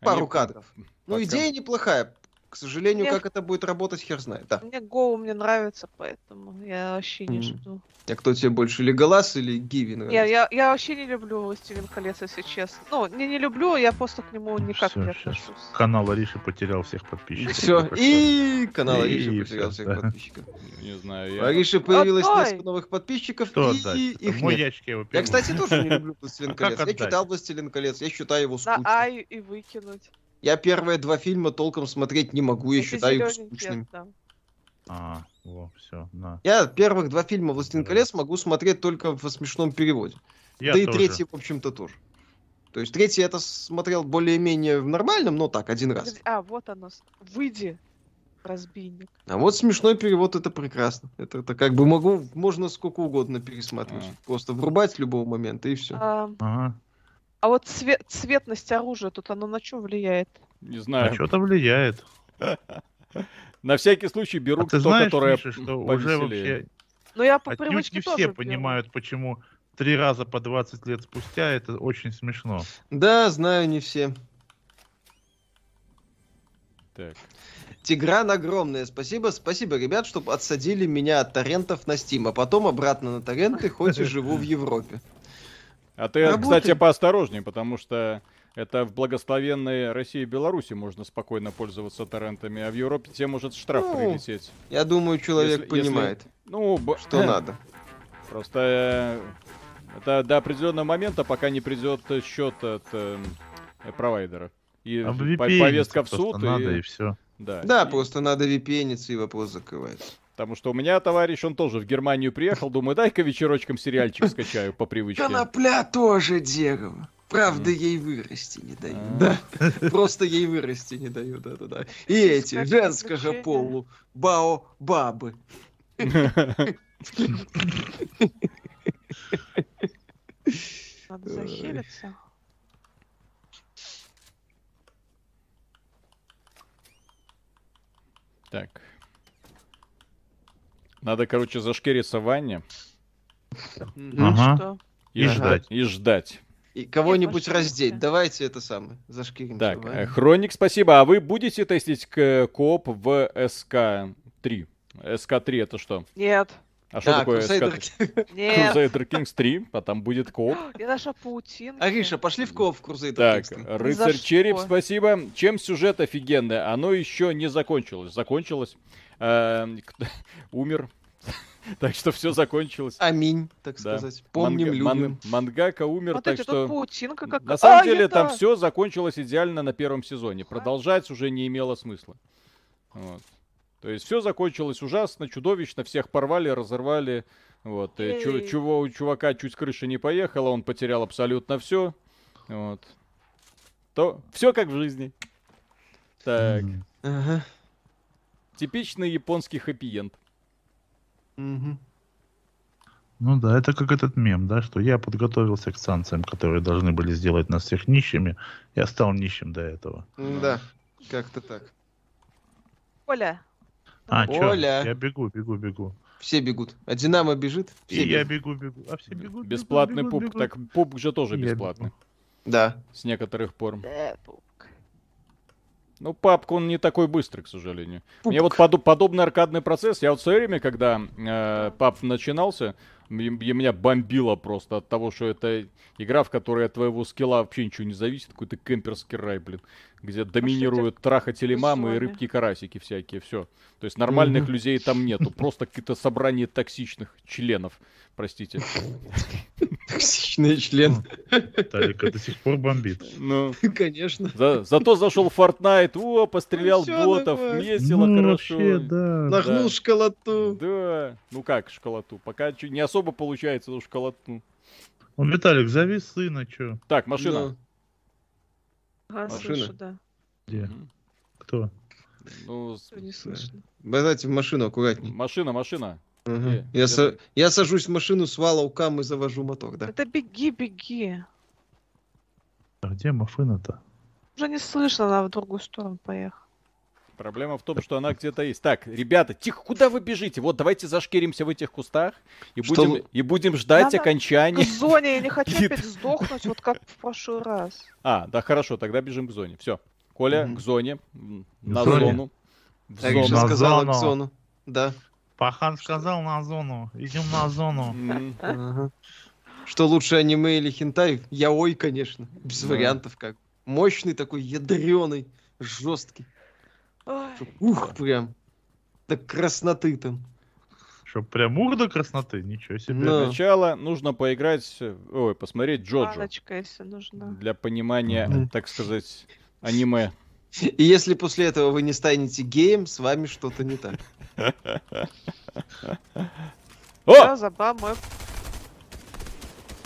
S2: пару
S1: Они-
S2: кадров. Ну,
S1: пока-
S2: идея неплохая. К сожалению,
S4: Мне-
S2: как это будет работать, хер знает. Да.
S4: Мне Go мне нравится, поэтому я вообще не
S2: Мгм.
S4: жду.
S2: А кто тебе больше, Леголас или Гиви?
S4: Не,
S2: наверное?
S4: я, я вообще не люблю «Властелин колец», если честно. Ну, не, не люблю, я просто к нему никак
S3: Всё,
S4: не
S3: щас.
S4: отношусь.
S3: Канал Ариши потерял всех подписчиков.
S2: Все,
S3: Только что.
S2: и канал
S3: И
S2: Ариша
S3: всё,
S2: потерял всех
S3: да.
S2: подписчиков.
S1: Не знаю. я-
S2: Ариша появилось
S4: Отдай!
S2: несколько новых подписчиков,
S3: Что
S2: и
S3: отдать? Это
S2: их
S3: в мой
S2: нет.
S3: ящик я его
S2: Я,
S3: перевел.
S2: кстати, тоже не люблю «Властелин
S3: А как
S2: колец». Я
S3: отдать?
S2: читал «Властелин колец», я считаю его
S4: На
S2: скучным.
S4: Ай и выкинуть.
S2: Я первые два фильма толком смотреть не могу, я
S4: Эти
S2: считаю их
S4: зелёненькие
S2: скучными.
S4: отдам.
S3: А, во, все, на.
S2: Я первых два фильма «Властелин
S3: Да.
S2: колец» могу смотреть только в смешном переводе.
S3: Я
S2: да и
S3: тоже.
S2: третий, в общем-то, тоже. То есть третий я это смотрел более-менее в нормальном, но так, один раз.
S4: Подожди, А, вот оно. с- Выйди, разбийник.
S2: А вот смешной перевод это прекрасно. Это, это как бы могу, можно сколько угодно пересматривать.
S1: А.
S2: Просто врубать с любого момента и все.
S4: А,
S3: Ага.
S4: а вот цве- цветность оружия, тут оно на что влияет?
S1: Не
S3: А
S1: знаю.
S3: что-то влияет.
S1: На всякий случай беру
S3: А ты
S1: то,
S3: знаешь,
S1: которое
S3: Миша, что уже
S1: повеселее.
S3: вообще
S4: Но Ну, я по
S3: отнюдь
S4: привычке
S3: не
S4: тоже
S3: все
S4: беру.
S3: понимают, почему три раза по 20 лет спустя это очень смешно.
S2: Да, знаю, не все.
S1: Так.
S2: Тигран огромное спасибо. Спасибо, ребят, что отсадили меня от торрентов на Steam, а потом обратно на торренты, хоть и живу в Европе.
S1: А ты,
S2: Работает.
S1: кстати, поосторожней, потому что это в благословенной России и Беларуси можно спокойно пользоваться торрентами, а в Европе тебе может штраф
S2: Ну,
S1: прилететь.
S2: Я думаю, человек
S1: Если- если-
S2: понимает,
S1: Ну, б-
S2: что надо.
S1: Просто э, это до определенного момента, пока не придет э, счет от э, м, провайдера. И
S3: А в
S1: по-
S3: VPN
S1: повестка в
S3: просто
S1: суд. и-
S3: надо и все.
S1: да.
S2: Да,
S1: И-
S2: просто надо VPN и вопрос закрывается.
S1: Потому что у меня товарищ, он тоже в Германию приехал, думаю, дай-ка вечерочком сериальчик скачаю по привычке. А.
S2: Конопля тоже дерево. Правда,
S1: Мгм.
S2: ей вырасти не дают.
S1: А.
S2: Да. Просто ей вырасти не дают, да-да-да. И эти
S4: Искать
S2: женского
S4: приключения.
S2: полу бао-бабы.
S4: Надо захилиться.
S1: Так. Надо, короче, зашкериться в ванне
S2: Мгм.
S3: Э, Ага.
S4: Что?
S3: И ждать.
S1: И ждать.
S2: И кого-нибудь
S4: пошли.
S2: раздеть. Давайте это самое. Зашкиримся.
S1: Так,
S2: ладно?
S1: э, Хроник, спасибо. А вы будете тестить к- кооп в СК-3? СК-3 это что?
S4: Нет,
S1: А что
S2: А,
S1: такое
S2: Crusader
S1: СК-3?
S2: Kings.
S4: нет.
S1: Crusader Kings 3, а там будет кооп.
S4: Я нашла паутинки.
S1: А,
S2: Ариша, пошли в коп в Crusader
S1: Так,
S2: Kings.
S1: рыцарь
S4: что?
S1: череп, спасибо. Чем сюжет офигенный? Оно еще не закончилось. Закончилось. э, кто- эм, Умер. Так что все закончилось.
S2: Аминь, так
S1: а. Да.
S2: сказать. Помним,
S1: Манга-
S2: любим.
S1: ман- Мангака умер,
S4: Вот
S1: так
S4: эти тут
S1: что...
S4: паутинка как
S1: На самом
S4: А,
S1: деле там
S4: еда!
S1: все закончилось идеально на первом сезоне. Продолжать уже не имело смысла. Вот. То есть все закончилось ужасно, чудовищно, всех порвали, разорвали. Вот. и чу-
S4: Эй.
S1: чего у чувака чуть с крыши не поехала, он потерял абсолютно все. Вот. То все как в жизни. Так.
S3: М.
S2: Ага.
S1: Типичный японский хэппи-энд.
S2: Мгм.
S3: Ну да, это как этот мем, да, что я подготовился к санкциям, которые должны были сделать нас всех нищими. Я стал нищим до этого.
S2: Да, как-то так.
S4: Оля.
S3: А, чё?
S2: Оля.
S3: Я бегу, бегу, бегу.
S2: Все бегут. А Динамо бежит?
S3: И
S2: Все
S3: я
S2: бегут.
S3: бегу, бегу. А все бегут. бегут,
S1: Бесплатный
S3: бегут,
S1: пуп.
S3: бегут.
S1: Так пуп же тоже
S3: Я бегу.
S1: бесплатный.
S2: Да.
S1: С некоторых пор.
S4: Э, пупка.
S1: Ну, папка, он не такой быстрый, к сожалению. Мне
S2: Пупк.
S1: вот подо- подобный аркадный процесс, я вот в свое время, когда э, пап начинался, м- я- меня бомбило просто от того, что это игра, в которой от твоего скилла вообще ничего не зависит, какой-то кемперский рай, блин,
S2: А
S1: где доминируют трахатели мамы и
S4: вами?
S1: рыбки-карасики всякие, все. То есть нормальных
S2: Мгм.
S1: людей там нету, просто какие-то собрание токсичных членов, простите.
S2: Токсичный член.
S3: Талика до сих пор бомбит.
S1: Ну,
S2: Конечно.
S1: за- зато зашел в Fortnite, о, пострелял
S2: Ну, всё,
S1: ботов,
S2: давай.
S1: весело,
S3: Ну,
S1: хорошо.
S3: вообще, да.
S2: Нагнул
S1: да.
S2: школоту.
S1: Да, ну как школоту, пока чё- не особо получается, но школоту.
S3: Он, Виталик, зови сына, чё?
S1: Так,
S2: Ну,
S1: машина.
S4: Ага,
S2: Машина.
S4: слышу, да. Ну.
S3: Где?
S1: Мгм.
S3: Кто?
S1: Ну, с-
S4: Всё Не слышно.
S2: Ну, давайте в машину аккуратней.
S1: машина, машина.
S2: Мгм.
S1: Где?
S2: Я,
S1: Где
S2: са-
S1: ты?
S2: я сажусь в машину с валаукам и завожу мотор, да.
S4: Это беги, беги.
S3: А где Мафына-то?
S4: Уже не слышно, она в другую сторону поехала.
S1: Проблема в том, что она где-то есть. Так, ребята, тихо, куда вы бежите? Вот давайте зашкиримся в этих кустах и
S2: Что
S1: будем,
S2: вы-
S1: и будем ждать
S4: Надо- К
S1: окончания.
S4: зоне я не хочу
S1: Бит.
S4: опять сдохнуть, вот как в прошлый раз.
S1: А, да хорошо, тогда бежим к зоне. Все. Коля,
S2: Мгм.
S1: к зоне. М,
S3: К
S1: На
S3: зоне?
S1: зону. В
S2: Я же
S1: зону.
S3: На
S2: сказал
S3: зону.
S2: Аксону. Да.
S3: Пахан сказал на зону. Идем на зону.
S1: М,
S2: Ага. Что лучше, аниме или хентай? Яой, конечно. Без
S1: Да.
S2: вариантов как. Мощный такой, ядреный, жесткий.
S4: Ой,
S2: Чтоб Ух, прям. Так красноты там.
S3: Чтоб прям ур до красноты. Ничего себе.
S2: Да.
S4: Э.
S1: Для начала нужно поиграть, э, ой, посмотреть Джоджо.
S4: Баночка, если нужна.
S1: Для понимания,
S2: Мгм.
S1: так сказать, аниме.
S2: И если после этого вы не станете геем, с вами что-то не так.
S1: О!
S4: Да, заба, мой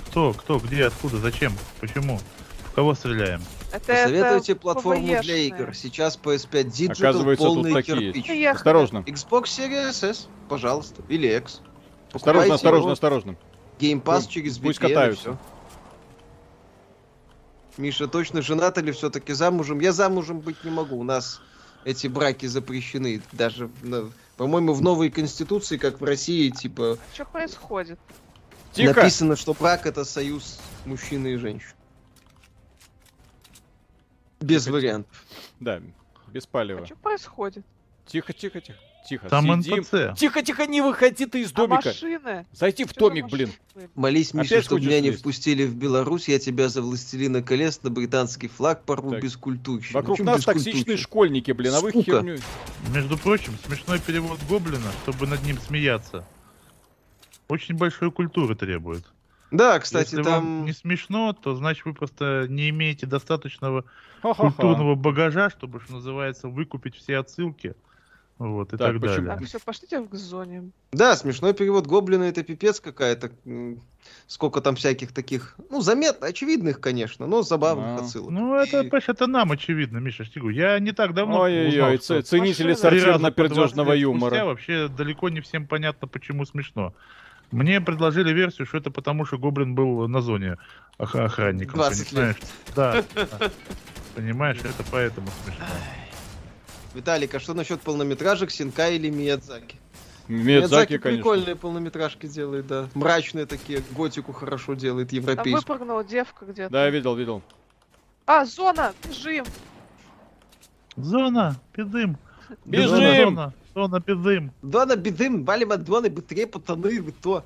S3: Кто, кто, где, откуда, зачем, почему? В кого стреляем?
S4: Это,
S2: Посоветуйте
S4: это
S2: платформу для
S4: PvE-шная.
S2: игр. Сейчас PS5 Digital
S1: Оказывается, тут
S2: полный
S1: такие есть.
S2: кирпич.
S4: Поехали.
S1: Осторожно.
S2: Xbox Series S, пожалуйста, или X.
S1: Осторожно,
S2: Покупайте
S1: осторожно,
S2: его.
S1: осторожно.
S2: Game Pass
S1: Пу-
S2: через VPN.
S1: пусть
S2: и
S1: катаются.
S2: всё. Миша, точно женат или все-таки замужем? Я замужем быть не могу. У нас эти браки запрещены. Даже, в- на- по-моему, в новой конституции, как в России, типа,
S4: Что происходит?
S1: Тихо!
S2: написано, что брак это союз мужчины и женщины. Без
S1: Тихо,
S2: вариантов.
S1: Да, без палева.
S4: А что происходит?
S1: Тихо, тихо, тихо. Тихо,
S3: Там
S1: сидим.
S3: НПЦ.
S1: Тихо, тихо, не выходи ты из
S4: А
S1: домика.
S4: машины?
S1: Зайди в
S4: Чё за
S1: домик,
S4: машины
S1: блин.
S4: были?
S2: Молись, Миша,
S1: Опять
S2: чтобы
S1: хочешь
S2: меня не
S1: лезть?
S2: впустили в Беларусь, я тебя за властелина колец на британский флаг порву
S1: Так.
S2: без культурщины.
S1: Вокруг нас токсичные школьники, блин, а вы
S2: Сука.
S1: херню.
S3: Между прочим, смешной перевод Гоблина, чтобы над ним смеяться. Очень большой культуры требует.
S2: Да, кстати,
S3: Если
S2: там...
S3: вам не смешно, то значит вы просто не имеете достаточного
S1: Ха-ха-ха.
S3: культурного багажа, чтобы, что называется, выкупить все отсылки. Вот, и
S1: Так,
S3: так,
S1: почему-
S3: далее.
S4: Так, все, пошлите в к зоне.
S2: Да, смешной перевод Гоблина это пипец какая-то. м, Сколько там всяких таких, ну, заметно, очевидных, конечно, но забавных
S1: Да.
S2: отсылок.
S3: Ну, это, понимаешь, это нам очевидно, Миша. я ж говорю, Я не так давно узнал,
S1: Ой-ой-ой, ц-
S3: что
S1: ценители
S4: Машина.
S3: три раза по 20
S1: сортирно-пердежного
S3: лет спустя
S1: юмора.
S3: вообще далеко не всем понятно, почему смешно. Мне предложили версию, что это потому, что Гоблин был на зоне ох- охранником.
S2: 20 лет.
S3: понимаешь? Да. да. Понимаешь, это поэтому смешно.
S2: Виталик, а что насчет полнометражек Синка или Миядзаки?
S1: Медзаки, конечно.
S2: прикольные полнометражки делает, да. Мрачные такие, готику хорошо делает,
S4: Там
S2: европейскую.
S4: выпрыгнула девка где-то.
S1: Да, я видел, видел.
S4: А, зона, бежим.
S3: Зона, пидым.
S1: Бежим!
S3: Зона, Зона, зона, пидым.
S2: Дона бедым, валим от Доны, быстрее пацаны, вы то.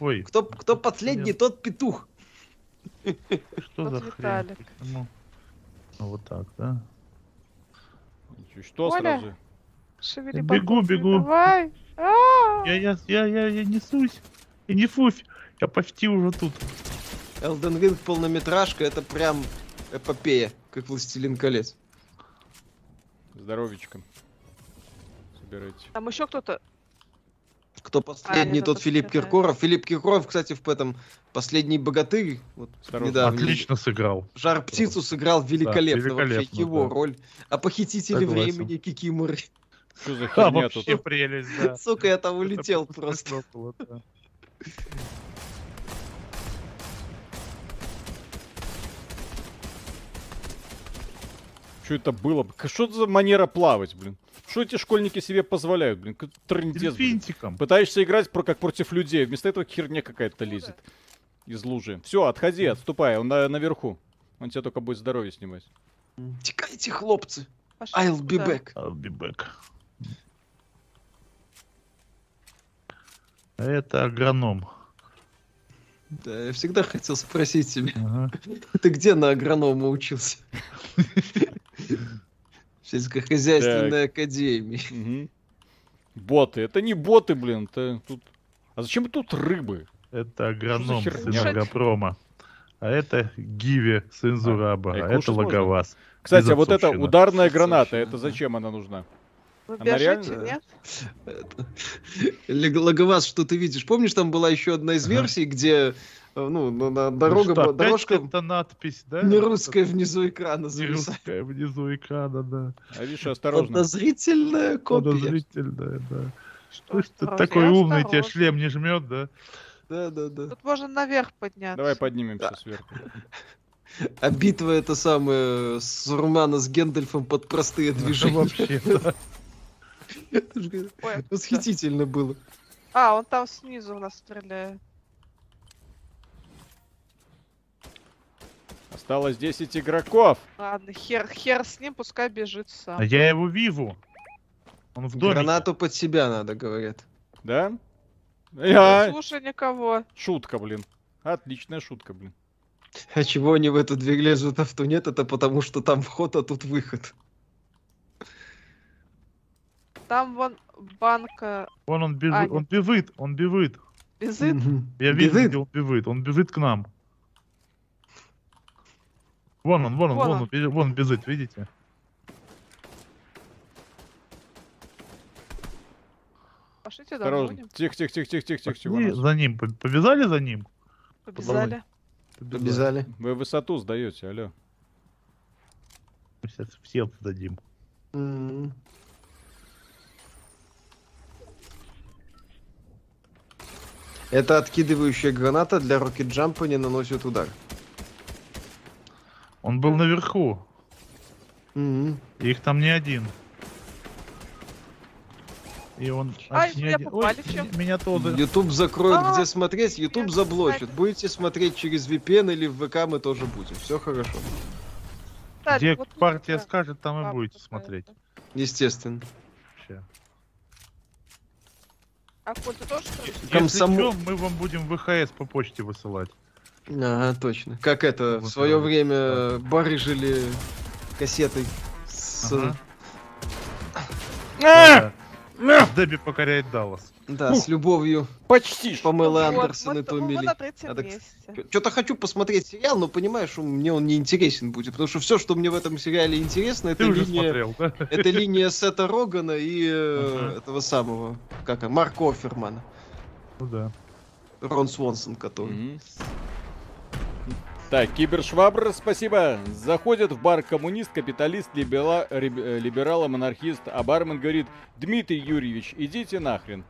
S3: Ой,
S2: Кто, кто последний, тот петух.
S3: что
S4: Вот
S3: за хрень?
S4: Виталик.
S3: Почему? Ну, вот так, да?
S1: Что
S4: Оля?
S1: сразу?
S4: Шевели
S3: Бегу,
S4: боком.
S3: бегу.
S4: Давай. А!
S3: Я, я, я, я, я несусь. И не фуфь. Я почти уже тут.
S2: Elden Ring полнометражка, это прям эпопея, как Властелин колец.
S1: Здоровечко. Собирайте.
S4: Там еще кто-то.
S2: Кто последний,
S4: это
S2: тот
S4: точно,
S2: Филипп
S4: да.
S2: Киркоров. Филипп Киркоров, кстати, в этом «Последний богатырь» вот,
S1: Осторожно.
S2: недавно.
S3: Отлично сыграл.
S2: Жар птицу сыграл великолепно, вообще,
S3: великолепно,
S2: его
S3: да.
S2: роль. А похитители
S3: Согласен.
S2: времени Кикиморы.
S1: Что за
S3: Да,
S1: херня
S3: вообще
S1: тут?
S3: прелесть, да.
S2: Сука, я там
S3: Это
S2: улетел просто.
S3: смешно было, да.
S1: Что это было? Что это за манера плавать, блин? Что эти школьники себе позволяют, блин? Как Трындец, блин.
S3: Дельфинтиком.
S1: Пытаешься играть про, как против людей, вместо этого херня какая-то лезет из лужи. Все, отходи, отступай, он на- наверху. Он тебя только будет здоровье снимать.
S2: Текайте, хлопцы.
S4: Пошли
S2: I'll be
S4: туда.
S2: back.
S3: I'll be back. А Это агроном.
S2: Да, я всегда хотел спросить тебя,
S3: Ага.
S2: ты где на агронома учился? В сельскохозяйственной академии.
S1: Мгм. Боты. Это не боты, блин. Это тут... А зачем тут рыбы?
S3: Это агроном
S1: Что за
S3: сын
S1: херня?
S3: Газпрома. А это Гиви, сын Зураба.
S1: а
S3: А,
S1: их
S3: это
S1: кушать можно?
S3: Логоваз.
S1: Кстати, а вот эта
S3: Безотцовщина.
S1: ударная граната, это
S2: Безотцовщина, да.
S1: зачем она нужна?
S4: Вы
S1: Она
S4: бежите,
S1: реально-
S4: нет?
S2: Это- Лег- Логоваз, что ты видишь? Помнишь, там была еще одна из
S3: Ага.
S2: версий, где э, ну, на- на
S3: Ну
S2: дорога,
S3: что,
S2: была-
S3: опять
S2: дорожка
S3: Это надпись, да?
S2: не русская внизу экрана
S3: Не
S2: зависает.
S3: русская внизу экрана, да.
S1: А видишь, осторожно.
S2: Подозрительная копия.
S3: Подозрительная, да.
S4: Что
S3: Слышь, ты
S4: осторожно,
S3: такой
S4: я
S3: умный, тебе
S4: осторожно.
S3: шлем не жмет, да?
S2: Да, да, да.
S4: Тут можно наверх подняться.
S1: Давай поднимемся
S2: Да.
S1: сверху.
S2: А битва это самая с Румана с Гендальфом под простые движения.
S3: Вообще, да.
S2: Это же
S4: Ой, откуда?
S2: Восхитительно было.
S4: А, он там снизу у нас стреляет.
S1: Осталось 10 игроков.
S4: Ладно, хер, хер с ним, пускай бежит сам.
S3: А я его вижу. Он в доме.
S2: Гранату под себя надо, говорят.
S1: Да?
S4: Не
S1: Я...
S4: слушай никого.
S1: Шутка, блин. Отличная шутка, блин.
S2: А чего они в эту дверь лезут, а в ту нет, это потому что там вход, а тут выход.
S4: Там вон банка
S3: Вон он
S2: А,
S3: бежит,
S4: Аня.
S3: он бежит, он бежит.
S4: безы.
S2: Мгм.
S3: Я вижу,
S2: Бежит.
S3: где он бежит, он бежит к нам. Вон он, вон он,
S4: Вон
S3: вон
S4: он.
S3: он, бе- вон бежит, видите?
S4: Пошлите домой.
S1: Осторожно. Тихо, тихо, тихо, тихо, тихо, тихо.
S3: Пошли
S1: тихо.
S3: за ним, Поб- побежали за ним?
S4: Побежали.
S2: Обязали.
S1: Вы высоту сдаете, алло.
S3: Мы сейчас всем сдадим.
S2: Мгм. Это откидывающая граната для рокет-джампа не наносит удар.
S3: Он был наверху,
S2: Мгм.
S3: и их там не один. И он... а,
S4: Ай,
S3: не
S4: меня
S3: один.
S4: попали
S3: Ой,
S4: чем.
S3: м- меня тоже.
S2: YouTube закроет,
S4: А,
S2: где смотреть, YouTube
S4: я
S2: заблочит.
S4: знаю.
S2: Будете смотреть через VPN или в ВК, мы тоже будем. Все хорошо.
S4: Кстати,
S3: Где
S4: вот тут
S3: партия
S4: такая
S3: скажет, там и
S4: бабка
S3: будете
S4: какая-то.
S3: смотреть.
S2: Естественно.
S3: Вообще.
S4: А Коль, ты тоже что ли?
S2: Комсомо-
S3: Если чё, мы вам будем ВХС по почте высылать.
S2: Ага, А, точно. Как это, в
S3: Вот
S2: свое
S3: это,
S2: время барыжили кассетой с...
S3: Ага.
S1: А!
S3: Да. Дебби покоряет Даллас.
S2: Да, с любовью
S1: Почти что.
S2: Памелы
S4: Вот,
S2: Андерсон и
S4: мы- мы
S2: Томми
S4: на третьем
S2: А, так,
S4: месте.
S2: Что-то хочу посмотреть сериал, но понимаешь, он- мне он не интересен будет, потому что все, что мне в этом сериале интересно, это
S3: Ты уже
S2: линия,
S3: смотрел, да?
S2: это линия Сета Рогана и э,
S3: Ага.
S2: этого самого, как он, Марка Офермана,
S3: Ну да.
S2: Рон Свонсон, который.
S1: Мгм. Так, Кибершвабр, спасибо. Заходит в бар коммунист, капиталист, либела- реб- э, либерал, монархист, а бармен говорит, Дмитрий Юрьевич, идите нахрен.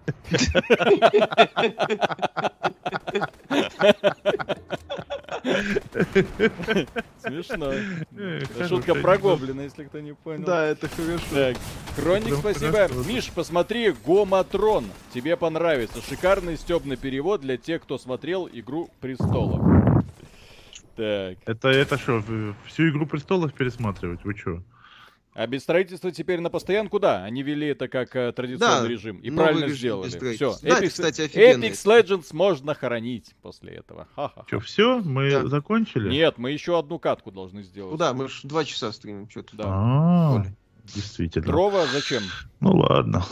S1: Смешно.
S3: Э,
S1: Это
S3: хороший
S1: Шутка про
S3: анекдот.
S1: гоблина, если кто не понял.
S2: Да, это хорошо.
S1: Так, Э, Хроник,
S3: Прям
S1: спасибо.
S3: хорошо.
S1: Миш, посмотри Гоматрон. Тебе понравится. Шикарный стебный перевод для тех, кто смотрел Игру престолов. Так.
S3: Это это что, в- всю игру престолов пересматривать? Вы чё?
S1: А без строительства теперь на постоянку, да. Они вели это как э, традиционный
S2: Да,
S1: режим. И
S2: новый
S1: правильно
S2: режим
S1: сделали.
S2: без
S1: Все.
S2: строительства. Да, это, кстати, офигенно.
S1: Apex Legends можно хоронить после этого. Ха-ха.
S3: Чё, все? Мы
S2: Да.
S3: закончили?
S1: Нет, мы еще одну катку должны сделать.
S2: Ну да, мы ж два часа стримим, что-то.
S1: Да.
S3: А,
S2: Оля.
S3: Действительно.
S1: Дрова зачем?
S3: Ну ладно.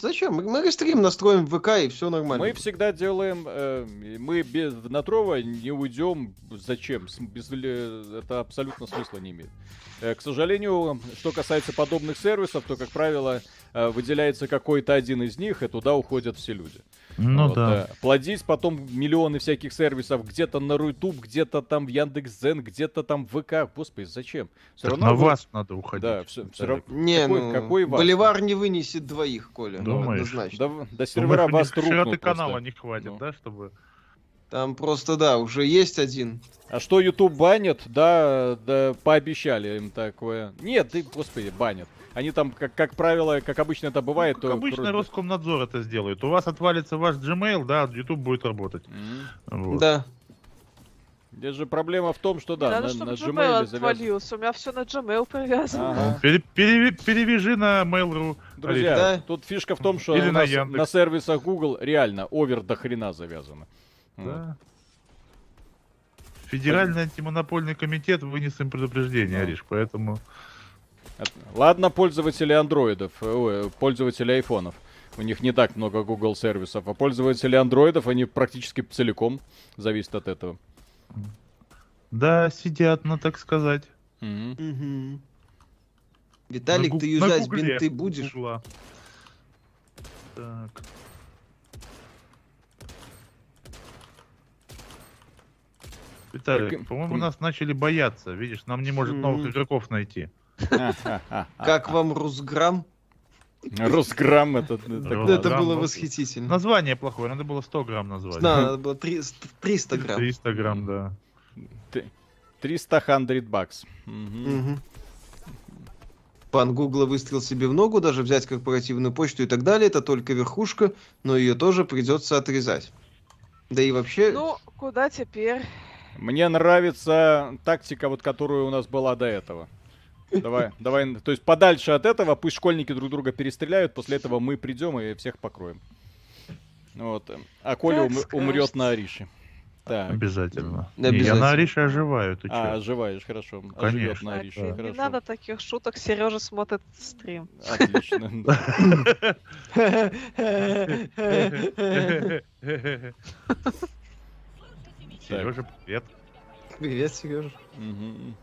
S2: Зачем? Мы, мы стрим настроим в ВК и все нормально.
S1: Мы всегда делаем, э, и мы без на Трова не уйдем. Зачем? С- без- э, это абсолютно смысла не имеет. Э, к сожалению, что касается подобных сервисов, то как правило э, выделяется какой-то один из них, и туда уходят все люди.
S3: Ну
S1: Вот,
S3: да.
S1: э, Плодить потом миллионы всяких сервисов где-то на Рутуб, где-то там в Яндекс.Зен, где-то там в ВК. Господи, зачем? Все
S3: Так на вас надо уходить.
S1: Да, все, равно.
S2: Не,
S1: Какой-
S2: ну,
S1: какой ваш?
S2: Боливар не вынесет двоих, Коля. ну,
S3: Думаешь?
S2: однозначно.
S1: До, до сервера
S3: Сервера
S1: вас
S3: широты
S1: трупнут
S3: канала
S1: просто.
S3: не хватит,
S1: Ну.
S3: да, чтобы...
S2: Там просто, да, уже есть один.
S1: А что YouTube банят? Да, да, пообещали им такое. Нет, ты, господи, банят. Они там, как, как правило, как обычно это бывает,
S3: Ну,
S1: то...
S3: как обычно
S1: кроме-
S3: Роскомнадзор это сделает. У вас отвалится ваш Gmail, да, YouTube будет работать.
S1: М.
S3: Вот.
S2: Да.
S1: Здесь же проблема в том, что
S4: Не
S1: ну да,
S4: надо,
S1: на,
S4: чтобы
S1: на
S4: ну Gmail
S1: Gmail А. завязан-
S4: отвалился. У меня все на Gmail привязано.
S1: Ага.
S3: Ну, Пере- переве- перевяжи на Mail.ru.
S1: Друзья,
S2: Да.
S1: тут фишка в том, что
S3: Или
S1: у
S3: на
S1: нас на,
S3: Яндекс.
S1: сервисах Google реально овер до хрена завязано. Вот.
S3: Да. Федеральный антимонопольный комитет вынес им предупреждение,
S1: Да.
S3: Ариш, поэтому...
S1: От- Ладно, пользователи андроидов, э, ой, пользователи айфонов. У них не так много Google сервисов, а пользователи андроидов, они практически целиком зависят от этого.
S3: Да, сидят, на так сказать.
S1: Мгм.
S2: Мгм. Виталик,
S3: На гу-
S2: ты
S3: на
S2: юзать
S3: Гугле.
S2: бинты будешь?
S3: Гугла. Так.
S1: Так,
S3: Виталик, по-моему,
S1: м.
S3: нас начали бояться. Видишь, нам не может
S2: Мгм.
S3: новых игроков найти.
S1: Ха-ха-ха.
S2: А, Как вам Русграм?
S1: Росграмм этот. э,
S3: Ну,
S1: так-
S2: это
S3: да,
S2: было
S3: ну,
S2: восхитительно.
S3: Название плохое, надо было 100 грамм назвать.
S2: Да, надо было три- 300 грамм.
S3: 300 грамм, да.
S1: 300 хандрит бакс. Мгм.
S2: Мгм. Пан Гугла выстрел себе в ногу, даже взять корпоративную почту и так далее, это только верхушка, но ее тоже придется отрезать. Да и вообще,
S4: Ну, куда теперь?
S1: Мне нравится тактика, вот которую у нас была до этого. Давай, давай, то есть подальше от этого, пусть школьники друг друга перестреляют, после этого мы придем и всех покроем. Вот. э, А Коля
S4: Как
S1: ум-
S4: скажете.
S1: умрет на Арише. Так.
S3: Обязательно.
S2: Да,
S3: Не, я
S2: обязательно.
S3: на Арише оживаю, ты
S1: А,
S3: чё?
S1: оживаешь, хорошо. Оживет
S3: конечно.
S1: на
S4: А,
S1: Арише.
S4: ты- Не
S1: хорошо.
S4: надо таких шуток. Сережа смотрит стрим.
S1: Отлично.
S3: Сережа, привет.
S2: Привет, Сережа.
S1: Мгм.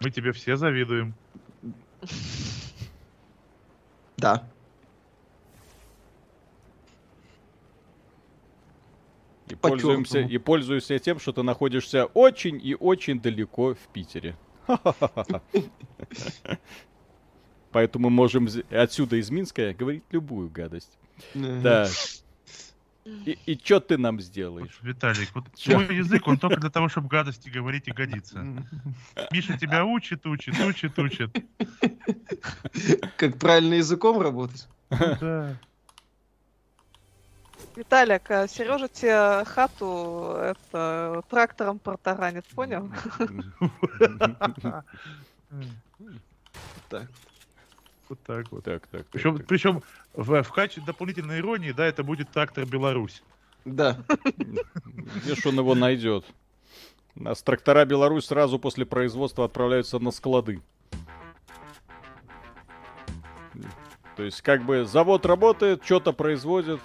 S3: Мы тебе все завидуем.
S2: Да.
S1: И пользуемся,
S2: По-чёртому.
S1: и пользуюсь я тем, что ты находишься очень и очень далеко в Питере. Ха-ха-ха-ха. Поэтому можем з- отсюда из Минска говорить любую гадость. Да. И, и чё ты нам сделаешь?
S3: Вот, Виталик, вот
S1: Чё?
S3: твой язык, он только для того, чтобы гадости говорить и годится. Миша тебя учит, учит, учит, учит.
S2: Как правильно языком работать?
S3: Ну Да.
S4: Виталик, э, Сережа тебе хату это, трактором протаранит, понял?
S2: Так.
S3: Вот так вот.
S1: Так, так.
S3: Причем, причем в, в качестве дополнительной иронии, да, это будет трактор Беларусь.
S2: Да.
S1: Где ж он его найдет? Нас трактора Беларусь сразу после производства отправляются на склады. То есть, как бы завод работает, что-то производит,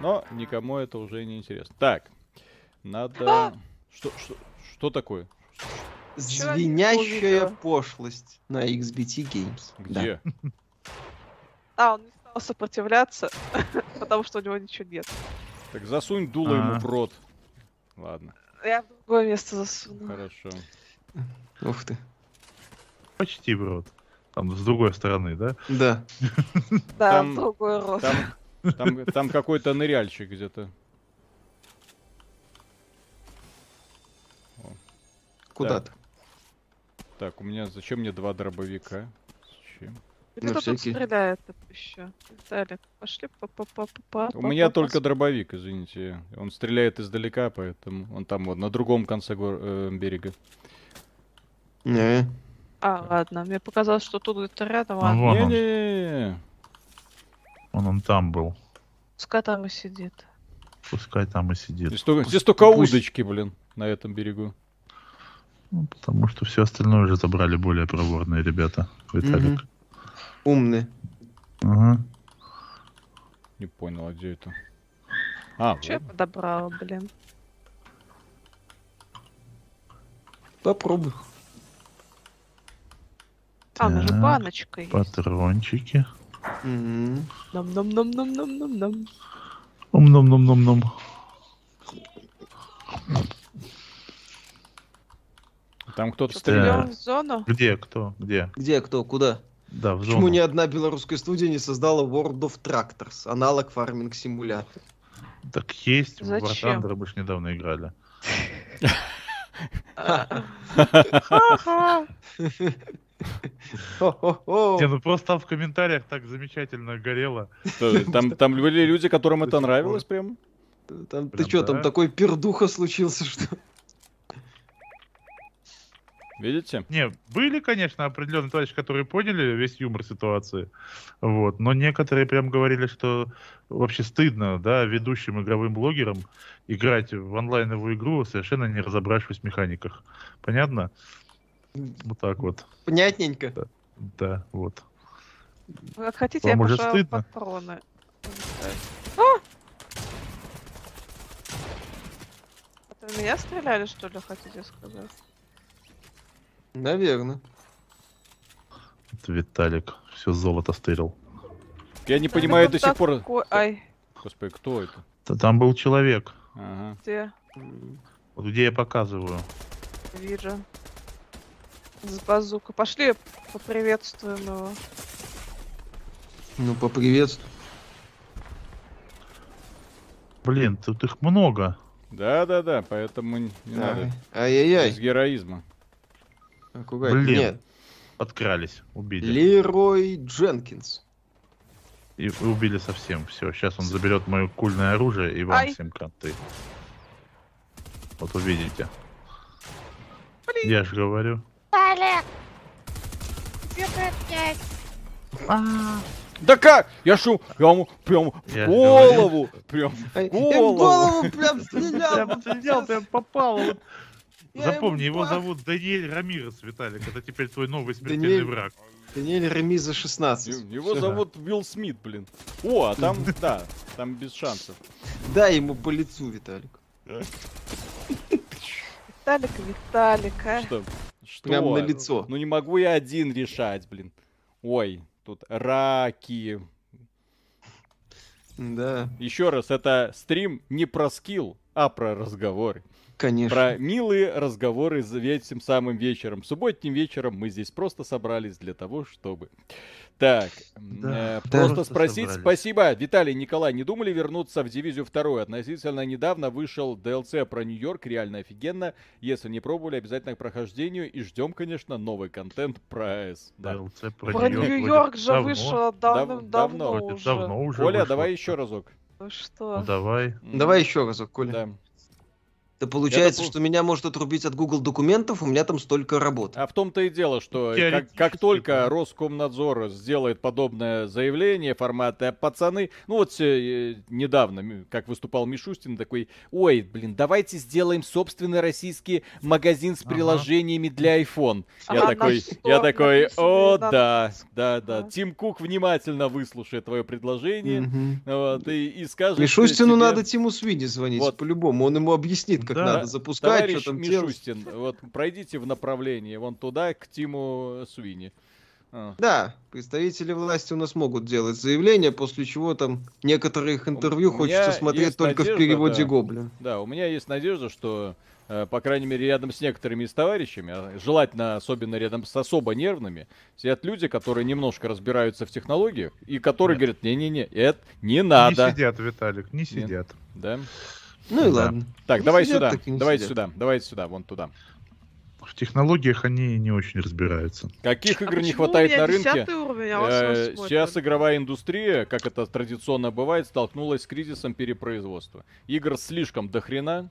S1: но никому это уже не интересно. Так, надо. Что, что, что такое?
S4: Вчера не
S2: Звенящая
S4: увидела.
S2: пошлость на XBT Games. Да.
S1: Где?
S4: А, он не стал сопротивляться, потому что у него ничего нет.
S1: Так засунь дуло ему
S3: А.
S1: в рот. Ладно,
S4: Я в другое место засуну.
S1: хорошо.
S2: Ух ты.
S3: Почти в рот. Там с другой стороны, да?
S2: Да.
S4: Да,
S1: Там-
S4: в другой рот.
S1: Там, там, там какой-то ныряльщик где-то.
S2: Куда ты?
S1: Так, у меня зачем мне два дробовика? Зачем?
S2: на
S4: Кто тут
S2: всякий.
S4: стреляет еще? Виталик, пошли по по по А по
S1: У меня только дробовик, извините. Он стреляет издалека, поэтому он там вот на другом конце гор- э, берега.
S2: Не.
S4: А, ладно, мне показалось, что тут где-то рядом,
S3: А
S4: а
S3: Вон он.
S1: Не-не.
S3: Он, он там был.
S4: пускай там и сидит.
S3: Пускай там и сидит.
S1: Здесь только, здесь только
S2: пусть-
S1: удочки, блин, на этом берегу.
S3: Ну, потому что все остальное уже забрали более проворные ребята. Виталик.
S2: Умные.
S3: Ага.
S1: Не понял, а где это? А,
S4: Че я
S1: вот.
S4: подобрала, блин?
S2: Попробуй.
S4: А, она же
S3: Так,
S4: баночка есть.
S3: Патрончики.
S2: Мгм.
S4: Ном-ном-ном-ном-ном-ном.
S3: Ум-ном-ном-ном-ном.
S1: там кто-то
S4: Что,
S1: стрелял.
S4: идем в зону?
S3: Где, кто, где?
S2: Где, кто, куда?
S3: Да, в
S2: Почему
S3: зону.
S2: ни одна белорусская студия не создала World of Tractors, аналог фарминг-симулятор?
S3: Так есть, в War
S4: Зачем?
S3: Thunder мы ж недавно играли.
S4: Ха-ха.
S2: Хо-хо-хо.
S3: Не, ну просто там в комментариях так замечательно горело.
S1: Что, Там, там были люди, которым это
S3: До сих пор.
S1: нравилось прям.
S2: Там, ты
S3: Прям
S2: что, там
S3: да.
S2: такой пердуха случился, что...
S1: Видите?
S3: Не, были, конечно, определенные товарищи, которые поняли весь юмор ситуации. Вот. Но некоторые прям говорили, что вообще стыдно, да, ведущим игровым блогерам играть в онлайновую игру, совершенно не разобравшись в механиках. Понятно? Вот так вот.
S2: Понятненько.
S3: Да, вот.
S4: Вот хотите, я
S3: Вам уже
S4: пожалуй,
S3: стыдно?
S4: патроны. А! Это в меня стреляли, что ли, хотите сказать?
S2: Наверное.
S3: Это Виталик все золото стырил.
S1: Я не
S4: Да
S1: понимаю
S4: ну
S1: до сих пор.
S4: такой- Ай,
S1: Господи, кто это?
S3: Да там был человек,
S1: Ага.
S4: где?
S2: Ну,
S3: вот где я показываю.
S4: Вижу. С базука. Пошли поприветствуем его.
S2: Ну, поприветствую.
S3: Блин, тут их много.
S1: Да-да-да, поэтому не не надо. Из
S2: Ай-яй-яй.
S1: героизма.
S2: Аккуратнее.
S3: Блин.
S2: Нет.
S3: Подкрались, убили.
S2: Лерой Дженкинс.
S3: И убили совсем. Все, сейчас он заберет мое кульное оружие и вам
S4: Ай.
S3: всем кранты. Вот увидите. Я же говорю.
S5: Виталик! Где ты опять?
S3: А,
S1: Да как? Я шо, прям, прям в
S3: Я же
S1: голову, прям
S2: Ай, я
S1: в голову.
S2: голову прям стрелял.
S3: Прям стрелял, прям попал. Вот
S2: Я
S3: Запомни, его
S2: бах.
S3: зовут Даниэль Рамирес, Виталик. Это теперь твой новый смертельный
S2: Даниэль.
S3: враг.
S2: Даниэль Ремиза 16.
S1: Е- Его
S3: Всё.
S1: зовут Уилл Смит, блин. О, а там, да, там без шансов.
S2: Дай ему по лицу, Виталик.
S4: Виталик, Виталик, а.
S1: Что? Что?
S2: Прям на лицо.
S1: Ну не могу я один решать, блин. Ой, тут раки.
S2: Да,
S1: Еще раз, это стрим не про скилл, а про разговор. Про
S2: конечно.
S1: милые разговоры за этим самым вечером. Субботним вечером мы здесь просто собрались для того, чтобы... Так, м,
S3: Да,
S1: э, просто
S3: просто
S1: спросить
S3: собрались.
S1: спасибо. Виталий, Николай, не думали вернуться в дивизию вторую? Относительно недавно вышел DLC про Нью-Йорк, реально офигенно. Если не пробовали, обязательно к прохождению. И ждем, конечно, новый контент про АЭС. Да.
S3: DLC
S4: Про
S3: Нью-Йорк
S4: Нью-Йорк
S3: вроде
S4: же
S3: давно,
S4: вышло
S1: давно.
S4: давным-давно
S3: вроде
S4: уже.
S3: Давно уже
S1: Коля,
S3: вышло.
S1: давай еще разок.
S4: Ну
S3: Ну
S4: что?
S3: давай.
S1: М,
S2: Давай еще разок, Коля.
S1: да.
S2: Да получается,
S1: Я допу-
S2: что меня может отрубить от Google документов, у меня там столько работы.
S1: А в том-то и дело, что как, как
S3: Теоретически,
S1: только
S3: да.
S1: Роскомнадзор сделает подобное заявление формата «пацаны», ну вот э, недавно, м, как выступал Мишустин, такой «Ой, блин, давайте сделаем собственный российский магазин с
S3: Ага.
S1: приложениями для iPhone». Я
S4: Ага,
S1: такой,
S4: наш
S1: я
S4: сорт
S1: такой,
S4: написанный
S1: о,
S4: на
S1: да,
S4: нас».
S1: да, да.
S4: Да.
S1: Тим Кук внимательно выслушает твое предложение
S2: Мгм.
S1: вот, и, и скажет э,
S2: Мишустину
S1: тебе,
S2: надо Тиму Свини звонить,
S1: Вот.
S2: по-любому. Он ему объяснит, как
S3: Да.
S2: надо запускать,
S1: Товарищ
S2: что там делать.
S1: Мишустин, вот пройдите в направлении вон туда к Тиму Суини. А.
S2: Да, представители власти у нас могут делать заявления, после чего там некоторые их интервью
S1: У меня
S2: хочется смотреть
S1: есть
S2: только
S1: надежда,
S2: в переводе
S1: да.
S2: Гоблин.
S1: Да, у меня есть надежда, что, э, по крайней мере, рядом с некоторыми из товарищами, а желательно особенно рядом с особо нервными, сидят люди, которые немножко разбираются в технологиях, и которые
S3: Нет.
S1: говорят, не-не-не, это не
S3: Не
S1: надо.
S3: сидят, Виталик, не сидят.
S1: Да?
S2: Ну и
S3: Да.
S2: ладно.
S1: Так,
S2: Не
S1: давай
S2: сидят,
S1: сюда,
S2: так и не
S1: давайте
S2: сидят.
S1: сюда, давайте сюда, вон туда.
S3: В технологиях они не очень разбираются.
S1: Каких
S4: А
S1: игр не
S4: почему у
S1: хватает
S4: меня
S1: на рынке?
S4: 10 уровень, а у вас
S1: Э,
S4: восьмой
S1: Сейчас
S4: только?
S1: игровая индустрия, как это традиционно бывает, столкнулась с кризисом перепроизводства. Игр слишком дохрена.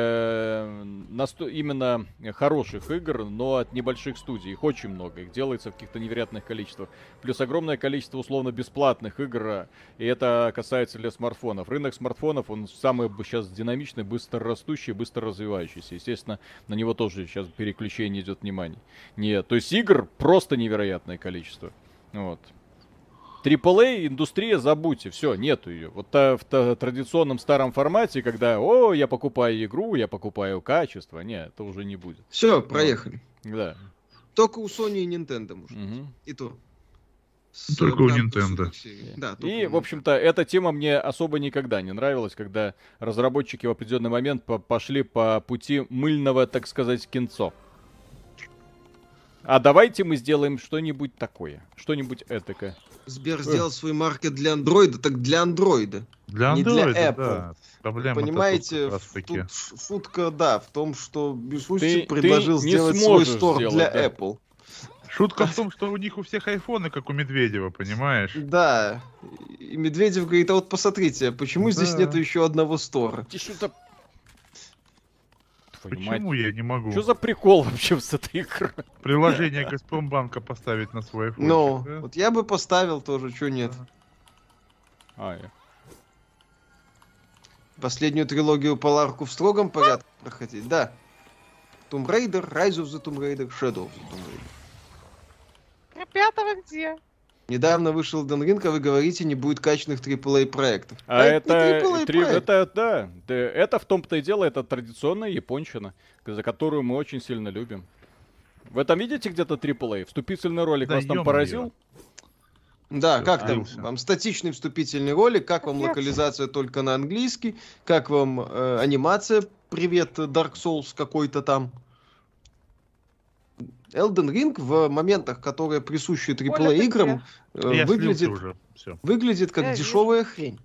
S1: э, насто- именно хороших игр, но от небольших студий. Их очень много. Их делается в каких-то невероятных количествах. Плюс огромное количество условно бесплатных игр. э, И это касается для смартфонов. Рынок смартфонов, он самый сейчас динамичный, быстро растущий, быстро развивающийся. Естественно, на него тоже сейчас переключение идет внимание. Нет, то есть игр просто невероятное количество. Вот. AAA А, индустрия забудьте, все, нету ее. Вот та- в та- традиционном старом формате, когда, о, я покупаю игру, я покупаю качество, нет, это уже не будет.
S2: Все, проехали.
S1: Да.
S2: Только у Sony и Nintendo, может.
S1: Мгм.
S2: И то. С,
S3: Только у
S2: прям до
S3: Nintendo.
S2: супер серии. Да, только
S1: И,
S2: у
S1: в общем-то, эта тема мне особо никогда не нравилась, когда разработчики в определенный момент по- пошли по пути мыльного, так сказать, кинцо. А давайте мы сделаем что-нибудь такое, что-нибудь этакое.
S2: Nintendo. Сбер сделал свой маркет для андроида, так для андроида.
S3: Для
S2: Не для
S3: Android,
S2: Apple.
S3: да. Проблема
S2: Понимаете,
S3: как раз
S2: в-
S3: таки.
S2: тут ш- шутка, да, в том, что
S1: Ты-
S2: Бишусик
S1: ты
S2: предложил
S1: не
S2: сделать свой
S1: сможешь
S2: штор
S1: сделать,
S2: для
S1: да.
S2: Apple.
S3: Шутка в том, что у них у всех айфоны, как у Медведева, понимаешь?
S2: Да. И Медведев говорит, а вот посмотрите, почему здесь
S3: Да.
S2: нету еще одного стора?
S1: Ты что-то... Твою мать.
S3: Почему я не могу
S1: Что за прикол вообще с этой игрой?
S3: приложение Газпромбанка поставить на свой айфон?
S2: Ну, вот я бы поставил тоже, чего нет.
S1: А, э,
S2: Последнюю трилогию по Ларку в строгом порядке проходить, да. Tomb Raider, Rise of the Tomb Raider, Shadow of the Tomb Raider.
S4: Ребята, вы где?
S2: Недавно вышел Дэн Ринг, а вы говорите, не будет качественных AAA проектов.
S1: а это,
S2: не AAA
S1: три-
S2: проект.
S1: это, да, да, это в том-то и дело, это традиционная японщина, за которую мы очень сильно любим. Вы там видите где-то AAA? Вступительный ролик
S3: Да
S1: вас там
S3: ё-моё.
S1: поразил?
S2: Да,
S3: Всё,
S2: как там?
S3: слился.
S2: Вам статичный вступительный ролик, как вам
S4: Привет.
S2: локализация только на английский, как вам э, анимация, привет, Dark Souls какой-то там. Elden Ring в моментах, которые присущи
S4: Оля,
S2: AAA
S4: ты
S2: играм, э,
S3: Я слился
S2: выглядит,
S3: уже. Все,
S2: выглядит как
S4: Я вижу.
S2: дешевая хрень.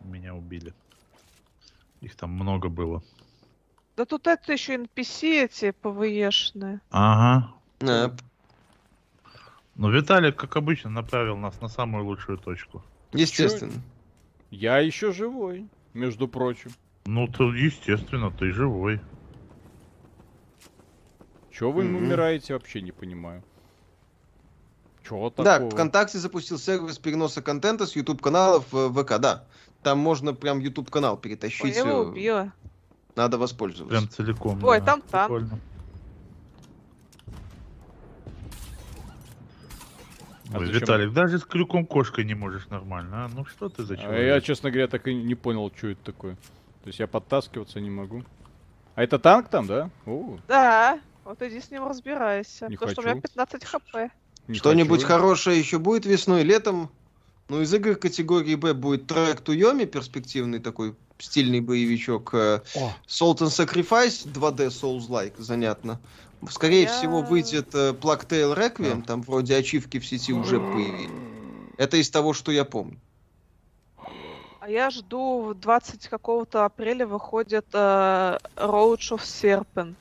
S3: меня убили. Их там много было.
S4: Да тут это еще NPC эти ПВЕшные.
S3: Ага.
S2: Да.
S3: Ну, Виталик, как обычно, направил нас на самую лучшую точку.
S2: Естественно.
S1: Я еще живой, между прочим.
S3: Ну, ты, естественно, ты живой.
S1: Че вы
S2: Мгм.
S1: умираете, вообще не понимаю. Чего
S2: Да,
S1: такого?
S2: ВКонтакте запустил сервис переноса контента с YouTube каналов в ВК, да. Там можно прям YouTube канал
S4: Ой,
S2: перетащить.
S4: я его
S2: э,
S4: убила.
S2: Надо воспользоваться.
S3: Прям целиком.
S4: Ой,
S3: да.
S4: там танк.
S3: Прикольно.
S1: А
S3: Ой,
S1: ты чё?
S3: Виталик, даже с крюком кошкой не можешь нормально, а? Ну что ты за
S1: А я,
S3: человек?
S1: честно говоря, так и не понял, что это такое. То есть я подтаскиваться не могу. А это танк там, да? О,
S4: Да, вот иди с ним разбирайся.
S1: Не
S4: потому что у меня
S1: хочу.
S4: 15 хп.
S1: не
S2: Что-нибудь
S1: хочу.
S2: хорошее еще будет весной, летом. Ну, из игр категории Б будет Track to Yomi, перспективный такой стильный боевичок. э,
S1: О.
S2: Salt and Sacrifice, 2D Souls-like, занятно. Скорее
S4: Я-
S2: всего, выйдет э, Plague Tale Requiem, там вроде ачивки в сети уже появились. Это из того, что я помню.
S4: А я жду в 20 какого-то апреля выходит э, Roach of Serpent.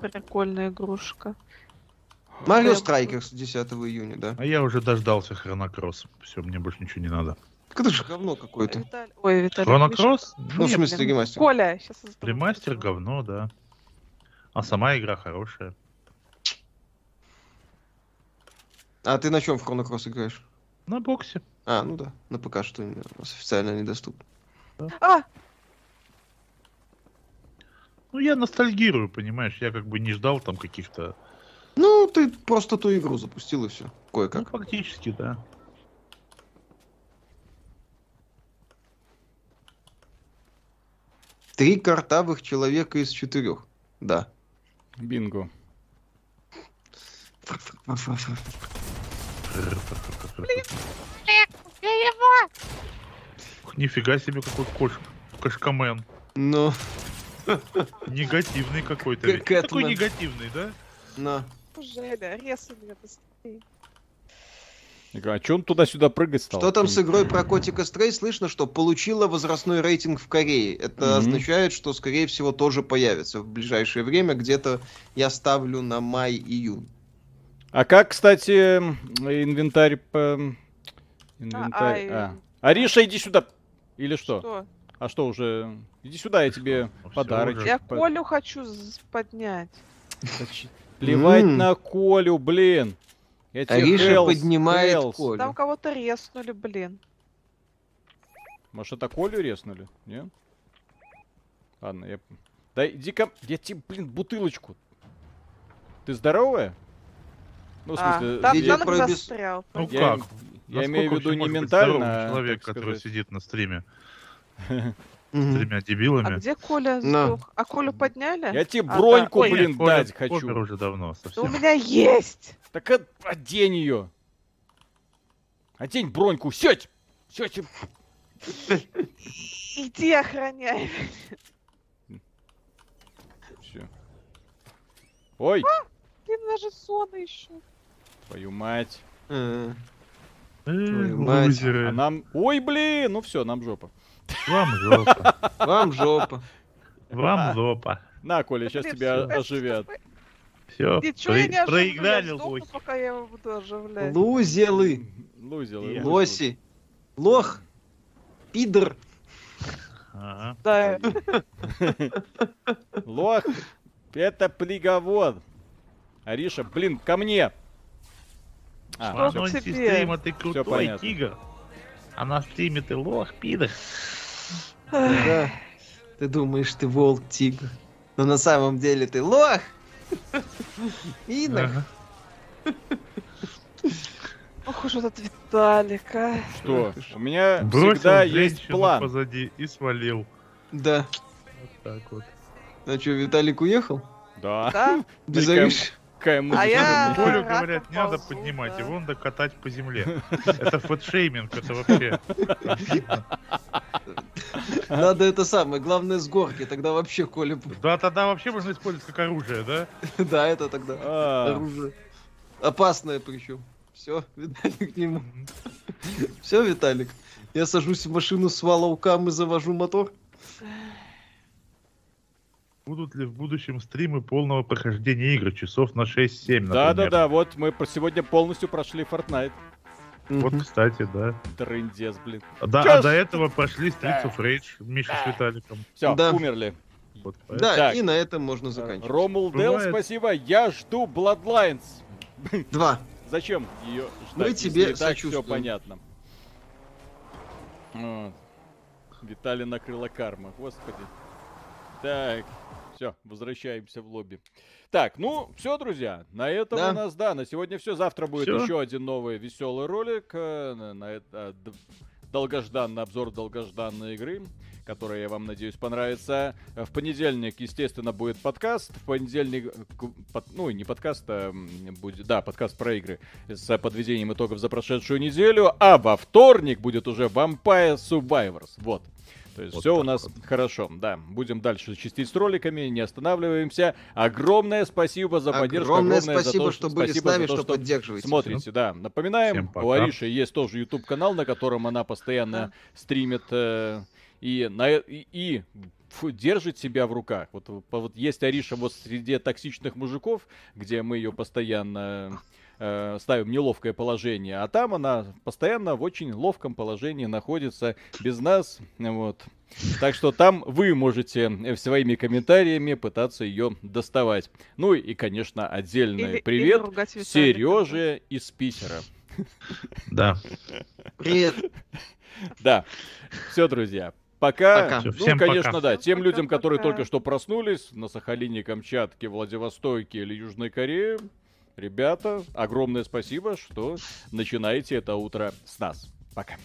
S4: Прикольная игрушка.
S2: Марио
S4: Я-
S2: Strikers 10 июня, да.
S3: А я уже дождался Хронокросс. Все, мне больше ничего не надо.
S2: Так Это же говно какое-то.
S4: Виталь- Ой, Виталий.
S3: Хронокросс?
S2: Ну, в
S3: Нет,
S2: смысле,
S4: блин.
S2: ремастер.
S4: Коля, сейчас
S3: Ремастер говно, да. А сама игра хорошая.
S2: А ты на чем в Chrono Cross играешь?
S3: На боксе.
S2: А, ну да, на ПК что не- у нас официально недоступно.
S4: А,
S3: Ну, я ностальгирую, понимаешь. Я как бы не ждал там каких-то...
S2: Ну, ты просто ту игру запустил и все.
S3: Ну,
S2: Кое-как.
S3: фактически, да.
S2: Три картавых человека из четырех. Да.
S1: Бинго.
S5: Олег, убей его!
S3: Ух, Нифига себе, какой кош... кошкамен.
S2: Ну,
S3: Негативный какой-то.
S2: Как
S3: ведь. Такой
S2: Кэтмен.
S3: негативный, да?
S2: на.
S4: Пужеля, резай меня быстрее.
S1: Я говорю, А че он туда-сюда прыгать стал?
S2: Что там с
S1: Блин.
S2: игрой про котика Стрей? Слышно, что получила возрастной рейтинг в Корее. Это
S1: Мгм.
S2: означает, что, скорее всего, тоже появится в ближайшее время. Где-то я ставлю на май-июнь.
S1: А как, кстати, м, инвентарь по... Инвентарь...
S4: а,
S1: А, Ариша, иди сюда! Или что?
S4: Что?
S1: А что уже? Иди сюда, я
S3: Ты
S1: тебе
S3: что, ну, всё
S1: подарочек.
S3: уже.
S4: Я
S1: по-
S4: Колю хочу з- поднять.
S1: Зачи- Плевать
S2: М.
S1: на Колю, блин. Я тебе
S2: Ариша
S1: Хелс,
S2: поднимает
S1: Хелс.
S2: Колю.
S4: Там кого-то резнули, блин.
S1: Может, это Колю резнули? Нет? Ладно, я... Да иди ко... Я тебе, блин, бутылочку. Ты здоровая? Ну, в
S4: А,
S1: смысле...
S4: там
S1: я...
S2: видео
S4: А, танк
S2: про бес-
S4: застрял.
S1: я-
S3: Ну как?
S1: Я
S3: Насколько
S1: имею в
S3: вообще
S1: виду не
S3: может быть
S1: ментально,
S3: здоровым
S1: а,
S3: человек,
S1: так
S3: который
S1: сказать.
S3: сидит на стриме с
S2: Мгм.
S3: тремя
S4: А
S3: дебилами.
S4: где Коля
S2: На.
S4: сдох? А Колю подняли?
S1: Я тебе
S4: А, да.
S1: броньку,
S4: Ой,
S1: блин,
S3: Коля
S1: дать
S3: помер
S1: хочу.
S3: уже давно
S4: Да у
S3: совсем.
S4: меня есть!
S1: Так от- одень ее. Одень броньку, сеть! Сеть!
S4: Иди охраняй.
S1: Все. Ой,
S4: Ты даже зона еще.
S1: твою мать.
S2: Э,
S3: Э,
S2: Твою мать.
S1: А
S3: лузеры.
S1: нам... Ой, блин, ну все, нам жопа.
S3: Вам жопа.
S2: Вам жопа.
S3: Вам жопа.
S1: На, Коля, сейчас тебя
S4: Блин,
S1: оживят.
S3: Все.
S4: Ничего я не оживляю,
S3: Проиграли
S4: сдохну,
S3: лохи.
S4: пока я его буду оживлять.
S2: Лузелы,
S1: Лузелы.
S3: Я.
S2: лоси, лох, пидор.
S3: Ага.
S4: Да,
S1: Лох, это приговор. Ариша, блин, ко мне.
S3: А,
S1: А,
S4: Что
S1: всё,
S3: ну,
S4: ты
S3: если
S4: теперь?
S3: стрима ты крутой
S1: понятно.
S3: тигр, а на стриме ты лох, пидор.
S2: Да. Ты думаешь, ты волк, тигр. Но на самом деле ты лох. Пидор.
S3: Ага.
S4: ох уж этот Виталик, а.
S1: что? У меня всегда
S3: Бросил
S1: есть
S3: женщину
S1: план.
S3: позади и свалил.
S2: Да.
S3: Вот так вот.
S2: А что, Виталик уехал?
S3: А?
S1: Да.
S4: Да? А
S2: Без
S1: Прикольно.
S2: Ариши?
S1: Какая музыка.
S4: я-
S1: Более-
S3: Ну, Колю говорят, не надо
S4: ползу,
S3: поднимать,
S4: да.
S3: его надо катать по земле. Это фэтшейминг, это вообще.
S1: А?
S2: Надо это самое, главное с горки, тогда вообще Коля... б-
S3: Да, тогда вообще можно использовать как оружие, да?
S2: Да, это тогда
S1: А,
S2: оружие. Опасное причем. Все, Виталик не ему. Все, Виталик. Я сажусь в машину с валаукам и завожу мотор.
S3: Будут ли в будущем стримы полного прохождения игр, часов на 6-7, например?
S1: Да-да-да, вот мы про- сегодня полностью прошли Fortnite.
S3: Вот,
S2: Мгм.
S3: кстати, да.
S1: Трындец, блин.
S3: А Да,
S1: Чё
S3: а до
S1: ж-
S3: этого пошли Streets of Rage, Миша с Виталиком.
S1: Все,
S2: Да.
S1: умерли.
S3: Вот, поэтому-
S2: Да,
S1: Так.
S2: и на этом можно заканчивать.
S1: Ромул Дел,
S3: Бывает.
S1: спасибо. Я жду Bloodlines.
S2: Два.
S1: Зачем ее ждать?
S2: Мы
S1: если
S2: тебе
S1: и так все
S2: сочувствуем.
S1: понятно. Вот. Виталий накрыла карма, господи. Так, все, возвращаемся в лобби. Так, ну все, друзья, на этом
S2: Да.
S1: у нас да, на сегодня все. Завтра будет
S3: Всё.
S1: еще один новый веселый ролик э, на, на это- а, д- долгожданный обзор долгожданной игры, которая, я вам надеюсь, понравится. Э, В понедельник, естественно, будет подкаст. В понедельник, э, к- под- ну не подкаст, а м, будет, да, подкаст про игры с подведением итогов за прошедшую неделю. А во вторник будет уже Vampire Survivors. Вот. То есть
S3: Вот
S1: все у
S3: так
S1: нас
S3: вот.
S1: хорошо, да. Будем дальше чистить с роликами, не останавливаемся. Огромное спасибо за поддержку.
S2: Огромное
S1: за
S2: спасибо,
S1: то,
S2: что были с
S1: спасибо за
S2: нами,
S1: то,
S2: что поддерживаете.
S1: Смотрите, да.
S3: Всем
S1: Напоминаем, у
S3: пока.
S1: Ариши есть тоже YouTube канал, на котором она постоянно стримит э, и на э- и, и, фу, держит себя в руках. Вот, э, по- вот есть Ариша вот среди токсичных мужиков, где мы ее постоянно э, ставим в неловкое положение, а там она постоянно в очень ловком положении находится без нас, вот. Так что там вы можете э, своими комментариями пытаться ее доставать. Ну и, конечно, отдельный
S4: Или-
S1: привет
S4: или ругать Виталика.
S1: Сереже из Питера.
S3: Да.
S2: Привет.
S1: Да. Все, друзья. Пока.
S2: Пока.
S1: Ну,
S3: Всё, всем
S1: конечно,
S3: пока.
S1: да.
S4: Всем
S1: Тем
S4: пока,
S1: людям, которые
S4: пока.
S1: только что проснулись на Сахалине, Камчатке, Владивостоке или Южной Корее, ребята, огромное спасибо, что начинаете это утро с нас. Пока.